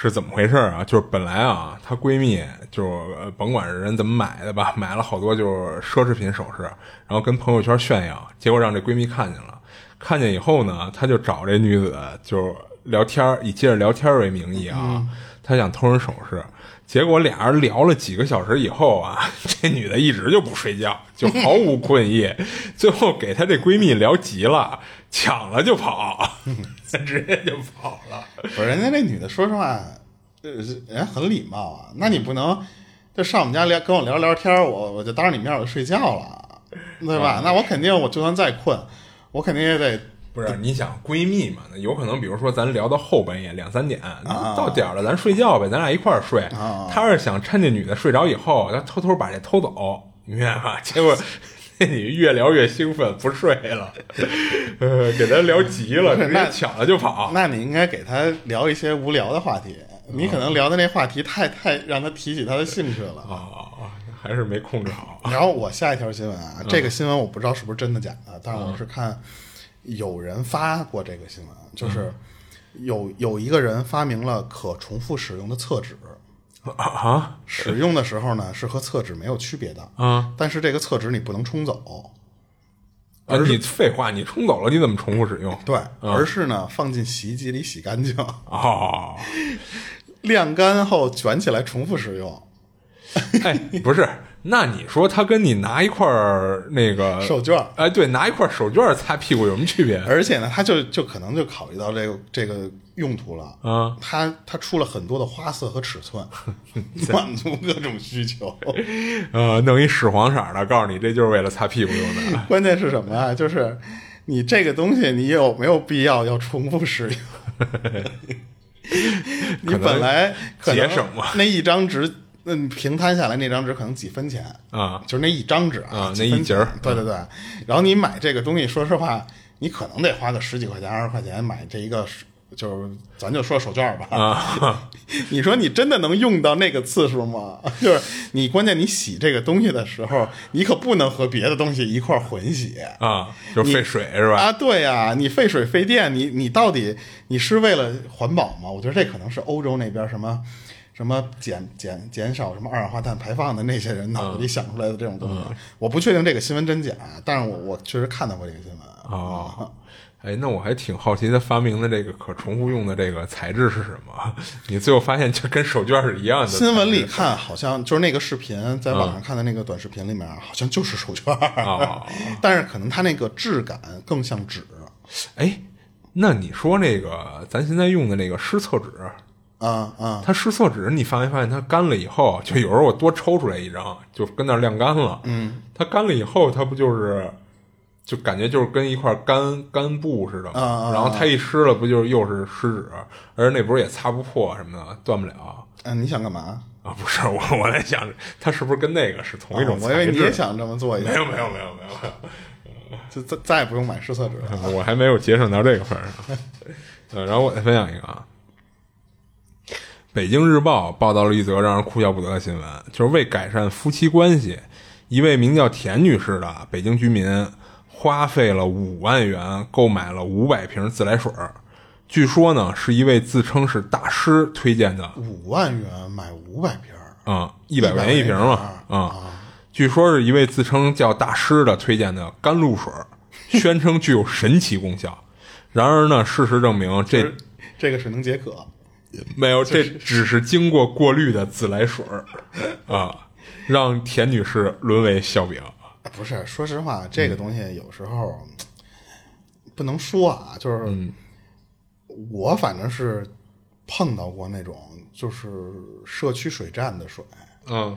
Speaker 2: 是怎么回事儿啊？就是本来啊，她闺蜜就是呃甭管是人怎么买的吧， (laughs) 买了好多就是奢侈品首饰，然后跟朋友圈炫耀，结果让这闺蜜看见了。看见以后呢，她就找这女子就是聊天儿，以借着聊天儿为名义啊，她想偷人首饰。结果俩人聊了几个小时以后啊， (laughs) 这女的一直就不睡觉，就毫无困意， (laughs) 最后给她这闺蜜聊急了，抢了就跑， (laughs) 直接就跑了。
Speaker 1: 不是人家那女的，说实话，呃，人很礼貌啊。那你不能就上我们家聊，跟我聊聊天儿，我我就当着你面我就睡觉了，对吧？那我肯定，我就算再困，我肯定也得
Speaker 2: 不是，你想闺蜜嘛？那有可能，比如说咱聊到后半夜两三点，
Speaker 1: 啊
Speaker 2: 那到点儿了，咱睡觉呗，咱俩一块儿睡。他是想趁这女的睡着以后，他偷偷把这偷走，你明白
Speaker 1: (laughs)
Speaker 2: 吗？结果那女越聊越兴奋，不睡了， (laughs) 呃，给他聊急了，
Speaker 1: 不是 (laughs)
Speaker 2: 直
Speaker 1: 那
Speaker 2: 接抢了就跑。
Speaker 1: 那你应该给他聊一些无聊的话题，你可能聊的那话题太太让他提起他的兴趣了。
Speaker 2: 哦，还是没控制好。
Speaker 1: (laughs) 然后我下一条新闻啊，这个新闻我不知道是不是真的假的，但是我是看有人发过这个新闻，就是有有一个人发明了可重复使用的厕纸，
Speaker 2: 啊
Speaker 1: 使用的时候呢是和厕纸没有区别的，
Speaker 2: 啊！
Speaker 1: 但是这个厕纸你不能冲走，
Speaker 2: 啊，你废话，你冲走了，你怎么重复使用？
Speaker 1: 对，而是呢放进洗衣机里洗干净，
Speaker 2: 哦，
Speaker 1: 晾干后卷起来重复使用。
Speaker 2: 哎，不是，那你说他跟你拿一块儿那个
Speaker 1: (laughs) 手绢儿
Speaker 2: 哎，对，拿一块手绢儿擦屁股有什么区别？
Speaker 1: 而且呢，他就就可能就考虑到这个这个用途了
Speaker 2: 啊，
Speaker 1: 他他出了很多的花色和尺
Speaker 2: (laughs)
Speaker 1: 寸，满足各种需求。
Speaker 2: 呃，弄一屎黄色儿的，告诉你这就是为了擦屁股用
Speaker 1: (laughs)
Speaker 2: 的。
Speaker 1: 关键是什么啊？就是你这个东西，你有没有必要要重复使用？
Speaker 2: (laughs)
Speaker 1: 你本来可能
Speaker 2: 节省嘛
Speaker 1: 那一张纸，嗯，平摊下来那张纸可能几分钱
Speaker 2: 啊
Speaker 1: 就是那一张纸
Speaker 2: 啊
Speaker 1: 几分钱
Speaker 2: 那一节儿
Speaker 1: 对对对。然后你买这个东西，说实话，你可能得花个十几块钱、二十块钱买这一个手，就是咱就说手绢儿吧
Speaker 2: 啊。
Speaker 1: (laughs) 你说你真的能用到那个次数吗？ (laughs) 就是你关键你洗这个东西的时候，你可不能和别的东西一块儿混洗。
Speaker 2: 啊，就是费水是吧？
Speaker 1: 啊，对呀、你费水费电，你你到底你是为了环保吗？我觉得这可能是欧洲那边什么什么减减减少什么二氧化碳排放的那些人脑子里想出来的这种东西。我不确定这个新闻真假，啊但是我我确实看到过这个新闻。啊
Speaker 2: 哦，哎，那我还挺好奇他发明的这个可重复用的这个材质是什么？你最后发现就跟手绢是一样的。
Speaker 1: 新闻里看好像就是那个视频，在网上看的那个短视频里面，啊好像就是手绢儿，
Speaker 2: 哦
Speaker 1: (laughs) 但是可能它那个质感更像纸
Speaker 2: 哎，那你说那个咱现在用的那个湿厕纸，
Speaker 1: 啊啊
Speaker 2: 它湿厕纸你发没发现它干了以后，啊就有时候我多抽出来一张，就跟那儿晾干了。嗯，它干了以后，它不就是就感觉就是跟一块干干布似的嘛。
Speaker 1: 啊啊啊
Speaker 2: 然后它一湿了，不就是又是湿纸，而那不是也擦不破什么的，断不了。
Speaker 1: 嗯，你想干嘛？
Speaker 2: 啊，不是我，我在想，它是不是跟那个是同一种
Speaker 1: 啊我以
Speaker 2: 材
Speaker 1: 为
Speaker 2: 质？
Speaker 1: 你也想这么做一下
Speaker 2: 没，有没有没有没有，
Speaker 1: 就再再也不用买湿厕纸了。
Speaker 2: (laughs) 我还没有节省到这个份儿上。 (laughs) 呃，然后我再分享一个啊，《北京日报》报道了一则让人哭笑不得的新闻，就是为改善夫妻关系，一位名叫田女士的北京居民花费了五万元购买了五百瓶自来水儿，据说呢是一位自称是大师推荐的
Speaker 1: 五万元买五百瓶儿
Speaker 2: 啊，一百元一瓶嘛，啊、据说是一位自称叫大师的推荐的甘露水儿，宣称具有神奇功效。然而呢，事实证明这
Speaker 1: 这个水能解渴。
Speaker 2: 没有，这只是经过过滤的自来水儿啊，让田女士沦为笑柄。
Speaker 1: 啊不是，说实话，这个
Speaker 2: 嗯
Speaker 1: 东西有时候、不能说啊，就是、
Speaker 2: 嗯
Speaker 1: 我反正是碰到过那种就是社区水站的水，
Speaker 2: 嗯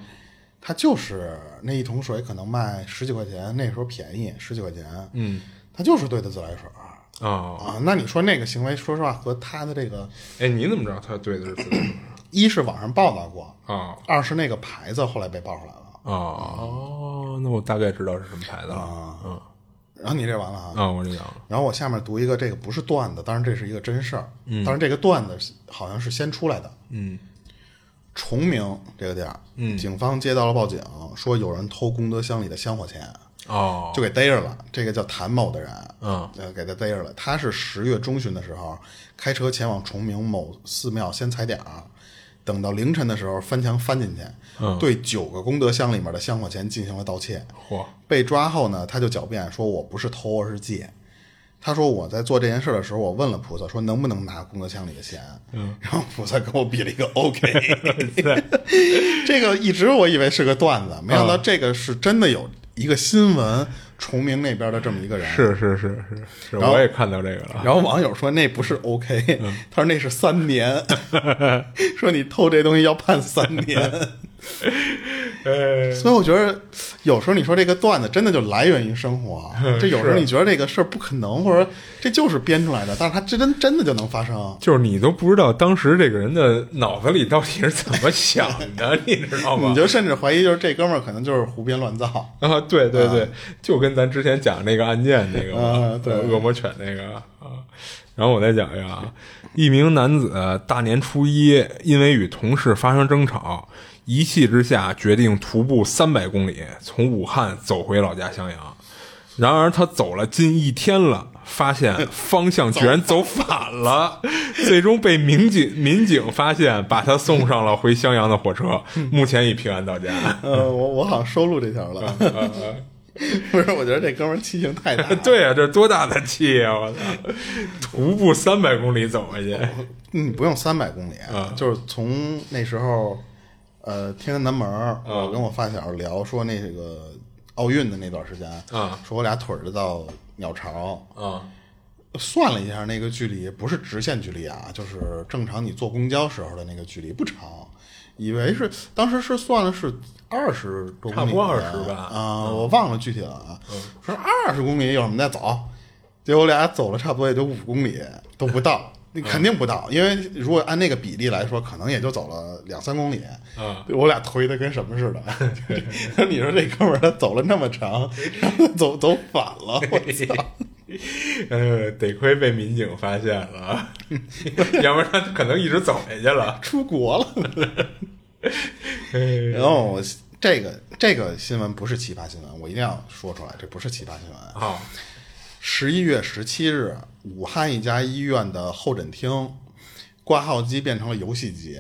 Speaker 1: 它就是那一桶水可能卖十几块钱，那时候便宜十几块钱，嗯，它就是兑的自来水儿
Speaker 2: 哦，
Speaker 1: 啊。那你说那个行为，说实话和他的这个，
Speaker 2: 哎，你怎么知道她对的是自来水儿
Speaker 1: 一是网上报道过，
Speaker 2: 啊？
Speaker 1: 二是那个牌子后来被爆出来了。
Speaker 2: 哦，那我大概知道是什么牌子了。啊
Speaker 1: 然后你这完了啊？
Speaker 2: 啊，我这讲了。
Speaker 1: 然后我下面读一个，这个不是段子，当然这是一个真事儿。嗯，当然这个段子好像是先出来的。
Speaker 2: 嗯，
Speaker 1: 崇明这个地儿，嗯，警方接到了报警，说有人偷功德箱里的香火钱，
Speaker 2: 哦，
Speaker 1: 就给逮着了。这个叫谭某的人，
Speaker 2: 嗯，
Speaker 1: 呃，给他逮着了。他是十月中旬的时候开车前往崇明某寺庙先踩点儿，等到凌晨的时候翻墙翻进去，
Speaker 2: 嗯
Speaker 1: 对九个功德箱里面的香火钱进行了盗窃。
Speaker 2: 嚯，
Speaker 1: 被抓后呢，他就狡辩说：“我不是偷，而是借。”他说：“我在做这件事的时候，我问了菩萨说能不能拿功德箱里的钱，嗯，然后菩萨给我比了一个 OK。这个一直我以为是个段子，没想到这个是真的有一个新闻，崇明那边的这么一个人。
Speaker 2: 是是是是是，
Speaker 1: 后
Speaker 2: 我也看到这个了。
Speaker 1: 然后网友说那不是 OK，、他说那是三年，说你偷这东西要判三年。
Speaker 2: 呃，
Speaker 1: 所以我觉得，有时候你说这个段子真的就来源于生活啊，这有时候你觉得这个事儿不可能，或者这就是编出来的，但是它真真真的就能发生。
Speaker 2: 就是你都不知道当时这个人的脑子里到底是怎么想的， (laughs) 你知道吗
Speaker 1: 你？就甚至怀疑，就是这哥们儿可能就是胡编乱造。
Speaker 2: 啊，对对对，就跟咱之前讲那个案件那个嘛呃
Speaker 1: 啊对
Speaker 2: 恶魔犬那个啊。然后我再讲一个啊，一名男子呃大年初一因为与同事发生争吵，一气之下决定徒步三百公里从武汉走回老家襄阳。然而他走了近一天了，发现方向居然走反
Speaker 1: (laughs)
Speaker 2: 了，最终被民警民警发现，把他送上了回襄阳的火车，目前已平安到家。
Speaker 1: 呃，我我好像收录这条了， (laughs) 不是？我觉得这哥们儿气性太大。，
Speaker 2: (laughs) 对啊，这多大的气呀、我操，徒步三啊百公里走回去，
Speaker 1: 你不用三百公里，就是从那时候呃，天安南门儿，我跟我发小聊说那个奥运的那段时间，
Speaker 2: 嗯
Speaker 1: 说我俩腿儿就到鸟巢，
Speaker 2: (laughs) 啊
Speaker 1: 算了一下那个距离，不是直线距离啊，就是正常你坐公交时候的那个距离，不长。以为是当时是算了是二十多公里，
Speaker 2: 差不多20吧嗯
Speaker 1: 啊、我忘了具体了啊。说二十公里，有什么再走？结果我俩走了差不多也就五公里都不
Speaker 2: (laughs)
Speaker 1: 到，那肯定不到，
Speaker 2: 嗯
Speaker 1: 因为如果按那个比例来说，可能也就走了两三公里。
Speaker 2: 啊，
Speaker 1: 我俩推的跟什么
Speaker 2: (laughs)
Speaker 1: 似的。你说这哥们儿他走了那么长，然后走走反
Speaker 2: (laughs)
Speaker 1: 了，我操！
Speaker 2: 呃，得亏被民警发现了，要不然他可能一直走下去了。
Speaker 1: 出国了。 (laughs) 然后我这个这个新闻不是奇葩新闻，我一定要说出来，这不是奇葩新闻。
Speaker 2: 啊
Speaker 1: 十一月十七日，武汉一家医院的候诊厅挂号机变成了游戏机，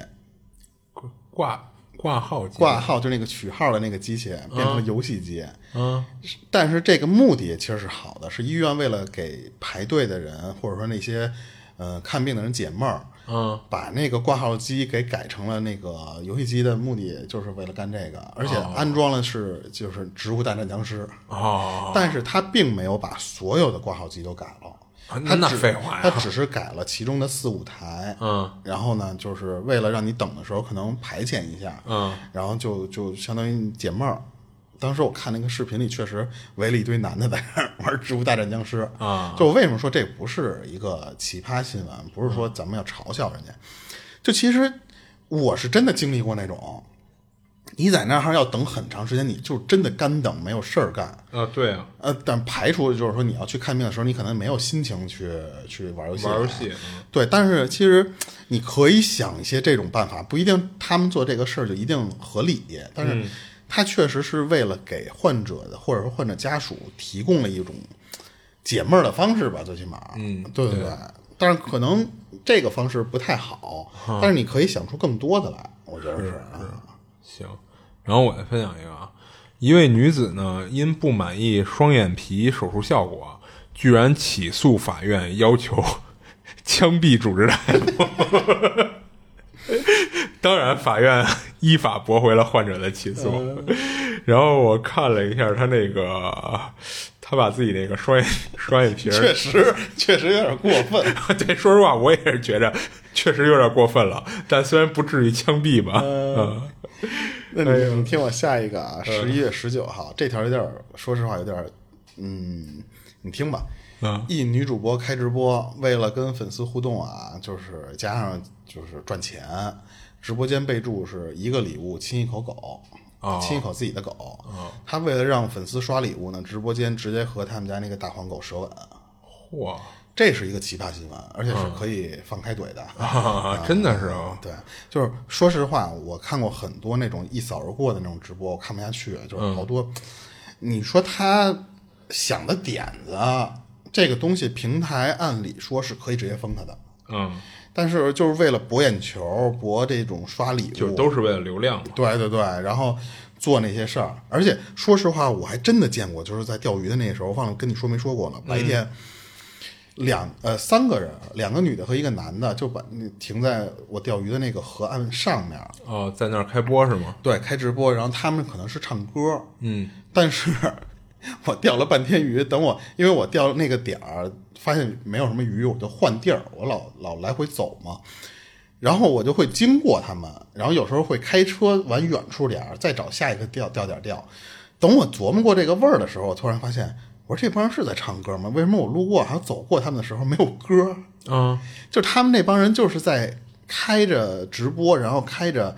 Speaker 2: 挂挂号机
Speaker 1: 挂号就那个取号的那个机器变成了游戏机。
Speaker 2: 啊
Speaker 1: 但是这个目的其实是好的，是医院为了给排队的人或者说那些呃看病的人解闷儿，
Speaker 2: 啊
Speaker 1: 把那个挂号机给改成了那个游戏机的目的，就是为了干这个，而且安装了是就是《植物大战僵尸》
Speaker 2: 哦，
Speaker 1: 但是它并没有把所有的挂号机都改了
Speaker 2: 啊，
Speaker 1: 它
Speaker 2: 那
Speaker 1: 只
Speaker 2: 废话呀
Speaker 1: 它只是改了其中的四五台，
Speaker 2: 嗯，
Speaker 1: 然后呢，就是为了让你等的时候可能排遣一下，
Speaker 2: 嗯，
Speaker 1: 然后就就相当于你解闷儿。当时我看那个视频里，确实围了一堆男的在那儿玩《植物大战僵尸》
Speaker 2: 啊
Speaker 1: 就我为什么说这不是一个奇葩新闻，不是说咱们要嘲笑人家，就其实我是真的经历过那种，你在那儿要等很长时间，你就真的干等，没有事儿干。
Speaker 2: 啊对啊，
Speaker 1: 呃，但排除就是说你要去看病的时候，你可能没有心情去去玩游戏。
Speaker 2: 玩游戏，嗯
Speaker 1: 对，但是其实你可以想一些这种办法，不一定他们做这个事儿就一定合理，但是它确实是为了给患者的或者说患者家属提供了一种解闷儿的方式吧，最起码，嗯，对对对。但是可能这个方式不太好，但是你可以想出更多的来，我觉得是。啊
Speaker 2: 行，然后我再分享一个啊，一位女子呢，因不满意双眼皮手术效果，居然起诉法院，要求枪毙主治大夫。 (laughs) 当然，法院依法驳回了患者的起诉。
Speaker 1: 嗯
Speaker 2: (laughs) 然后我看了一下他那个，他把自己那个双眼双眼皮儿
Speaker 1: 确实，确实有点过分。
Speaker 2: (laughs) 对，说实话，我也是觉着确实有点过分了，但虽然不至于枪毙吧，嗯，
Speaker 1: 那
Speaker 2: 哎
Speaker 1: 你你听我下一个啊，十一月十九号，这条有点儿，说实话有点儿，嗯，你听吧。
Speaker 2: 嗯
Speaker 1: 一女主播开直播，为了跟粉丝互动啊，就是加上就是赚钱，直播间备注是一个礼物亲一口狗，
Speaker 2: 哦
Speaker 1: 亲一口自己的狗。她为了让粉丝刷礼物呢，直播间直接和他们家那个大黄狗舌吻，
Speaker 2: 哇
Speaker 1: 这是一个奇葩新闻，而且是
Speaker 2: 嗯
Speaker 1: 可以放开怼的。
Speaker 2: 啊，真的是啊，
Speaker 1: 对，就是说实话，我看过很多那种一扫而过的那种直播，我看不下去，就是
Speaker 2: 嗯
Speaker 1: 好多。你说他想的点子啊，这个东西平台按理说是可以直接封他的，
Speaker 2: 嗯，
Speaker 1: 但是就是为了博眼球、博这种刷礼物，
Speaker 2: 就都是为了流量嘛，
Speaker 1: 对对对，然后做那些事儿。而且说实话，我还真的见过，就是在钓鱼的那时候，忘了跟你说没说过了。白天、两呃三个人，两个女的和一个男的，就把那停在我钓鱼的那个河岸上面，
Speaker 2: 哦，在那儿开播是吗？
Speaker 1: 对，开直播，然后他们可能是唱歌，嗯，但是 (laughs) 我钓了半天鱼，等我因为我钓那个点儿，发现没有什么鱼，我就换地儿，我老老来回走嘛，然后我就会经过他们，然后有时候会开车往远处点儿，再找下一个钓钓点儿钓，等我琢磨过这个味儿的时候，我突然发现，我说这帮人是在唱歌吗？为什么我路过还有走过他们的时候没有歌？
Speaker 2: 嗯，
Speaker 1: 就他们那帮人就是在开着直播，然后开着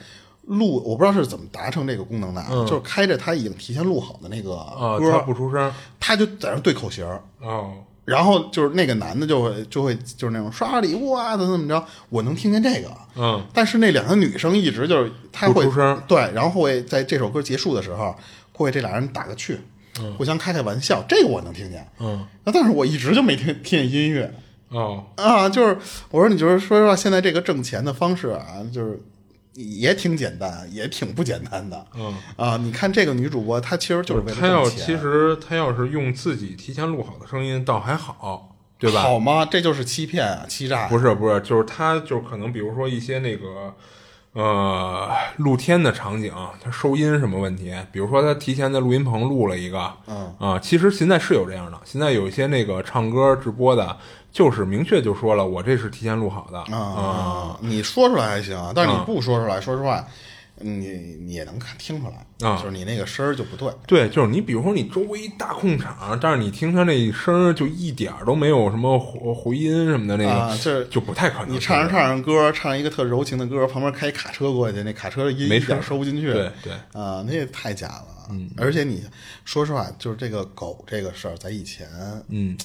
Speaker 1: 录，我不知道是怎么达成这个功能的，啊，就是开着他已经提前录好的那个
Speaker 2: 嗯啊，
Speaker 1: 歌，
Speaker 2: 他不出声，
Speaker 1: 他就在那对口型儿。
Speaker 2: 哦，
Speaker 1: 然后就是那个男的就会就会就是那种刷礼物啊，怎么怎么着，我能听见这个，
Speaker 2: 嗯，
Speaker 1: 但是那两个女生一直就是她
Speaker 2: 不
Speaker 1: 会
Speaker 2: 出声
Speaker 1: 对，然后会在这首歌结束的时候，会这俩人打个趣，互相开开玩笑，这个我能听见，
Speaker 2: 嗯，
Speaker 1: 那但是我一直就没听听见音乐，
Speaker 2: 哦，
Speaker 1: 啊，就是我说，你就是说实话，现在这个挣钱的方式啊，就是也挺简单，也挺不简单的。
Speaker 2: 嗯
Speaker 1: 啊，你看这个女主播，她其实就是为了
Speaker 2: 他要
Speaker 1: 挣
Speaker 2: 其
Speaker 1: 钱，
Speaker 2: 实他要是用自己提前录好的声音，倒还好，对吧？
Speaker 1: 好吗？这就是欺骗啊，欺诈啊。
Speaker 2: 不是不是，就是他就是可能比如说一些那个呃露天的场景，它收音什么问题？比如说他提前在录音棚录了一个，
Speaker 1: 嗯
Speaker 2: 啊，其实现在是有这样的，现在有一些那个唱歌直播的，就是明确就说了，我这是提前录好的
Speaker 1: 啊，你说出来还行啊，但是你不说出来，说实话，你你也能看听出来，
Speaker 2: 啊
Speaker 1: 就是你那个声儿就不对。
Speaker 2: 对，就是你，比如说你周围一大空场，但是你听他那声儿就一点儿都没有什么回呃回音什么的那个，
Speaker 1: 啊这
Speaker 2: 就不太可能。
Speaker 1: 你唱着唱着歌，唱一个特柔情的歌，旁边开一卡车过去，那卡车的音
Speaker 2: 没
Speaker 1: 一
Speaker 2: 事
Speaker 1: 点收不进去。
Speaker 2: 对对
Speaker 1: 啊，那也太假了。嗯，而且你说实话，就是这个狗这个事儿，在以前
Speaker 2: 嗯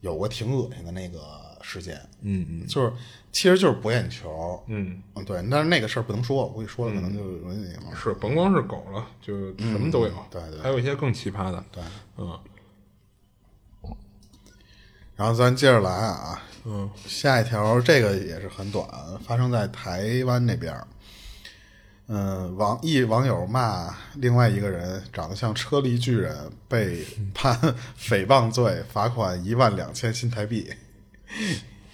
Speaker 1: 有过挺恶心的那个事件，
Speaker 2: 嗯嗯
Speaker 1: 就是其实就是博眼球。
Speaker 2: 嗯，
Speaker 1: 嗯，对，但是那个事儿不能说，我估计说了可能就容易那什么。
Speaker 2: 是，甭光是狗了，就什么都有。
Speaker 1: 嗯对对
Speaker 2: 还有一些更奇葩的。
Speaker 1: 对，
Speaker 2: 嗯
Speaker 1: 然后咱接着来啊，
Speaker 2: 嗯
Speaker 1: 下一条这个也是很短，发生在台湾那边儿。嗯，网一网友骂另外一个人长得像车厘巨人，被判 (laughs) 诽谤罪，罚款一万两千新台币。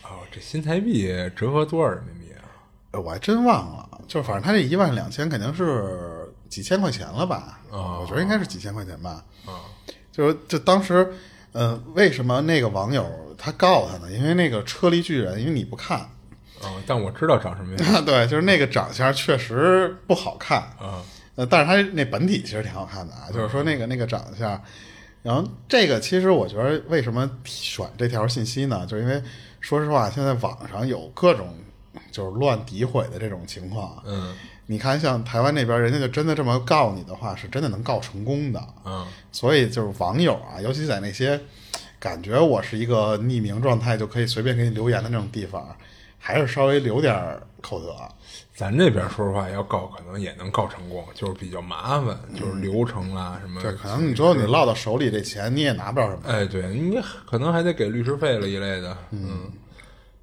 Speaker 2: 哦，这新台币折合多少人民币啊？
Speaker 1: 呃我还真忘了，就反正他这一万两千肯定是几千块钱了吧？
Speaker 2: 哦
Speaker 1: 我觉得应该是几千块钱吧。
Speaker 2: 啊
Speaker 1: 就是就当时，呃，为什么那个网友他告他呢？因为那个车厘巨人，因为你不看，
Speaker 2: 啊！但我知道长什么
Speaker 1: (laughs)
Speaker 2: 样。
Speaker 1: 对，就是那个长相确实不好看
Speaker 2: 啊，
Speaker 1: 呃，但是他那本体其实挺好看的啊，就是说那个那个长相，然后这个其实我觉得为什么选这条信息呢？就是因为说实话，现在网上有各种就是乱诋毁的这种情况，啊
Speaker 2: 嗯
Speaker 1: 你看像台湾那边人家就真的这么告你的话，是真的能告成功的，
Speaker 2: 啊
Speaker 1: 所以就是网友啊，尤其在那些感觉我是一个匿名状态就可以随便给你留言的那种地方，还是稍微留点儿口德。
Speaker 2: 咱这边说实话，要告可能也能告成功，就是比较麻烦，就是流程啦、什么。
Speaker 1: 对，可能你最后你落到手里这钱你也拿不着什么。
Speaker 2: 哎，对你可能还得给律师费了一类的，嗯，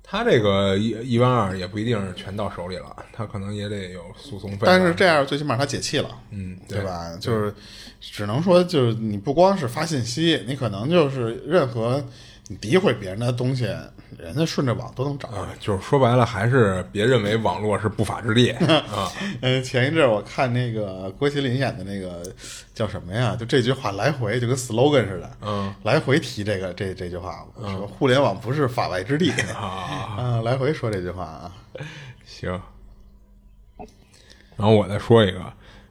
Speaker 2: 他这个一一万二也不一定是全到手里了，他可能也得有诉讼费啊。
Speaker 1: 但是这样最起码他解气了，
Speaker 2: 嗯
Speaker 1: 对
Speaker 2: 对
Speaker 1: 吧？就是只能说就是你不光是发信息，你可能就是任何你诋毁别人的东西，人家顺着网都能找。
Speaker 2: 啊，就是说白了，还是别认为网络是不法之地啊。
Speaker 1: 呃，前一阵儿我看那个郭麒麟演的那个叫什么呀？就这句话来回就跟 slogan 似的，
Speaker 2: 嗯，
Speaker 1: 来回提这个这这句话，说互联网不是法外之地 (laughs)
Speaker 2: 啊
Speaker 1: 啊，来回说这句话啊，
Speaker 2: (laughs) 行，然后我再说一个，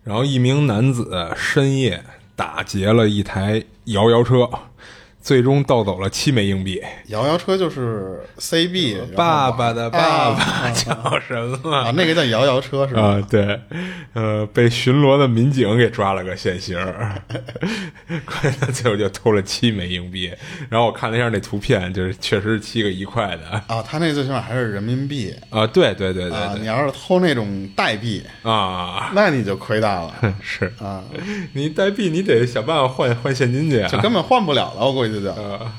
Speaker 2: 然后一名男子深夜打劫了一台摇摇车，最终盗走了七枚硬币。
Speaker 1: 摇摇车就是 CB，然后
Speaker 2: 呃爸爸的爸
Speaker 1: 啊
Speaker 2: 爸 (laughs) 叫什么？
Speaker 1: 啊，那个叫摇摇车是吧？
Speaker 2: 啊，对，呃，被巡逻的民警给抓了个现行儿， (laughs) 关键他最后就偷了七枚硬币。然后我看了一下那图片，就是确实是七个一块的
Speaker 1: 啊，他那最起码还是人民币
Speaker 2: 啊，对对对
Speaker 1: 啊，
Speaker 2: 对
Speaker 1: 你要是偷那种代币，
Speaker 2: 对啊，
Speaker 1: 那你就亏大
Speaker 2: (laughs)
Speaker 1: 了
Speaker 2: 是
Speaker 1: 啊，
Speaker 2: 你代币你得想办法换换现金去
Speaker 1: 就
Speaker 2: 啊。
Speaker 1: 根本换不了了，我估计就。
Speaker 2: 啊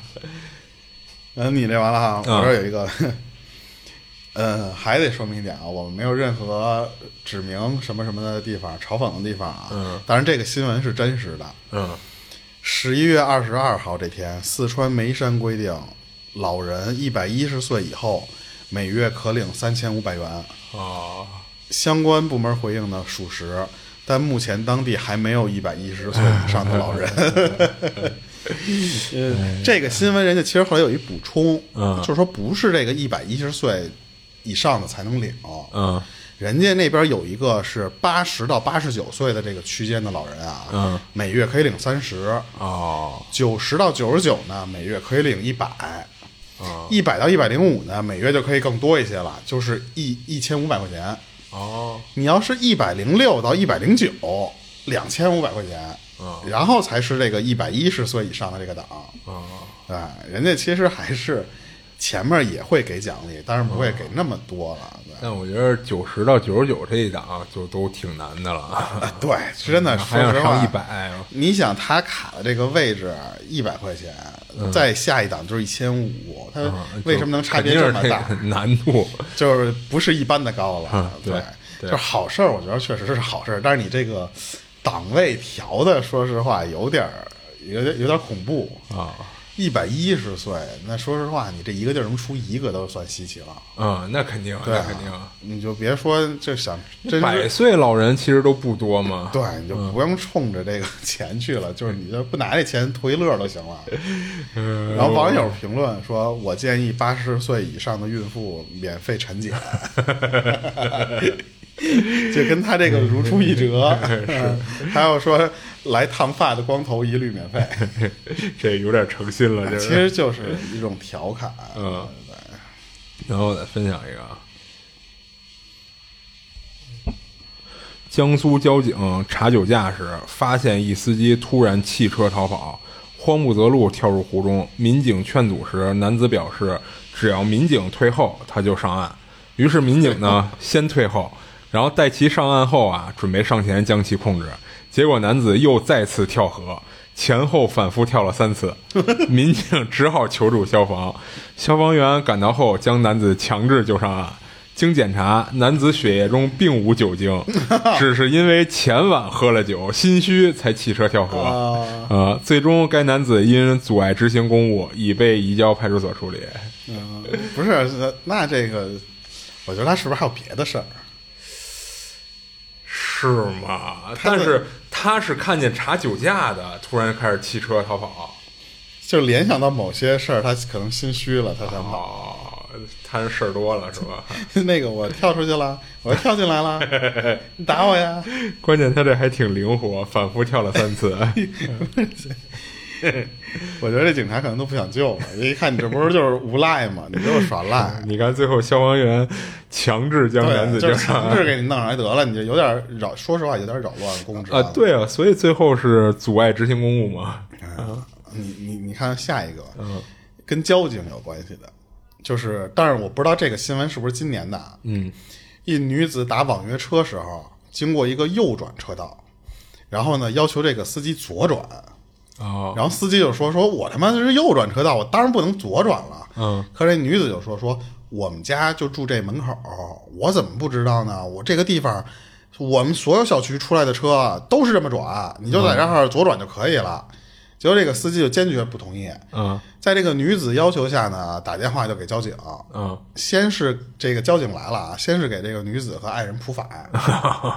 Speaker 1: 嗯，你这完了哈，
Speaker 2: 嗯
Speaker 1: 我这儿有一个， (laughs) 呃，还得说明一点啊，我们没有任何指明什么什么的地方、嘲讽的地方啊。
Speaker 2: 嗯。
Speaker 1: 当然，这个新闻是真实的。
Speaker 2: 嗯
Speaker 1: 十一月二十二号这天，四川眉山规定，老人一百一十岁以后，每月可领三千五百元。
Speaker 2: 哦
Speaker 1: 相关部门回应呢属实，但目前当地还没有一百一十岁以上的
Speaker 2: (laughs)
Speaker 1: 老人。呃，这个新闻人家其实后来有一补充，
Speaker 2: 嗯
Speaker 1: 就是说不是这个一百一十岁以上的才能领，
Speaker 2: 嗯
Speaker 1: 人家那边有一个是八十到八十九岁的这个区间的老人啊，
Speaker 2: 嗯
Speaker 1: 每月可以领三十，
Speaker 2: 哦
Speaker 1: 九十到九十九呢，每月可以领一百。
Speaker 2: 哦
Speaker 1: 一百到一百零五呢，每月就可以更多一些了，就是一一千五百块钱。
Speaker 2: 哦
Speaker 1: 你要是一百零六到一百零九，两千五百块钱，
Speaker 2: 嗯
Speaker 1: 然后才是这个一百一十岁以上的这个档，
Speaker 2: 哦
Speaker 1: 啊，人家其实还是前面也会给奖励，但是不会
Speaker 2: 嗯
Speaker 1: 给那么多了，对
Speaker 2: 但我觉得九十到九十九这一档就都挺难的了，
Speaker 1: 啊对，是 (laughs) 真的，
Speaker 2: 嗯还
Speaker 1: 说
Speaker 2: 要
Speaker 1: 实话，
Speaker 2: 上一。百，哎
Speaker 1: 你想他卡的这个位置一百块钱，再下一档就是一千五，他
Speaker 2: 嗯
Speaker 1: 呃为什么能差别这么大？
Speaker 2: 肯定是这个难度？
Speaker 1: 就是不是一般的高了。啊
Speaker 2: 嗯对
Speaker 1: 就
Speaker 2: 对
Speaker 1: 是好事儿，我觉得确实是好事儿，但是你这个档位调的，说实话有点儿有点有点恐怖。
Speaker 2: 啊，
Speaker 1: 一百一十岁，那说实话，你这一个地儿能出一个都算稀奇了。
Speaker 2: 嗯，那肯定，
Speaker 1: 对、
Speaker 2: 那
Speaker 1: 啊
Speaker 2: 肯定。，
Speaker 1: 你就别说这想真
Speaker 2: 百嗯
Speaker 1: 是
Speaker 2: 岁老人其实都不多嘛。
Speaker 1: 对，你就不用冲着这个 (laughs) 钱去了，就是你就不拿这钱图一乐就行了。
Speaker 2: 嗯，
Speaker 1: 然后网友评论说：“我建议八十岁以上的孕妇免费产检， (laughs) 就跟他这个如出一辙。
Speaker 2: 嗯
Speaker 1: 是，还有说来烫发的光头一律免费，
Speaker 2: (laughs) 这有点诚心了，这
Speaker 1: 啊其
Speaker 2: 是。
Speaker 1: 实就是一种调侃。啊
Speaker 2: 嗯，然后我再分享一个啊，江苏交警查酒驾时，发现一司机突然弃车逃跑，慌不择路跳入湖中。民警劝阻时，男子表示只要民警退后，他就上岸。于是民警呢先退后，然后待其上岸后啊，准备上前将其控制。结果男子又再次跳河，前后反复跳了三次，民警只好求助消防。消防员赶到后，将男子强制救上岸。经检查，男子血液中并无酒精，只是因为前晚喝了酒，心虚才弃车跳河。
Speaker 1: 啊
Speaker 2: 呃，最终该男子因阻碍执行公务，已被移交派出所处理。
Speaker 1: 嗯，不是，那那这个，我觉得他是不是还有别的事儿？
Speaker 2: 是吗？但是他是看见查酒驾的，突然开始弃车逃跑。
Speaker 1: 就联想到某些事儿，他可能心虚了，他才跑。
Speaker 2: 哦，他事儿多了是吧？
Speaker 1: (laughs) 那个我跳出去了，我又跳进来了，你打我呀！
Speaker 2: (laughs) 关键他这还挺灵活，反复跳了三 (laughs) 次。
Speaker 1: (laughs) 我觉得这警察可能都不想救了，一看你这不是就是无赖吗？你就是耍
Speaker 2: (laughs)
Speaker 1: 赖，
Speaker 2: 你看最后消防员强制将男子
Speaker 1: 对，
Speaker 2: 救
Speaker 1: 就是
Speaker 2: 上
Speaker 1: 强制
Speaker 2: 岸。
Speaker 1: 给你弄上来得了，你就有点扰，说实话有点扰乱公职
Speaker 2: 啊，，对啊，所以最后是阻碍执行公务嘛。
Speaker 1: 嗯你你你看下一个，
Speaker 2: 嗯
Speaker 1: 跟交警有关系的，就是，但是我不知道这个新闻是不是今年的啊。
Speaker 2: 嗯，
Speaker 1: 一女子打网约车时候，经过一个右转车道，然后呢要求这个司机左转，
Speaker 2: 哦，
Speaker 1: 然后司机就说：“说我他妈是右转车道，我当然不能左转了。”
Speaker 2: 嗯，
Speaker 1: 可这女子就说：“说我们家就住这门口，我怎么不知道呢？我这个地方，我们所有小区出来的车都是这么转，你就在这儿左转就可以了。结果这个司机就坚决不同意。
Speaker 2: 嗯
Speaker 1: 在这个女子要求下呢，打电话就给交警，
Speaker 2: 嗯，
Speaker 1: 先是这个交警来了啊，先是给这个女子和爱人普法，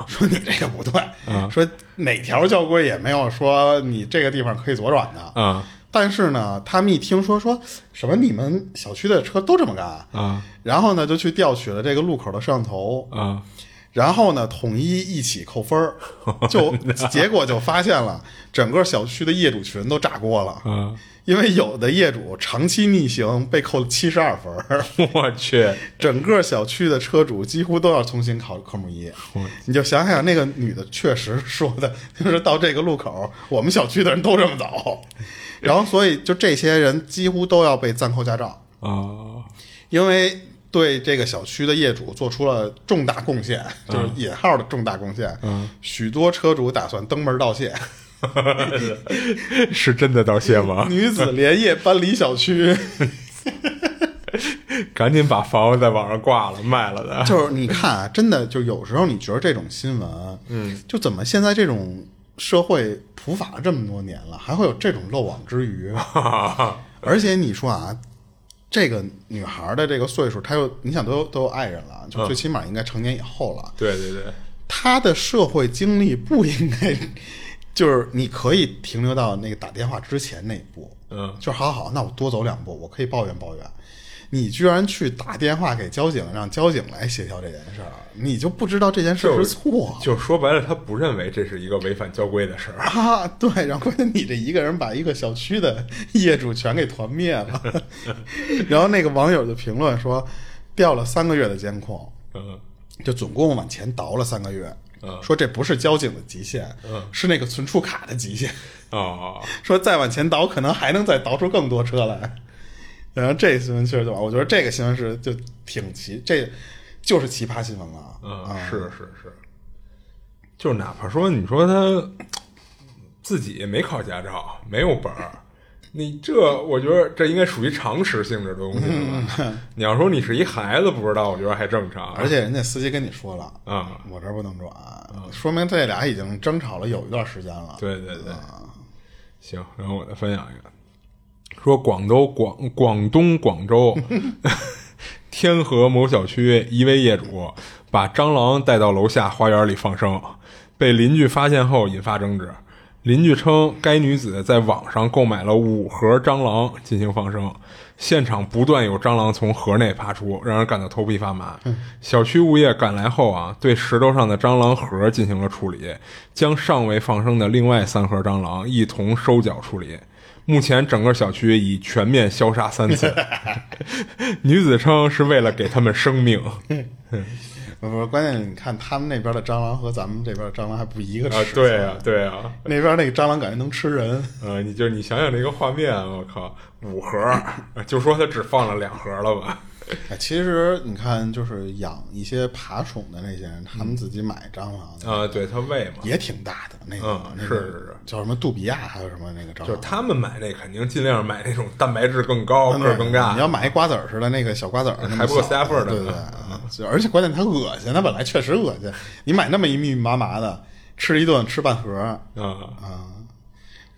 Speaker 1: 说你这个不对，说哪条交规也没有说你这个地方可以左转的。
Speaker 2: 啊
Speaker 1: 但是呢，他们一听说说什么你们小区的车都这么干，
Speaker 2: 啊
Speaker 1: 然后呢就去调取了这个路口的摄像头，
Speaker 2: 啊！
Speaker 1: 然后呢统一一起扣分儿，就结果就发现了整个小区的业主群都炸锅了。
Speaker 2: 嗯，
Speaker 1: 因为有的业主长期逆行被扣七十二分儿，
Speaker 2: (laughs) 我去，
Speaker 1: 整个小区的车主几乎都要重新考科目一。你就想想那个女的，确实说的就是到这个路口，我们小区的人都这么走，然后所以就这些人几乎都要被暂扣驾照，
Speaker 2: 啊 (laughs)
Speaker 1: 因为对这个小区的业主做出了重大贡献，就是引号的重大贡献。
Speaker 2: 嗯，
Speaker 1: 许多车主打算登门道谢，
Speaker 2: 是真的道谢吗？ (laughs)
Speaker 1: 女子连夜搬离小区。
Speaker 2: 赶紧把房子在网上挂了，卖了 (laughs) 的。
Speaker 1: 就是你看啊，真的就有时候你觉得这种新闻，嗯，就怎么现在这种社会普法了这么多年了，还会有这种漏网之鱼？而且你说啊，这个女孩的这个岁数，她又你想都有都有爱人了，就最起码应该成年以后了，
Speaker 2: 对对对，
Speaker 1: 她的社会经历不应该。 (laughs) 就是你可以停留到那个打电话之前那一步，
Speaker 2: 嗯
Speaker 1: 就好好，那我多走两步，我可以抱怨抱怨。你居然去打电话给交警，让交警来协调这件事儿，你就不知道这件事儿是错
Speaker 2: 就说白了，他不认为这是一个违反交规的事儿。
Speaker 1: (laughs) 啊？对，然后关键你这一个人把一个小区的业主全给团灭了。 (laughs) 然后那个网友就评论说，调了三个月的监控，
Speaker 2: 嗯
Speaker 1: 就总共往前倒了三个月，
Speaker 2: 嗯
Speaker 1: 说这不是交警的极限，是那个存储卡的极限。 (laughs)
Speaker 2: 哦，
Speaker 1: 说再往前倒，可能还能再倒出更多车来。然后这新闻确实就完，我觉得这个新闻是就挺奇，这就是奇葩新闻了。
Speaker 2: 嗯，
Speaker 1: 啊，
Speaker 2: 是是是，就是哪怕说你说他自己没考驾照，没有本儿。你这，我觉得这应该属于常识性质的东西了吧。你要说你是一孩子不知道，我觉得还正常。
Speaker 1: 而且人家司机跟你说了，
Speaker 2: 啊，
Speaker 1: 我这儿不能转，
Speaker 2: 嗯
Speaker 1: 说明这俩已经争吵了有一段时间了。啊
Speaker 2: 对对对，行，然后我再分享一个，说广州广广东广州 (laughs) 天河某小区一位业主把蟑螂带到楼下花园里放生，被邻居发现后引发争执。邻居称，该女子在网上购买了五盒蟑螂进行放生，现场不断有蟑螂从盒内爬出，让人感到头皮发麻。小区物业赶来后啊，对石头上的蟑螂盒进行了处理，将尚未放生的另外三盒蟑螂一同收缴处理。目前整个小区已全面消杀
Speaker 1: (laughs)
Speaker 2: 三次。女子称是为了给他们生
Speaker 1: (laughs)
Speaker 2: 命。啊
Speaker 1: 不不，关键你看他们那边的蟑螂和咱们这边的蟑螂还不一个
Speaker 2: 啊
Speaker 1: 尺寸。，
Speaker 2: 对啊，对啊，
Speaker 1: 那边那个蟑螂感觉能吃人。
Speaker 2: 呃，你就你想想这个画面，啊我靠，五盒儿，呃就说他只放了两盒了吧？
Speaker 1: 哎，其实你看，就是养一些爬宠的那些人，他们自己买蟑螂、
Speaker 2: 啊、对他喂嘛，
Speaker 1: 也挺大的。那个、
Speaker 2: 嗯
Speaker 1: 那个、
Speaker 2: 是是是，
Speaker 1: 叫什么杜比亚，还有什么那个蟑螂，
Speaker 2: 就是他们买那肯定尽量买那种蛋白质更高、
Speaker 1: 嗯
Speaker 2: 个儿更
Speaker 1: 你
Speaker 2: 大。
Speaker 1: 要买一瓜子儿似的那个小瓜子儿那么小，
Speaker 2: 还不够塞牙缝儿的
Speaker 1: 对对对，嗯就而且关键它恶心，它本来确实恶心，你买那么一密密麻麻的，吃一顿吃半盒儿，
Speaker 2: 啊
Speaker 1: 嗯，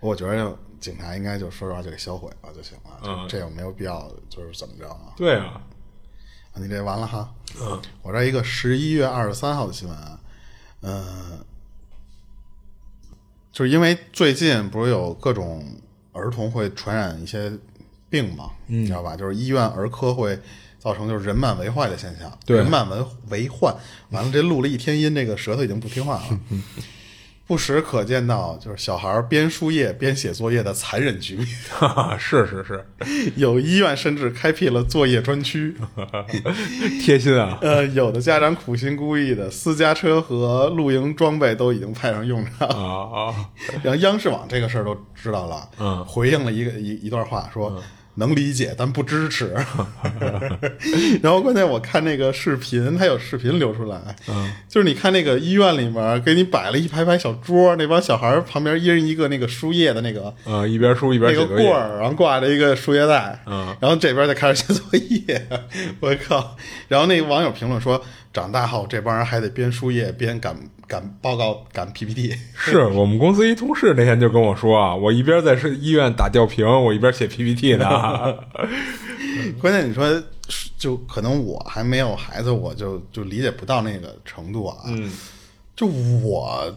Speaker 1: 我觉得警察应该就说实话就给销毁了就行了，
Speaker 2: 嗯
Speaker 1: 这这有没有必要就是怎么着啊？
Speaker 2: 对啊，
Speaker 1: 啊你这完了哈，
Speaker 2: 嗯，
Speaker 1: 我这儿一个十一月二十三号的新闻啊，嗯，就是因为最近不是有各种儿童会传染一些病嘛，你知道吧？就是医院儿科会造成就是人满为患的现象，
Speaker 2: 对
Speaker 1: 人满为为患。完了，这录了一天音，这个舌头已经不听话了。不时可见到就是小孩儿边输液边写作业的残忍局面， (laughs)
Speaker 2: 哈哈，是是是，
Speaker 1: 有医院甚至开辟了作业专区。
Speaker 2: 贴心啊。
Speaker 1: (laughs) 呃，有的家长苦心孤诣的，私家车和露营装备都已经派上用场。
Speaker 2: 啊啊！
Speaker 1: (laughs) 然后央视网这个事儿都知道了，
Speaker 2: 嗯
Speaker 1: 回应了一个一一段话说。能理解，但不支持。 (laughs) 然后关键我看那个视频，它有视频流出来，就是你看那个医院里面给你摆了一排排小桌，那帮小孩儿旁边一人一个那个输液的那个
Speaker 2: 啊，一边输一边
Speaker 1: 那个
Speaker 2: 写作
Speaker 1: 棍
Speaker 2: 业，
Speaker 1: 儿，然后挂着一个输液带，
Speaker 2: 嗯
Speaker 1: 然后这边就开始写作业， (laughs) 我靠！然后那个网友评论说，长大后这帮人还得边输液边赶赶报告赶 PPT，
Speaker 2: (laughs) 是我们公司一同事那天就跟我说啊，我一边在是医院打吊瓶，我一边写 PPT 呢。嗯
Speaker 1: 关键你说就可能我还没有孩子，我就就理解不到那个程度啊，嗯，就我。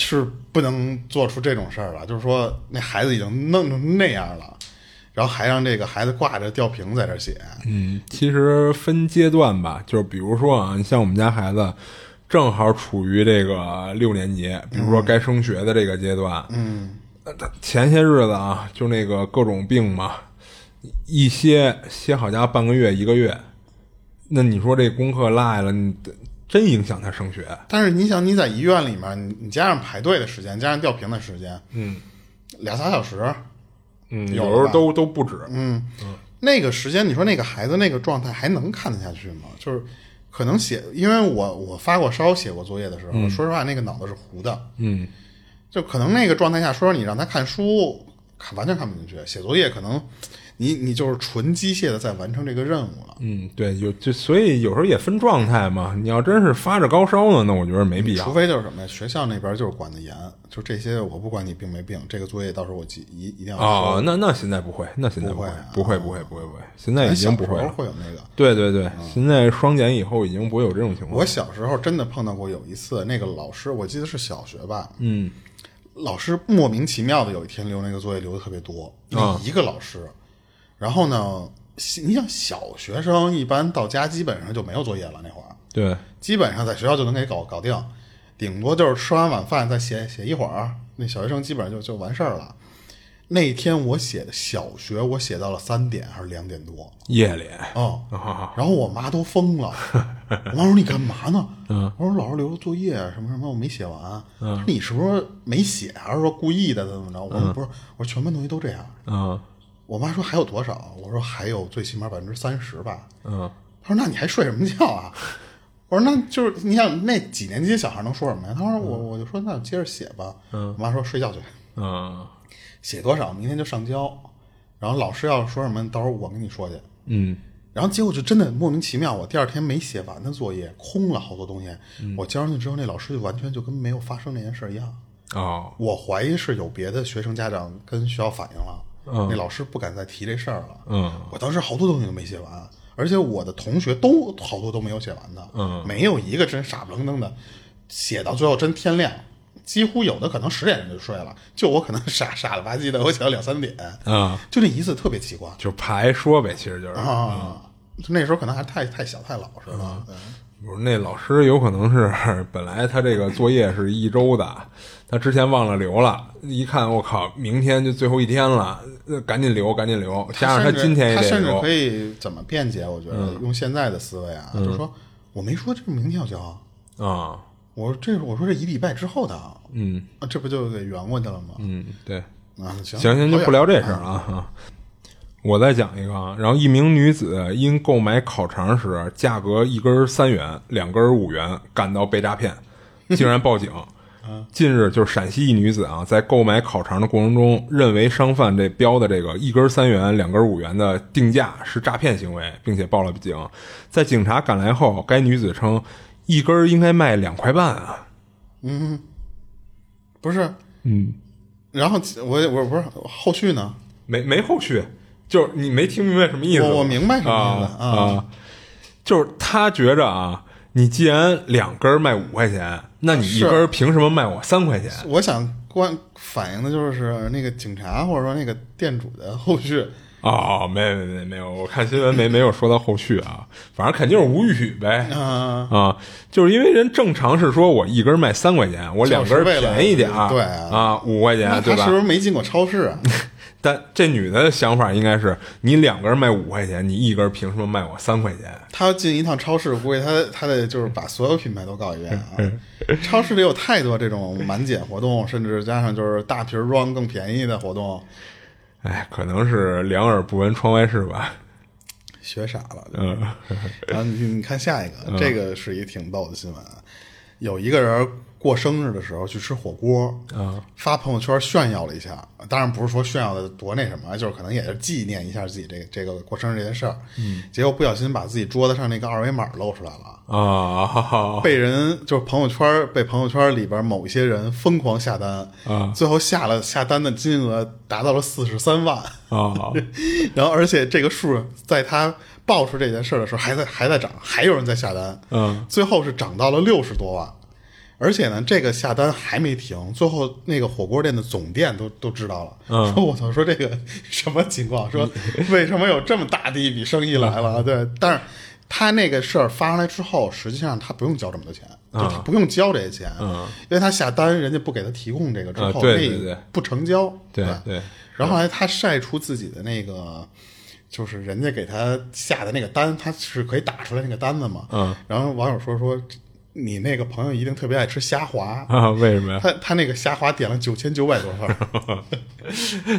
Speaker 1: 是不能做出这种事儿了，就是说那孩子已经弄成那样了，然后还让这个孩子挂着吊瓶在这儿写，
Speaker 2: 嗯， (laughs) 其实分阶段吧，就是比如说啊，你像我们家孩子，正好处于这个六年级，比如说该升学的这个阶段，嗯，前些日子啊，就那个各种病嘛，一歇歇好家半个月一个月，那你说这功课落下了，你真影响他升学。
Speaker 1: 但是你想，你在医院里面，你你加上排队的时间，加上吊瓶的时间，
Speaker 2: 嗯
Speaker 1: 俩仨小时，
Speaker 2: 嗯，
Speaker 1: 有
Speaker 2: 有
Speaker 1: 了
Speaker 2: 时候
Speaker 1: 吧
Speaker 2: 都都不止。
Speaker 1: 嗯，那个时间，你说那个孩子那个状态还能看得下去吗？就是可能写，因为我我发过烧，写过作业的时候，说实话，那个脑子是糊的，
Speaker 2: 嗯，
Speaker 1: 就可能那个状态下，说你让他看书，看完全看不进去，写作业可能你你就是纯机械的在完成这个任务了。
Speaker 2: 嗯，对，有就所以有时候也分状态嘛。你要真是发着高烧呢，那我觉得没必要
Speaker 1: 除。非就是什么呀？学校那边就是管得严，就这些我不管你病没病，这个作业到时候我记一一定要收。
Speaker 2: 哦，那那现在不会，那现在不会，不会，不会，不会，不会，现哎在
Speaker 1: 咱啊
Speaker 2: 已
Speaker 1: 小
Speaker 2: 经
Speaker 1: 时
Speaker 2: 不会
Speaker 1: 候
Speaker 2: 了。
Speaker 1: 会有那个，
Speaker 2: 对对对，现在双减以后已经不会有这种情况。
Speaker 1: 我小时候真的碰到过有一次，那个老师，我记得是小学吧，
Speaker 2: 嗯，
Speaker 1: 老师莫名其妙的有一天留那个作业留的特别多，
Speaker 2: 啊
Speaker 1: 那一个老师，然后呢，西你想小学生一般到家基本上就没有作业了，那会儿
Speaker 2: 对，
Speaker 1: 基本上在学校就能给搞搞定，顶多就是吃完晚饭再写写一会儿，那小学生基本上就就完事儿了。那天我写的小学，我写到了三点还是两点多，
Speaker 2: 夜里
Speaker 1: 嗯，
Speaker 2: 啊，
Speaker 1: 然后我妈都疯了，我妈说你干嘛呢？我说老师留的作业啊什么什么我没写完，她说你是不是没写还是说故意的怎么着？我说不是，我说全班同学都这样。
Speaker 2: 嗯
Speaker 1: 我妈说还有多少？我说还有最起码百分之三十吧。
Speaker 2: 嗯，
Speaker 1: 她说那你还睡什么觉啊？我说那就是你想那几年级的小孩能说什么呀？她说我我就说那接着写吧。我妈说睡觉去，
Speaker 2: 嗯
Speaker 1: 写多少明天就上交，然后老师要说什么到时候我跟你说去。
Speaker 2: 嗯
Speaker 1: 然后结果就真的莫名其妙，我第二天没写完的作业空了好多东西，我交上去之后，那老师就完全就跟没有发生那件事一样。
Speaker 2: 哦
Speaker 1: 我怀疑是有别的学生家长跟学校反映了，那老师不敢再提这事儿了。
Speaker 2: 嗯，
Speaker 1: 我当时好多东西都没写完，而且我的同学都好多都没有写完的，
Speaker 2: 嗯，
Speaker 1: 没有一个真傻不愣登的写到最后真天亮，几乎有的可能十点钟就睡了，就我可能傻傻了吧唧的，我写到两三点，
Speaker 2: 啊，
Speaker 1: 就那一次特别奇怪
Speaker 2: 就排说呗，其实就是，
Speaker 1: 啊，就那时候可能还太太小太老实了，
Speaker 2: 嗯
Speaker 1: 对
Speaker 2: 不是那老师有可能是本来他这个作业是一周的，他之前忘了留了，一看我靠，明天就最后一天了，呃赶紧留，赶紧留，加上
Speaker 1: 他
Speaker 2: 今天也
Speaker 1: 甚至他甚
Speaker 2: 得嗯
Speaker 1: 至
Speaker 2: 留
Speaker 1: 可，以怎么辩解？我觉得用现在的思维啊，
Speaker 2: 嗯
Speaker 1: 就说我没说这是明天要交啊，
Speaker 2: 啊，
Speaker 1: 我说这是我说这一礼拜之后的啊，
Speaker 2: 嗯
Speaker 1: 啊这不就给圆过去了吗？
Speaker 2: 嗯，对，
Speaker 1: 啊，行
Speaker 2: 行行，就不
Speaker 1: 聊。
Speaker 2: 聊这事儿了啊。我再讲一个啊，然后一名女子因购买烤肠时价格一根三元，两根五元，感到被诈
Speaker 1: (laughs)
Speaker 2: 骗，竟然报
Speaker 1: 啊
Speaker 2: 警。近日，就是陕西一女子啊，在购买烤肠的过程中，认为商贩这标的这个一根三元、两根五元的定价是诈骗行为，并且报了警。在警察赶来后，该女子称一根应该卖两块半啊。
Speaker 1: 不是，
Speaker 2: 嗯，
Speaker 1: 然后我我不是后续呢？
Speaker 2: 没没后续，就是你没听明白什么意思吗？
Speaker 1: 我我明白什么意思
Speaker 2: 啊
Speaker 1: 啊
Speaker 2: 就是他觉着啊，你既然两根儿卖五块钱，那你一
Speaker 1: 是
Speaker 2: 根儿凭什么卖我三块钱？
Speaker 1: 我想关反映的就是那个警察或者说那个店主的后续，
Speaker 2: 哦，没没没没有，我看新闻没没有说到后续啊，反正肯定是无语呗。
Speaker 1: 嗯、
Speaker 2: 啊，就是因为人正常是说我一根儿卖三块钱，我两根儿
Speaker 1: 就是为了
Speaker 2: 便宜点儿，
Speaker 1: 对
Speaker 2: 啊，五块钱，
Speaker 1: 那
Speaker 2: 对
Speaker 1: 他
Speaker 2: 吧？
Speaker 1: 是不是没进过超市啊？
Speaker 2: 但这女的想法应该是，你两根儿卖五块钱，你一根儿凭什么卖我三块钱？
Speaker 1: 他要进一趟超市，估计他他得就是把所有品牌都告一遍啊。超市里有太多这种满减活动，甚至加上就是大瓶儿装更便宜的活动，
Speaker 2: 哎，可能是两耳不闻窗外事吧。
Speaker 1: 学傻了。
Speaker 2: 嗯，
Speaker 1: 然后你你看下一个，这个是一挺逗的新闻啊。有一个人过生日的时候去吃火锅，
Speaker 2: 啊
Speaker 1: 发朋友圈炫耀了一下，当然不是说炫耀的多那什么，哎就是可能也是纪念一下自己这个这个过生日这件事儿。嗯，结果不小心把自己桌子上那个二维码露出来了。
Speaker 2: 啊，哈哈
Speaker 1: 被人就是朋友圈被朋友圈里边某一些人疯狂下单，
Speaker 2: 啊
Speaker 1: 最后下了下单的金额达到了四十三万，
Speaker 2: 啊，
Speaker 1: (laughs) 然后而且这个数在他爆出这件事儿的时候还在还在涨，还有人在下单，
Speaker 2: 嗯，
Speaker 1: 最后是涨到了六十多万，而且呢，这个下单还没停，最后那个火锅店的总店都都知道了，(laughs)
Speaker 2: 嗯
Speaker 1: 说我操，说这个什么情况？说为什么有这么大的一笔生意来了？对，但是他那个事儿发上来之后，实际上他不用交这么多钱，就
Speaker 2: 嗯
Speaker 1: 他不用交这些钱，因为他下单人家不给他提供这个之
Speaker 2: 啊
Speaker 1: 后，
Speaker 2: 对对对
Speaker 1: 那不成交，
Speaker 2: 对
Speaker 1: 吧
Speaker 2: 对
Speaker 1: 然后后来他晒出自己的那个，就是人家给他下的那个单，他是可以打出来那个单子嘛。
Speaker 2: 嗯。
Speaker 1: 然后网友说说，你那个朋友一定特别爱吃虾滑，
Speaker 2: 啊，为什么呀？ (laughs)
Speaker 1: 他他那个虾滑点了九千九百多份儿，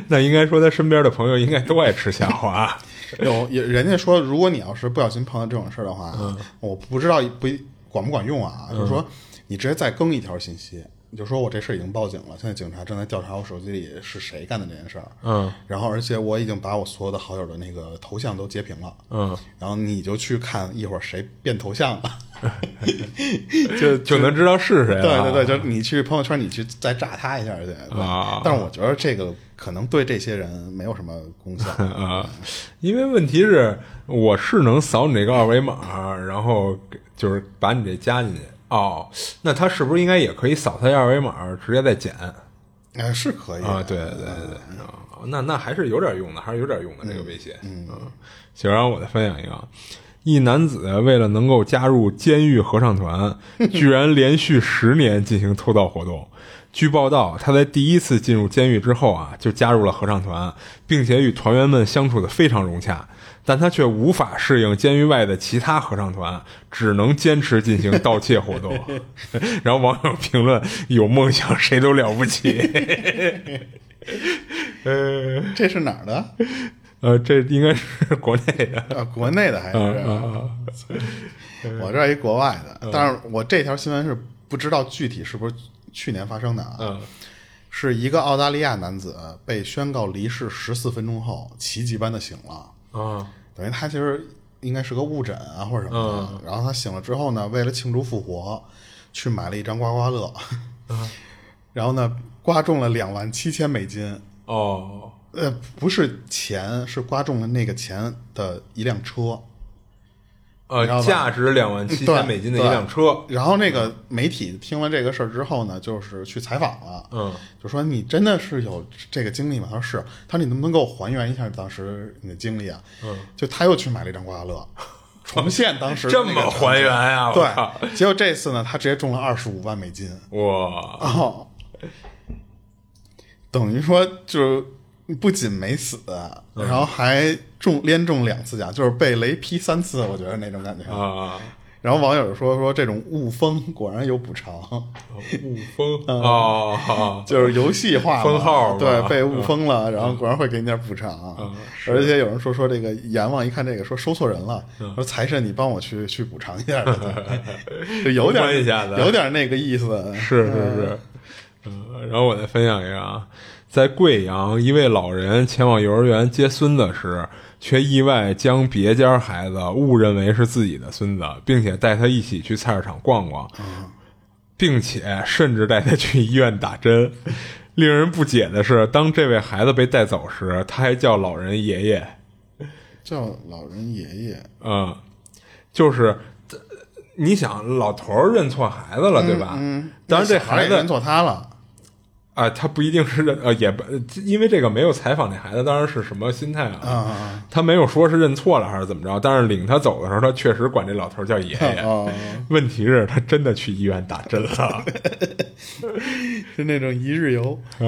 Speaker 2: 那应该说他身边的朋友应该都爱吃
Speaker 1: (laughs)
Speaker 2: 虾滑。
Speaker 1: 有也人家说，如果你要是不小心碰到这种事儿的话，
Speaker 2: 嗯
Speaker 1: 我不知道不管不管用啊，就是说你直接再更一条信息。你就说我这事儿已经报警了，现在警察正在调查我手机里是谁干的这件事儿。
Speaker 2: 嗯
Speaker 1: 然后而且我已经把我所有的好友的那个头像都截屏了，
Speaker 2: 嗯，
Speaker 1: 然后你就去看一会儿谁变头像
Speaker 2: (laughs)
Speaker 1: 了，
Speaker 2: 就就能知道是谁了。
Speaker 1: 对对对，就是你去朋友圈你去再炸他一下去对
Speaker 2: 啊
Speaker 1: 但是我觉得这个可能对这些人没有什么功
Speaker 2: (laughs)
Speaker 1: 效
Speaker 2: 啊，因为问题是，我是能扫你这个二维码，然后给就是把你这加进去。哦，那他是不是应该也可以扫他这二维码，直接再剪？
Speaker 1: 哎，是可以的
Speaker 2: 啊，对对对对，啊那那还是有点用的，还是有点用的这个威胁。嗯，行，然后我再分享一个啊，一男子为了能够加入监狱合唱团，居然连续十年进行偷盗活动。据报道，他在第一次进入监狱之后啊，就加入了合唱团，并且与团员们相处的非常融洽，但他却无法适应监狱外的其他合唱团，只能坚持进行盗窃活动。 (laughs) 然后网友评论：“有梦想谁都了不起。” (laughs) 呃
Speaker 1: 这是哪儿的？
Speaker 2: 呃，这应该是 (laughs) 国内的。
Speaker 1: 啊，国内的还是
Speaker 2: 啊
Speaker 1: 我这儿一国外的？但是我这条新闻是不知道具体是不是去年发生的啊。
Speaker 2: 嗯
Speaker 1: 是一个澳大利亚男子被宣告离世十四分钟后，奇迹般的醒了。
Speaker 2: 啊
Speaker 1: 等于他其实应该是个误诊啊或者什么
Speaker 2: 嗯
Speaker 1: 的。然后他醒了之后呢，为了庆祝复活，去买了一张刮刮 (laughs)
Speaker 2: 嗯
Speaker 1: 乐，然后呢刮中了两万七千美金，
Speaker 2: 哦
Speaker 1: 呃，不是钱，是刮中了那个钱的一辆车。你知道吧
Speaker 2: 呃，价值两万七
Speaker 1: 对
Speaker 2: 千美金的一辆车，
Speaker 1: 然后那个媒体听了这个事儿之后呢，就是去采访了，
Speaker 2: 嗯，
Speaker 1: 就说你真的是有这个经历吗？他说是，他说你能不能给我还原一下当时你的经历啊？嗯，就他又去买了一张刮刮乐，重现当时
Speaker 2: (laughs) 这
Speaker 1: 那个
Speaker 2: 么
Speaker 1: 场景
Speaker 2: 还原啊！我靠，
Speaker 1: 对，结果这次呢，他直接中了二十五万美金，
Speaker 2: 哇，
Speaker 1: 哦，等于说就是不仅没死，
Speaker 2: 嗯
Speaker 1: 然后还中连中两次奖，就是被雷劈三次，我觉得那种感觉。
Speaker 2: 啊，
Speaker 1: 然后网友说说这种误封果然有补
Speaker 2: 啊
Speaker 1: 偿，
Speaker 2: 雾峰
Speaker 1: 嗯
Speaker 2: 哦，
Speaker 1: 就是游戏化嘛
Speaker 2: 封号嘛
Speaker 1: 对，被误封了，然后果然会给你点补偿。
Speaker 2: 嗯是
Speaker 1: 而且有人说说这个阎王一看这个说收错人了，
Speaker 2: 嗯
Speaker 1: 说财神你帮我去去补偿一
Speaker 2: (laughs)
Speaker 1: 下吧，就有
Speaker 2: 公关
Speaker 1: 点
Speaker 2: 一下子
Speaker 1: 有点那个意思。
Speaker 2: (laughs) 是是是，嗯，然后我再分享一个啊，在贵阳，一位老人前往幼儿园接孙子时，却意外将别家孩子误认为是自己的孙子，并且带他一起去菜市场逛逛，
Speaker 1: 嗯
Speaker 2: 并且甚至带他去医院打针。 (laughs) 令人不解的是，当这位孩子被带走时，他还叫老人爷爷。
Speaker 1: 叫老人爷爷，
Speaker 2: 嗯，就是这你想，老头儿认错孩子了，对吧？
Speaker 1: 嗯，
Speaker 2: 当然这
Speaker 1: 那小孩
Speaker 2: 孩
Speaker 1: 也
Speaker 2: 子
Speaker 1: 认错他了，
Speaker 2: 啊、他不一定是认呃，也不因为这个没有采访那孩子，当然是什么心态啊？
Speaker 1: 啊啊
Speaker 2: 他没有说是认错了还是怎么着，但是领他走的时候，他确实管这老头儿叫爷
Speaker 1: 啊
Speaker 2: 爷。
Speaker 1: 啊，
Speaker 2: (laughs) 问题是，他真的去医院打针了。 (laughs)
Speaker 1: 是那种一日游，
Speaker 2: 啊，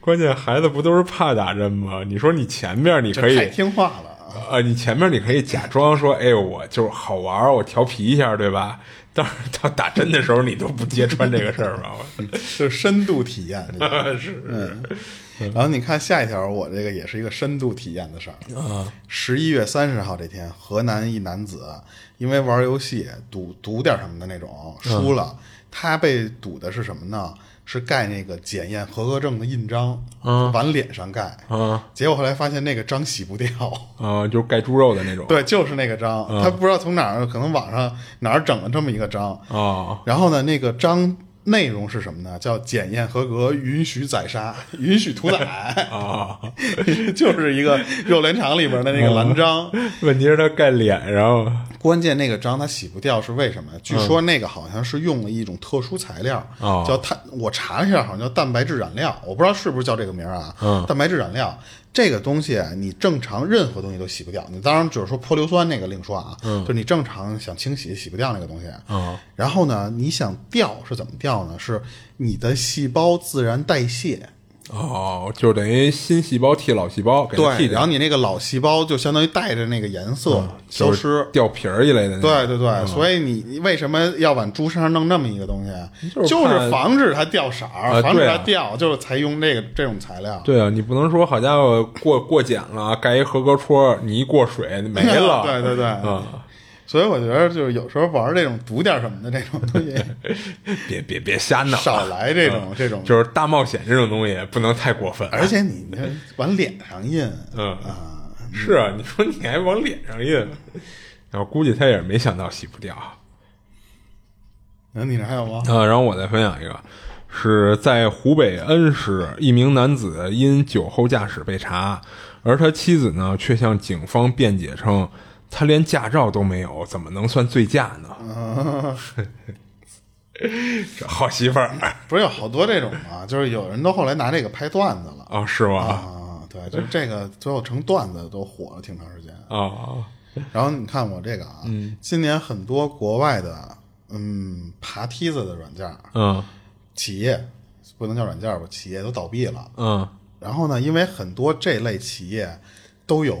Speaker 2: 关键孩子不都是怕打针吗？你说你前面你
Speaker 1: 这
Speaker 2: (laughs) 可以
Speaker 1: 太听话了啊。
Speaker 2: (laughs) 呃，你前面你可以假装说，哎，我就是好玩儿，我调皮一下，对吧？但是到打针的时候，你都不揭穿这个事儿吧？
Speaker 1: 就是深度体验。这个
Speaker 2: (laughs) 是
Speaker 1: 嗯，然后你看下一条，我这个也是一个深度体验的事儿啊。十一月三十号这天，河南一男子因为玩游戏赌赌点什么的那种输了，
Speaker 2: 嗯
Speaker 1: 他被赌的是什么呢？是盖那个检验合格证的印章，
Speaker 2: 嗯
Speaker 1: 往脸上盖。
Speaker 2: 啊
Speaker 1: 结果后来发现那个章洗不掉，
Speaker 2: 啊，就是盖猪肉的那种。
Speaker 1: 对，就是那个章，他不知道从哪儿，可能网上哪儿整了这么一个章，
Speaker 2: 啊，
Speaker 1: 然后呢，那个章内容是什么呢？叫检验合格，允许宰杀，允许屠
Speaker 2: (laughs)
Speaker 1: 宰，
Speaker 2: 啊，
Speaker 1: 就是一个肉联厂里边的那个蓝章。
Speaker 2: 问题是他盖脸，然后
Speaker 1: 关键那个章它洗不掉是为
Speaker 2: 嗯
Speaker 1: 什么？据说那个好像是用了一种特殊材料，
Speaker 2: 哦
Speaker 1: 叫碳。我查了一下，好像叫蛋白质染料，我不知道是不是叫这个名儿啊。
Speaker 2: 嗯
Speaker 1: 蛋白质染料这个东西，啊你正常任何东西都洗不掉。你当然只是说泼硫酸那个另说啊，
Speaker 2: 嗯
Speaker 1: 就你正常想清洗洗不掉那个东西。
Speaker 2: 哦
Speaker 1: 然后呢，你想掉是怎么掉呢？是你的细胞自然代谢。
Speaker 2: 哦，就等于新细胞替老细胞给它
Speaker 1: 对，
Speaker 2: 替
Speaker 1: 然
Speaker 2: 掉
Speaker 1: 后，你那个老细胞就相当于带着那个颜色消
Speaker 2: 嗯就
Speaker 1: 失，
Speaker 2: 是掉皮儿一类的那种。
Speaker 1: 对对对，
Speaker 2: 嗯
Speaker 1: 所以你你为什么要往猪身上弄那么一个东西？啊
Speaker 2: 就是
Speaker 1: 就
Speaker 2: 怕
Speaker 1: 是防止它掉色儿，
Speaker 2: 啊
Speaker 1: 防止
Speaker 2: 对
Speaker 1: 它
Speaker 2: 啊
Speaker 1: 掉，就是才用这个这种材料。
Speaker 2: 对啊，你不能说好家伙过过检了，盖一合格戳，你一过水没
Speaker 1: (laughs) (laughs)
Speaker 2: 了。
Speaker 1: 对对对
Speaker 2: 啊，
Speaker 1: 所以我觉得就是有时候玩这种赌点什么的这种东
Speaker 2: (laughs) 哎
Speaker 1: 西，
Speaker 2: 别别别瞎弄啊，
Speaker 1: 少来这种这种。
Speaker 2: 就是大冒险这种东西不能太过分。啊
Speaker 1: 而且你这往脸上印，
Speaker 2: 嗯
Speaker 1: 啊，
Speaker 2: 是啊，你说你还往脸上印，然后估计他也是没想到洗不掉啊。
Speaker 1: 那你这还有吗？
Speaker 2: 啊，然后我再分享一个，是在湖北恩施，一名男子因酒后驾驶被查，而他妻子呢却向警方辩解称，他连驾照都没有，怎么能算醉驾呢？ (laughs) 这好媳妇儿啊
Speaker 1: 不是有好多这种吗？就是有人都后来拿这个拍段子了
Speaker 2: 啊，是吗？
Speaker 1: 啊，对，就是这个最后成段子都火了挺长时间。
Speaker 2: 啊，
Speaker 1: 然后你看我这个啊，今年很多国外的嗯爬梯子的软件儿
Speaker 2: 嗯
Speaker 1: 企业，不能叫软件儿吧，企业都倒闭了。
Speaker 2: 嗯
Speaker 1: 然后呢，因为很多这类企业都有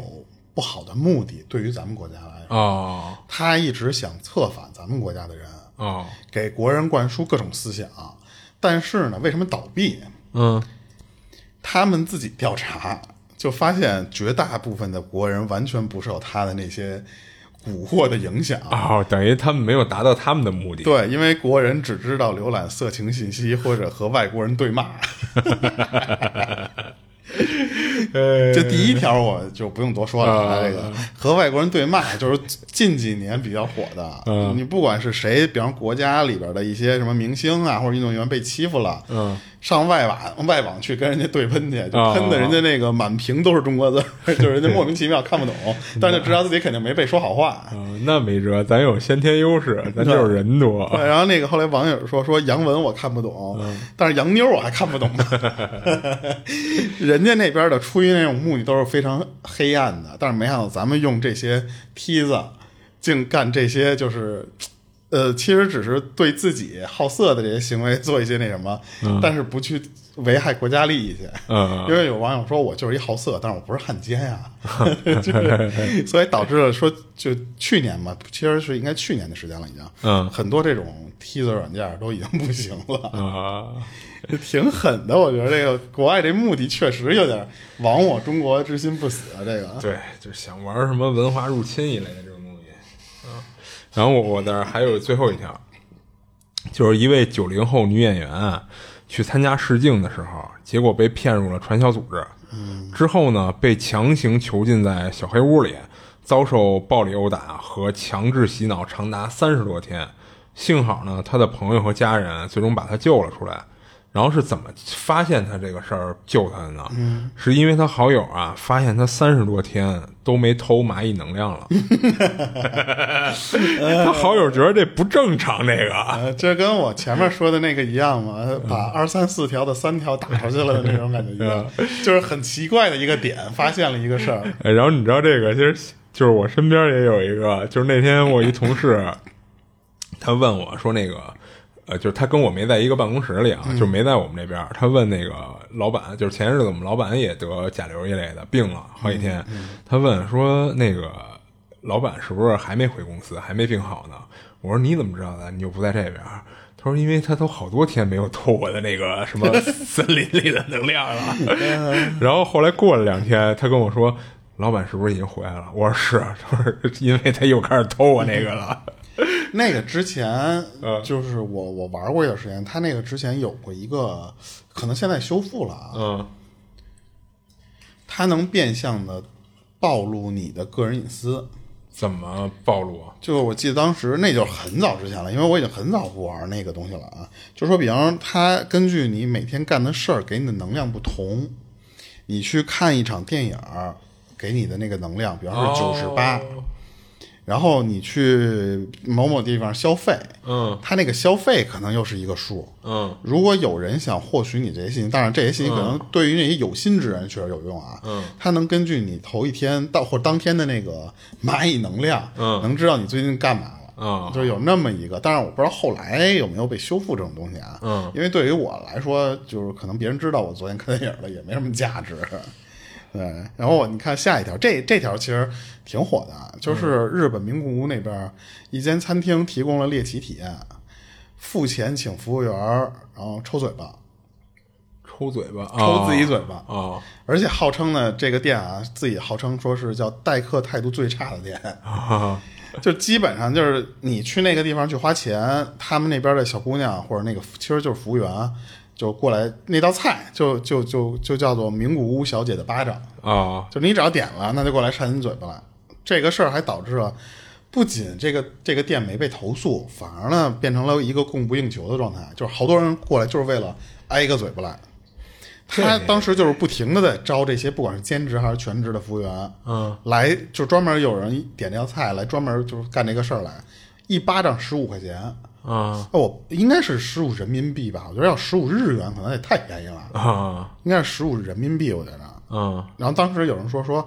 Speaker 1: 不好的目的，对于咱们国家来说，
Speaker 2: 哦
Speaker 1: 他一直想策反咱们国家的人，
Speaker 2: 哦
Speaker 1: 给国人灌输各种思想。但是呢，为什么倒闭？
Speaker 2: 嗯
Speaker 1: 他们自己调查就发现，绝大部分的国人完全不受他的那些蛊惑的影响。
Speaker 2: 哦，等于他们没有达到他们的目的。
Speaker 1: 对，因为国人只知道浏览色情信息或者和外国人对骂。
Speaker 2: 呃，
Speaker 1: 这第一条我就不用多说了啊，这个和外国人对骂就是近几年比较火的。你不管是谁，比方国家里边的一些什么明星啊或者运动员被欺负了，
Speaker 2: 嗯，
Speaker 1: 上外网外网去跟人家对喷去，就
Speaker 2: 啊
Speaker 1: 喷的人家那个满屏都是中国字儿， (laughs) 就是人家莫名其妙看不懂，但是就知道自己肯定没被说好话。
Speaker 2: 啊、那没辙，咱有先天优势，咱就是人多。
Speaker 1: 对，然后那个后来网友说说洋文我看不懂，但是洋妞我还看不懂呢。 (laughs) 人家那边的出于那种目的都是非常黑暗的，但是没想到咱们用这些梯子，竟干这些就是。呃，其实只是对自己好色的这些行为做一些那什么，但是不去危害国家利益去。
Speaker 2: 嗯，
Speaker 1: 因为有网友说我就是一好色，但是我不是汉奸呀、 (laughs) 就是，所以导致了说，就去年嘛，其实是应该去年的时间了，已经，
Speaker 2: 嗯
Speaker 1: 很多这种梯子软件都已经不行了， (laughs)
Speaker 2: 啊，
Speaker 1: 挺狠的。我觉得这个国外这目的确实有点亡我中国之心不死啊，这个
Speaker 2: 对，就是想玩什么文化入侵一类的这种东西。嗯，然后我我那儿还有最后一条，就是一位九零后女演员啊去参加试镜的时候，结果被骗入了传销组织。之后呢，被强行囚禁在小黑屋里，遭受暴力殴打和强制洗脑长达三十多天。幸好呢，她的朋友和家人最终把她救了出来。然后是怎么发现她这个事儿救她的呢？是因为她好友啊发现她三十多天都没偷蚂蚁能量了， (laughs) 她好友觉得这不正常，这个。
Speaker 1: 呃，这跟我前面说的那个一样嘛，把二三四条的三条打出去了的那种感觉一样，就是很奇怪的一个点，发现了一个事儿，
Speaker 2: 哎，然后你知道这个，其实就是我身边也有一个，就是那天我一同事，他问我说那个，呃，就是他跟我没在一个办公室里啊，就没在我们这边儿。他问那个老板，就是前日子我们老板也得甲流一类的病了好几天，他问说那个老板是不是还没回公司，还没病好呢？我说你怎么知道的？你又不在这边儿。他说：“因为他都好多天没有偷我的那个什么森林里的能量了。”然后后来过了两天，他跟我说：“老板是不是已经回来了？”我说：“是。”他说：“因为他又开始偷我那个了。
Speaker 1: 那个之前，呃就是我我玩过一段时间，他那个之前有过一个，可能现在修复了”啊，
Speaker 2: 嗯，
Speaker 1: 它能变相的暴露你的个人隐私。
Speaker 2: 怎么暴露啊？
Speaker 1: 就我记得当时那就是很早之前了，因为我已经很早不玩那个东西了啊。就说，比方说它根据你每天干的事儿给你的能量不同，你去看一场电影儿给你的那个能量，比
Speaker 2: 哦
Speaker 1: 方是九十八，然后你去某某地方消费，
Speaker 2: 嗯
Speaker 1: 它那个消费可能又是一个数，
Speaker 2: 嗯
Speaker 1: 如果有人想获取你这些信息，当然这些信息可能对于那些有心之人确实有用啊。嗯，他能根据你头一天到或当天的那个蚂蚁能量，嗯，能知道你最近干嘛了。
Speaker 2: 嗯
Speaker 1: 就是有那么一个，但是我不知道后来有没有被修复这种东西啊。
Speaker 2: 嗯，
Speaker 1: 因为对于我来说，就是可能别人知道我昨天看电影了，也没什么价值。对，然后我你看下一条，这这条其实挺火的，啊就是日本名古屋那边一间餐厅提供了猎奇体验，付钱请服务员儿，然后抽嘴巴，
Speaker 2: 抽嘴巴，
Speaker 1: 抽自己嘴巴，
Speaker 2: 啊
Speaker 1: 而且号称呢这个店啊自己号称说是叫待客态度最差的店，
Speaker 2: 啊！
Speaker 1: 就基本上就是你去那个地方去花钱，他们那边的小姑娘或者那个其实就是服务员，就过来那道菜就就就就叫做名古屋小姐的巴掌。
Speaker 2: 啊
Speaker 1: 就是你只要点了，那就过来扇你嘴巴了。这个事儿还导致了，不仅这个这个店没被投诉，反而呢变成了一个供不应求的状态，就是好多人过来就是为了挨一个嘴巴来。他当时就是不停的在招这些不管是兼职还是全职的服务员，
Speaker 2: 嗯，
Speaker 1: 来就专门有人点这道菜来专门就是干这个事儿来，一巴掌十五块钱，
Speaker 2: 啊
Speaker 1: 哦，我应该是十五人民币吧，我觉得要十五日元可能也太便宜了，
Speaker 2: 啊
Speaker 1: 应该是十五人民币，我觉得。
Speaker 2: 嗯
Speaker 1: 然后当时有人说说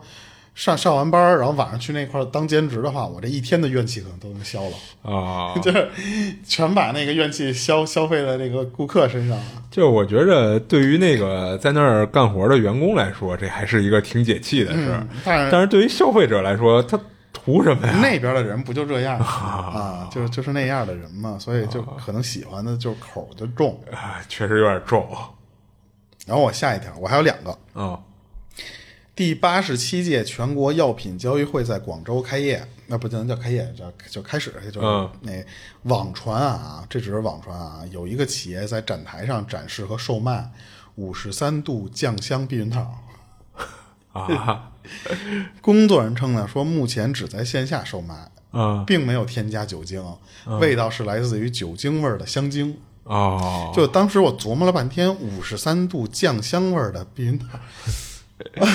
Speaker 1: 上上完班儿，然后晚上去那块儿当兼职的话，我这一天的怨气可能都能消了，
Speaker 2: 啊！
Speaker 1: (laughs) 就是全把那个怨气消消费在那个顾客身上了。
Speaker 2: 就我觉着，对于那个在那儿干活的员工来说，这还是一个挺解气的事儿
Speaker 1: 嗯。但是
Speaker 2: 但是对于消费者来说，他图什么呀？
Speaker 1: 那边的人不就这样吗 (laughs) 啊，就是就是那样的人嘛，所以就可能喜欢的就口儿就重。
Speaker 2: 啊，确实有点重
Speaker 1: 然后我下一条，我还有两个。
Speaker 2: 啊。
Speaker 1: 第八十七届全国药品交易会在广州开业，那不能叫开业，叫就开始，就是
Speaker 2: 嗯
Speaker 1: 那网传啊，这只是网传啊，有一个企业在展台上展示和售卖五十三度酱香避孕套。
Speaker 2: 啊
Speaker 1: 工作人称呢说，目前只在线下售卖，
Speaker 2: 啊
Speaker 1: 并没有添加酒精，味道是来自于酒精味儿的香精。
Speaker 2: 哦，
Speaker 1: 就当时我琢磨了半天，五十三度酱香味儿的避孕套， (laughs)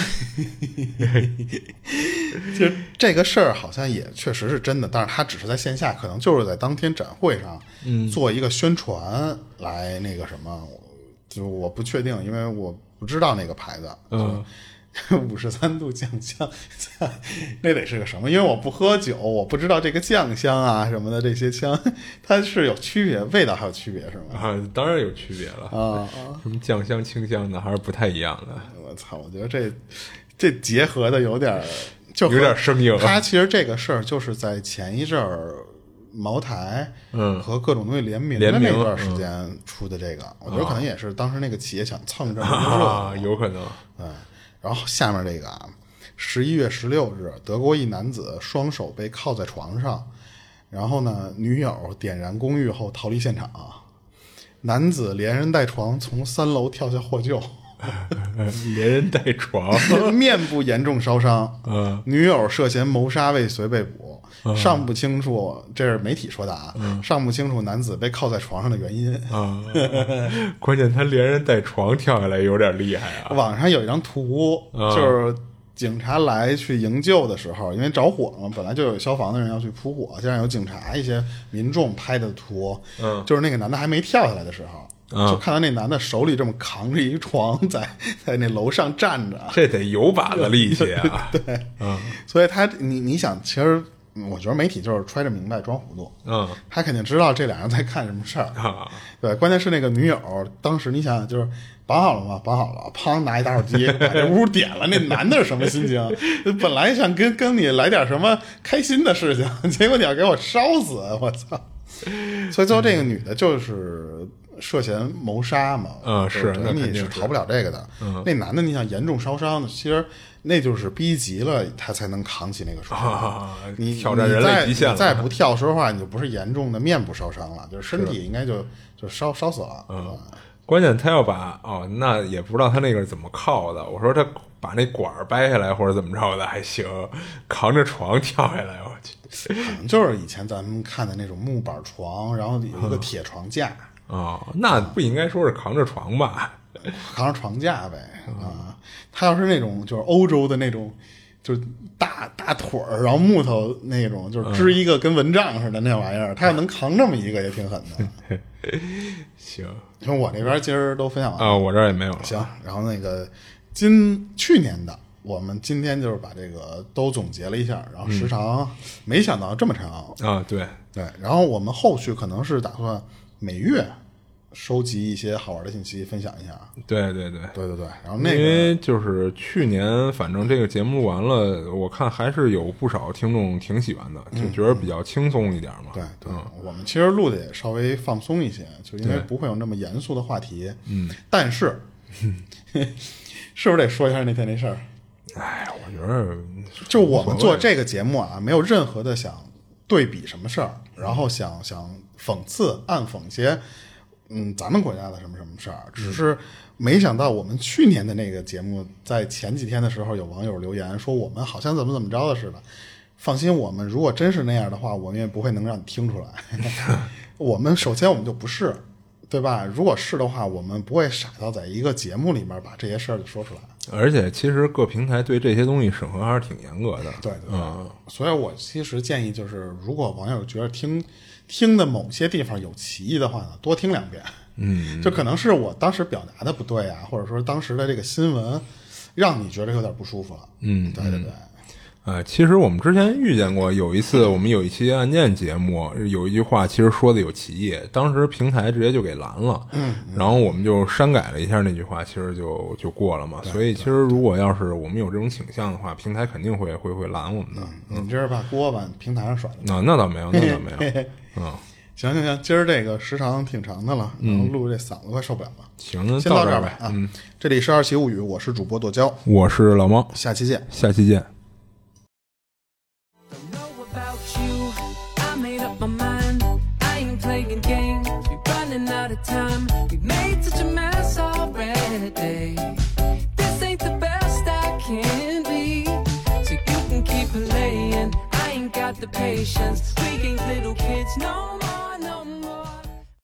Speaker 1: 就这个事儿好像也确实是真的，但是他只是在线下，可能就是在当天展会上
Speaker 2: 嗯
Speaker 1: 做一个宣传来那个什么，就我不确定，因为我不知道那个牌子，啊
Speaker 2: 嗯，
Speaker 1: (laughs) 五十三度酱香，那得是个什么？因为我不喝酒，我不知道这个酱香啊什么的这些香，它是有区别，味道还有区别是吗？
Speaker 2: 啊，当然有区别了，
Speaker 1: 啊，
Speaker 2: 什么酱香、清香的还是不太一样的，
Speaker 1: 我操！我觉得这这结合的有点儿就和
Speaker 2: 有点生硬。
Speaker 1: 他其实这个事儿就是在前一阵儿茅台
Speaker 2: 嗯
Speaker 1: 和各种东西联名的
Speaker 2: 联名嗯
Speaker 1: 那段时间出的这个，我觉得可能也是当时那个企业想蹭
Speaker 2: (laughs)
Speaker 1: 这么一个热
Speaker 2: 啊，
Speaker 1: 度。
Speaker 2: 有可能，
Speaker 1: 嗯，然后下面这个啊，十一月十六日，德国一男子双手被铐在床上，然后呢，女友点燃公寓后逃离现场，啊男子连人带床从三楼跳下获救，
Speaker 2: 连人带床，
Speaker 1: (laughs) 面部严重烧伤，
Speaker 2: (laughs) 嗯
Speaker 1: 女友涉嫌谋杀未遂被捕，尚不清楚，这是媒体说的啊，
Speaker 2: 嗯
Speaker 1: 尚不清楚男子被铐在床上的原因。
Speaker 2: (laughs) 啊，关键他连人带床跳下来有点厉害啊，
Speaker 1: 网上有一张图，
Speaker 2: 啊
Speaker 1: 就是警察来去营救的时候，因为着火了嘛，本来就有消防的人要去扑火，现在有警察一些民众拍的图，
Speaker 2: 嗯
Speaker 1: 就是那个男的还没跳下来的时候。
Speaker 2: 啊
Speaker 1: 就看到那男的手里这么扛着一床 (laughs) 在，在那楼上站着，
Speaker 2: 这得有把子力气啊， (laughs) 对，嗯
Speaker 1: 所以他你你想，其实我觉得媒体就是揣着明白装糊涂，
Speaker 2: 嗯
Speaker 1: 他肯定知道这俩人在干什么事儿，
Speaker 2: 啊，
Speaker 1: 对，关键是那个女友，当时你想想，就是绑好了吗？绑好了，砰，拿一打火机把这屋点了。那男的是什么心情？本来想跟跟你来点什么开心的事情，结果你要给我烧死，啊我操！所以最后这个女的就是涉嫌谋杀嘛，
Speaker 2: 嗯
Speaker 1: 就是等于
Speaker 2: 那肯
Speaker 1: 你
Speaker 2: 定
Speaker 1: 是
Speaker 2: 是嗯
Speaker 1: 逃不了这个的。那男的你想严重烧伤，其实那就是逼急了他才能扛起那
Speaker 2: (laughs)
Speaker 1: 个床。
Speaker 2: 啊
Speaker 1: 你
Speaker 2: 挑战人类极限
Speaker 1: 你再你再
Speaker 2: 了，
Speaker 1: 不跳，说实话，你就不是严重的面部烧伤了，就是身体应该就就烧烧死了。嗯，
Speaker 2: 关键他要把哦，那也不知道他那个是怎么铐的。我说他把那管儿掰下来或者怎么着的还行，扛着床跳下来，我去
Speaker 1: 可能就是以前咱们看的那种木板床，然后有一
Speaker 2: (laughs)
Speaker 1: 个铁床架，
Speaker 2: 哦，那不应该说是扛着床吧？
Speaker 1: 扛着床架呗。啊，他要是那种就是欧洲的那种，就是大大腿儿，然后木头那种，就是
Speaker 2: 嗯
Speaker 1: 支一个跟蚊帐似的那玩意儿，他要能扛这么一个也挺狠的。
Speaker 2: 行
Speaker 1: 你看我这边今儿都分享完了。
Speaker 2: 啊，我这儿也没有了。
Speaker 1: 行，然后那个今去年的，我们今天就是把这个都总结了一下，然后时长、没想到这么长，
Speaker 2: 啊，对，
Speaker 1: 对，然后我们后续可能是打算每月收集一些好玩的信息分享一下，
Speaker 2: 对对对。
Speaker 1: 对对对，然后那
Speaker 2: 因
Speaker 1: 个
Speaker 2: 为就是去年，反正这个节目录完了，我看还是有不少听众挺喜欢的，就觉得比较轻松一点嘛。
Speaker 1: 嗯对对，我们其实录的也稍微放松一些，就因为不会有那么严肃的话题，嗯，但是 (laughs) 是不是得说一下那天那事儿？
Speaker 2: 哎，我觉得
Speaker 1: 就我们做这个节目啊，没有任何的想对比什么事儿，然后想想讽刺、暗讽一些，嗯，咱们国家的什么什么事儿。只是没想到我们去年的那个节目，在前几天的时候，有网友留言说我们好像怎么怎么着的似的。放心，我们如果真是那样的话，我们也不会能让你听出来。我们首先我们就不是，对吧？如果是的话，我们不会傻到在一个节目里面把这些事儿就说出来。
Speaker 2: 而且其实各平台对这些东西审核还是挺严格的。
Speaker 1: 对对对，所以我其实建议就是，如果网友觉得听听的某些地方有歧义的话呢，多听两遍。嗯， (laughs) 就可能是我当时表达的不对啊，或者说当时的这个新闻让你觉得有点不舒服了。嗯，对对对，
Speaker 2: 呃，其实我们之前遇见过，有一次我们有一期案件节目，有一句话其实说的有歧义，当时平台直接就给拦了，嗯，然后我们就删改了一下那句话，其实就就过了嘛。所以其实如果要是我们有这种倾向的话，平台肯定会会会拦我们的。
Speaker 1: 你们这是把锅往平台上甩了。
Speaker 2: 那、那倒没有，那倒没有，嗯，
Speaker 1: 行行行，今儿这个时长挺长的了，然后录这嗓子快受不了了，
Speaker 2: 行，那
Speaker 1: 嗯先到
Speaker 2: 这
Speaker 1: 这
Speaker 2: 儿
Speaker 1: 儿
Speaker 2: 呗。
Speaker 1: 啊。这里是二奇物语，我是主播剁椒，
Speaker 2: 我是老猫，
Speaker 1: 下期见。
Speaker 2: 下期见。
Speaker 3: Don't know about you. I made up my mind. I ain't playing games. We're running out of time. We've made such a mess already. This ain't the best I can be. So you can keep playing. I ain't got the patience. We ain't little kids, no.